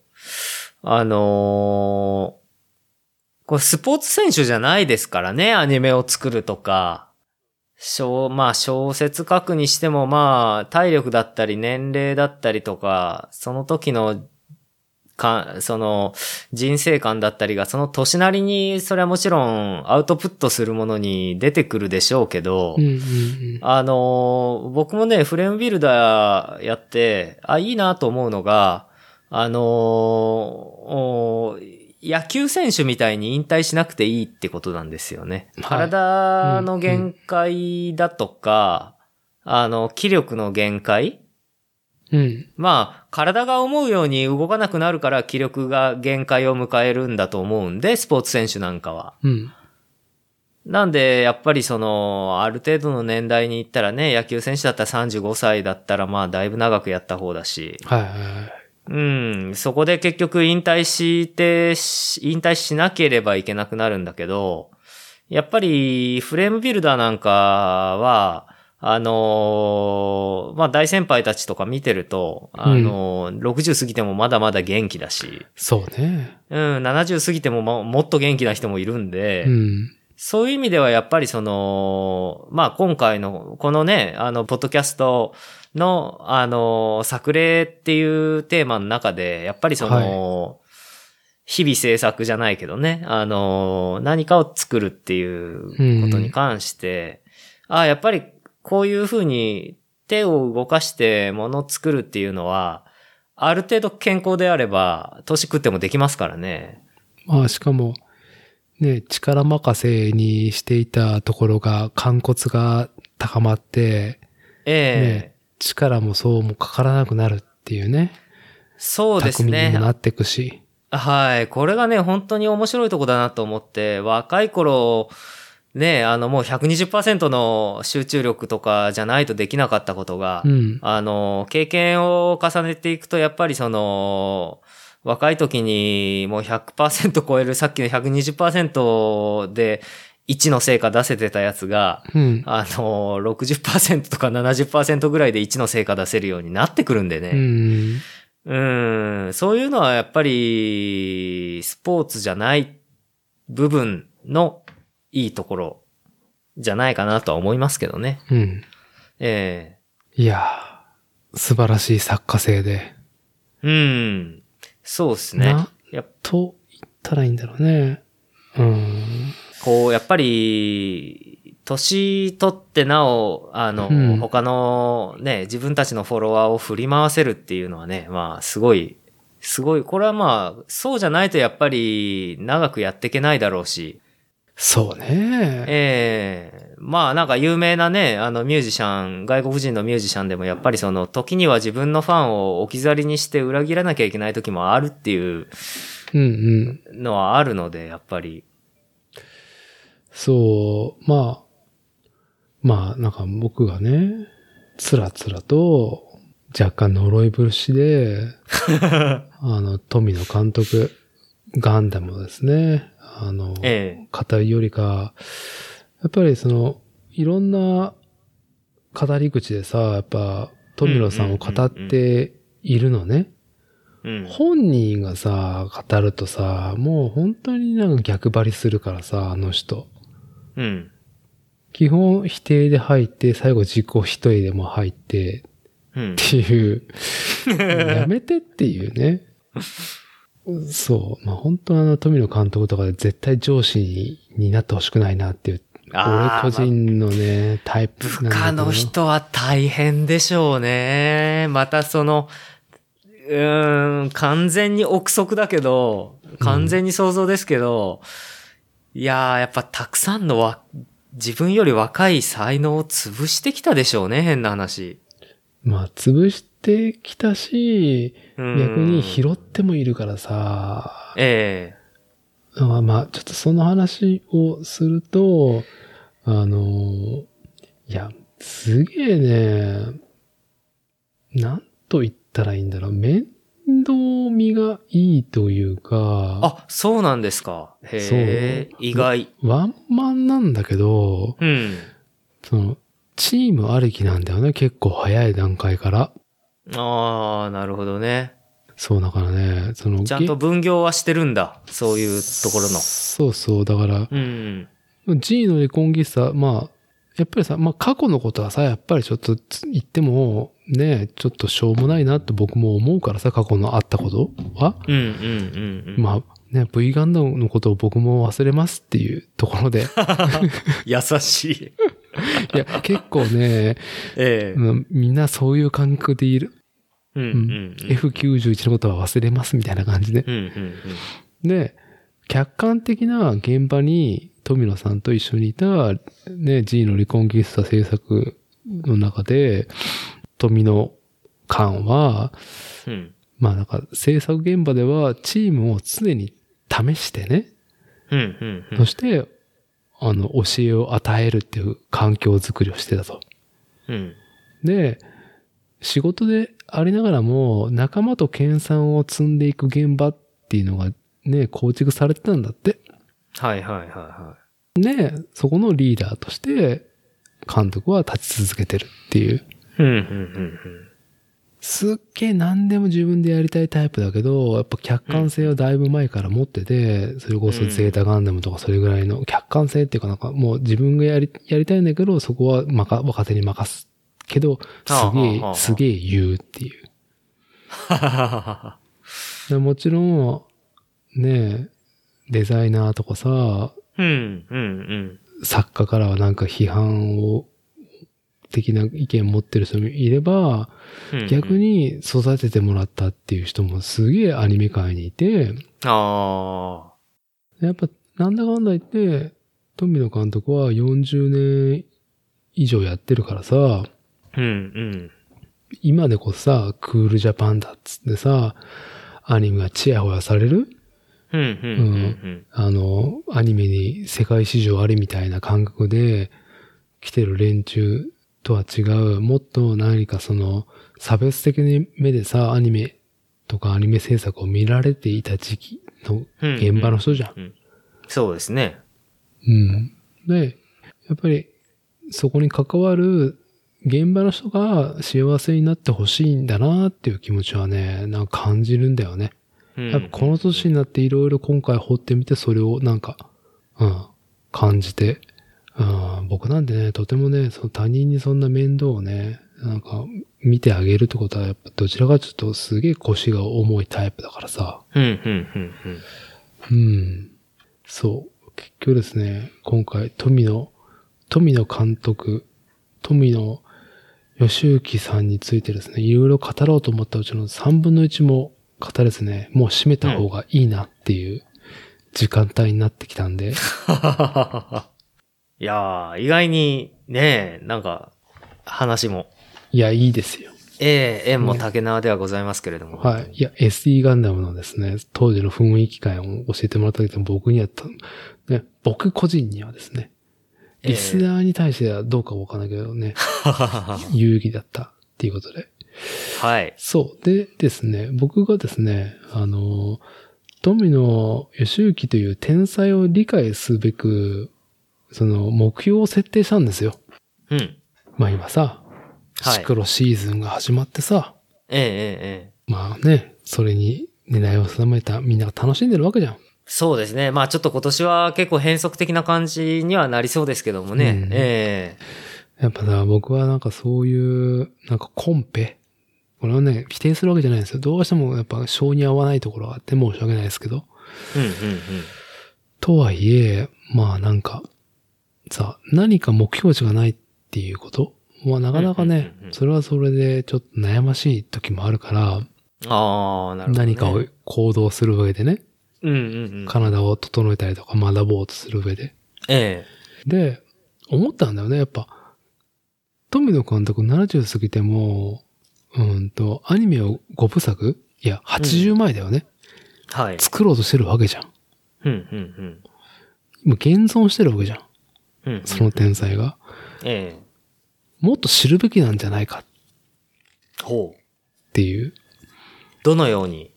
あのこれスポーツ選手じゃないですからね、アニメを作るとか。小、まあ小説書くにしてもまあ体力だったり年齢だったりとか、その時のか、その人生観だったりがその年なりにそれはもちろんアウトプットするものに出てくるでしょうけど、うんうんうん。あのー僕もね、フレームビルダーやって、あ、いいなと思うのが、あのーお野球選手みたいに引退しなくていいってことなんですよね。はい体の限界だとか、あの、気力の限界うん。まあ、体が思うように動かなくなるから気力が限界を迎えるんだと思うんで、スポーツ選手なんかは。うん。なんで、やっぱりその、ある程度の年代に行ったらね、野球選手だったら35歳だったら、まあ、だいぶ長くやった方だし、はいはいはい。うん、そこで結局引退して、し引退しなければいけなくなるんだけど、やっぱり、フレームビルダーなんかは、あのーまあ、大先輩たちとか見てると、あのー60過ぎてもまだまだ元気だし、そうね。うん、70過ぎても、ま、もっと元気な人もいるんで、うん。そういう意味ではやっぱりその、まあ今回のこのね、あの、ポッドキャストの、あの、作例っていうテーマの中で、やっぱりその、日々制作じゃないけどね、あの、何かを作るっていうことに関して、ああ、やっぱりこういうふうに手を動かして物を作るっていうのは、ある程度健康であれば、年食ってもできますからね。まあ、しかも、ね、力任せにしていたところが、肝骨が高まって、ええね力もそうもかからなくなるっていうね。そうです巧みにねも。なっていくし。はい。これがね、本当に面白いとこだなと思って、若い頃、ね、あの、もう120%の集中力とかじゃないとできなかったことが、うん。あの、経験を重ねていくと、やっぱりその、若い時にもう100%超える、さっきの120%で1の成果出せてたやつが、うん。あの、60%とか70%ぐらいで1の成果出せるようになってくるんでね。うん。うん、そういうのはやっぱり、スポーツじゃない部分のいいところじゃないかなとは思いますけどね。うん。えいやー、素晴らしい作家性で。えうん。そうですねな。やっと言ったらいいんだろうね。うん。こう、やっぱり、年取ってなお、あの、うん他のね、自分たちのフォロワーを振り回せるっていうのはね、まあ、すごい、すごい、これはまあ、そうじゃないとやっぱり、長くやっていけないだろうし、そうね。ええまあなんか有名なね、あのミュージシャン、外国人のミュージシャンでもやっぱりその時には自分のファンを置き去りにして裏切らなきゃいけない時もあるっていううんうん。のはあるので、やっぱり。そう、まあ、まあ、なんか僕がね、つらつらと、若干呪い [LAUGHS] 節で、あの、富野監督、ガンダムをですね、あの、え語るよりか、やっぱりその、いろんな語り口でさ、やっぱ、富野さんを語っているのね。えうん。本人がさ、語るとさ、もう本当になんか逆張りするからさ、あの人。うん。基本否定で入って、最後自己否定でも入ってうん。って [LAUGHS] いう、やめてっていうね。そう。まあ本当あの富野監督とかで絶対上司にになってほしくないなっていう、俺あー個人のね、タイ部プなんだけど下の人は大変でしょうね。またその、うーん、完全に憶測だけど、完全に想像ですけど、いやー、やっぱたくさんのわ、自分より若い才能を潰してきたでしょうね、変な話。まあ潰してきたし、うん逆に拾ってもいるからさ、えまあまあ、ちょっとその話をすると、あの、いや、すげえね、なんと言ったらいいんだろう。面倒見がいいというえか、あ、そうなんですか。へえ、意外。ワンマンなんだけど、うん。その、チームありきなんだよね。結構早い段階から。あー、なるほどね。そうだからね、その、ちゃんとげ分業はしてるんだ。そういうところの。そうそう、だから、うん。 G のレコンギスタ、まあ、やっぱりさ、まあ過去のことはさ、やっぱりちょっとつ言っても、ね、ちょっとしょうもないなって僕も思うからさ、過去のあったことは。うんうんうんうん。まあ、ね、V ガンダムのことを僕も忘れますっていうところ [LAUGHS] で。優しい。 [LAUGHS] いや、結構ね、ええうんみんなそういう感覚でいる。うんうん F91 のことは忘れますみたいな感じで。うんうんで、客観的な現場に富野さんと一緒にいた、ね、G のリコンギスタ制作の中で、富野間は、うんうんまあなんか制作現場ではチームを常に試してね、うんうんうんそして、あの、教えを与えるっていう環境づくりをしてたと。うんで、仕事でありながらも仲間と研鑽を積んでいく現場っていうのがね、構築されてたんだって。はいはいはいはで、そこのリーダーとして、監督は立ち続けてるっていう。い。うんうんうんすっげえ何でも自分でやりたいタイプだけど、やっぱ客観性をだいぶ前から持ってて、それこそゼータガンダムとかそれぐらいの客観性っていうかなんかもう自分がやり、やりたいんだけど、そこはまか若手に任すけど、すはあげはあはえ、あすげえ言うっていう。でもちろん、ねえ、デザイナーとかさ、うん、うん、うん。作家からはなんか批判を、的な意見持ってる人もいれば、うん逆。に育ててもらったっていう人もすげえアニメ界にいて、あやっぱなんだかんだ言って、富野監督は40年以上やってるからさ、あ。うん、今でこそさ、クールジャパンだっつってさ、アニメがチヤホヤされるうん。うん、うん、うんあの、アニメに世界史上ありみたいな感覚で来てる連中とは違う、もっと何かその差別的な目でさ、アニメとかアニメ制作を見られていた時期のうん。現場の人じゃん。そうですね。うん。で、やっぱりそこに関わる現場の人が幸せになってほしいんだなっていう気持ちはね、なんか感じるんだよね。うんやっぱこの年になっていろいろ今回掘ってみてそれをなんか、うん、感じて、うん、僕なんてね、とてもね、その他人にそんな面倒をね、なんか見てあげるってことはやっぱどちらかちょっとすげえ腰が重いタイプだからさ。うん、うん、うん、うん。うん。そう。結局ですね、今回富野、富野監督、富野義行さんについてですね、いろいろ語ろうと思ったうちの3分の1も語れずね、もう閉めた方がいいなっていう時間帯になってきたんで、いやー、意外に、ねえ、なんか、話も、いや、いいですよ。ええ縁も竹縄ではございますけれども。はい。いや、SD ガンダムのですね、当時の雰囲気感を教えてもらったけど、僕にはた、ね、僕個人にはですね、ええリスナーに対してはどうかわからないけど [LAUGHS] ね、有意義だったっていうことで。はい。そう。でですね、僕がですね、あの、富野義行という天才を理解すべく、その目標を設定したんですよ。うん。まあ今さ、はいシクロシーズンが始まってさ、ええええええまあね、それに狙いを定めたみんなが楽しんでるわけじゃん。そうですね。まあちょっと今年は結構変則的な感じにはなりそうですけどもね。うんえやっぱさ、僕はなんかそういう、なんかコンペ。これはね、否定するわけじゃないんですよ。どうしてもやっぱ性に合わないところがあって申し訳ないですけど。えうんうんうん。とはいえ、まあなんか、さ、何か目標値がないっていうことはなかなかねうんうんうんう、んそれはそれでちょっと悩ましい時もあるから、ああ、なるほど、ね。何かを行動する上でね、うんうんうん。体を整えたりとか学ぼうとする上で。ええで、思ったんだよね、やっぱ。富野監督70過ぎても、うんと、アニメを5部作いや、80前だよね、はい。作ろうとしてるわけじゃん。うんうんうんもう現存してるわけじゃん。うんうん。その天才が。ええもっと知るべきなんじゃないかっほう。ていう。どのように。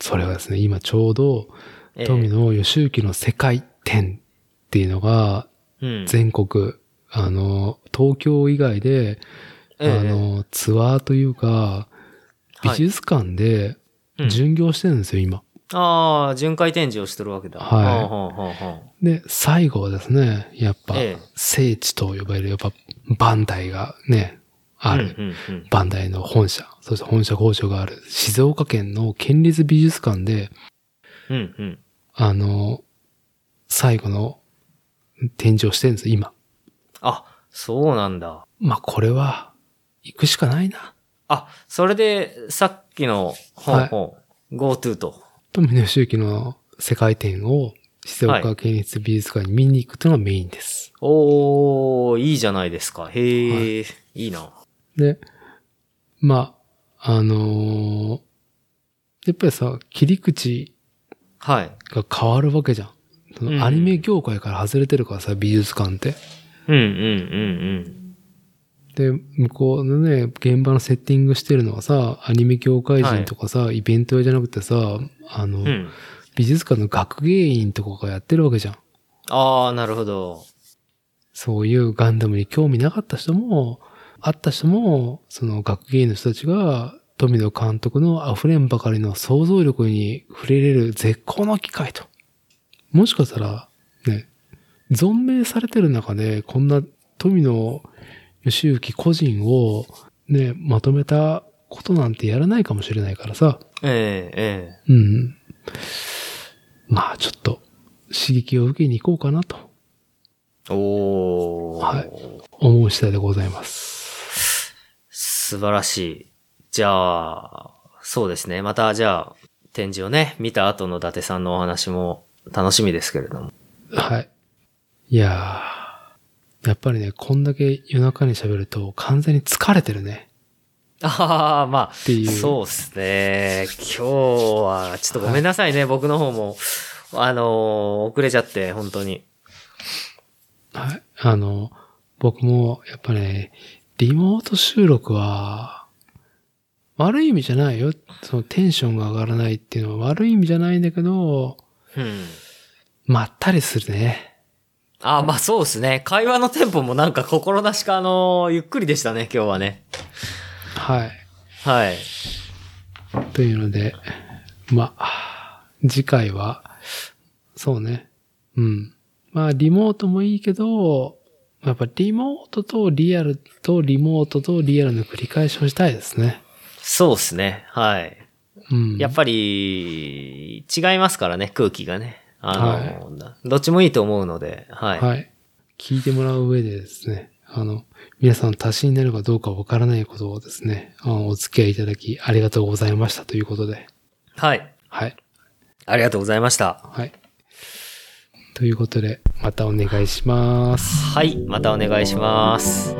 それはですね、今ちょうど、ええ富野義行の世界展っていうのが、うん。全国、あの、東京以外で、ええあの、ツアーというか、美はい術館でうん巡業してるんですよ、今。ああ、巡回展示をしてるわけだ。はいはあはあはあはあで、最後はですね、やっぱええ、聖地と呼ばれる、やっぱ、バンダイがね、ある。うんうんうんバンダイの本社、そして本社工場がある静岡県の県立美術館で、うんうん。あの、最後の展示をしてるんですよ、今。あ、そうなんだ。まあ、これは、行くしかないな。あ、それで、さっきの、ほうはいほう、GoTo と。富野周期の世界展を静岡県立美術館に見に行くというのがメインです。おー、いいじゃないですか。へえ、いいな。で、まあ、あのーやっぱりさ、切り口はい。が変わるわけじゃん。そうんのアニメ業界から外れてるからさ、美術館って。うんうんで、向こうのね、現場のセッティングしてるのはさ、アニメ業界人とかさ、イベント用じゃなくてさ、あの、うんうん。うん。美術館の学芸員とかがやってるわけじゃん。ああ、なるほど。そういうガンダムに興味なかった人も、あった人も、その学芸員の人たちが、富野監督の溢れんばかりの想像力に触れれる絶好の機会と。もしかしたら、ね、存命されてる中で、こんな富野義行個人を、ね、まとめたことなんてやらないかもしれないからさ。ええ、えうん。まあ、ちょっと、刺激を受けに行こうかなとえ。おー。はい思う次第でございます。素晴らしい。じゃあ、そうですね。また、じゃあ、展示をね、見た後の伊達さんのお話も楽しみですけれども。はい。いやーやっぱりね、こんだけ夜中に喋ると完全に疲れてるね。 [LAUGHS] ああ、まあ、っていうそうですね。今日は、ちょっとごめんなさいね。僕の方も、あのー遅れちゃって、本当に。はい。あの、僕も、やっぱね、リモート収録は、悪い意味じゃないよ。そのテンションが上がらないっていうのは悪い意味じゃないんだけど、うん。まったりするね。ああ、まあそうですね。会話のテンポもなんか心なしか、あのーゆっくりでしたね、今日はね。はい。はい。というので、まあ、次回は、そうね。うん。まあ、リモートもいいけど、やっぱリモートとリアルとリモートとリアルの繰り返しをしたいですね。そうですね。はい。うん。やっぱり、違いますからね、空気がね。あの、はいどっちもいいと思うので、はい。はい。聞いてもらう上でですね、あの、皆さん足しになるかどうかわからないことをですね、あのお付き合いいただきありがとうございましたということで、はい。はい。ありがとうございました。はい。ということで、またお願いします。はい。またお願いします。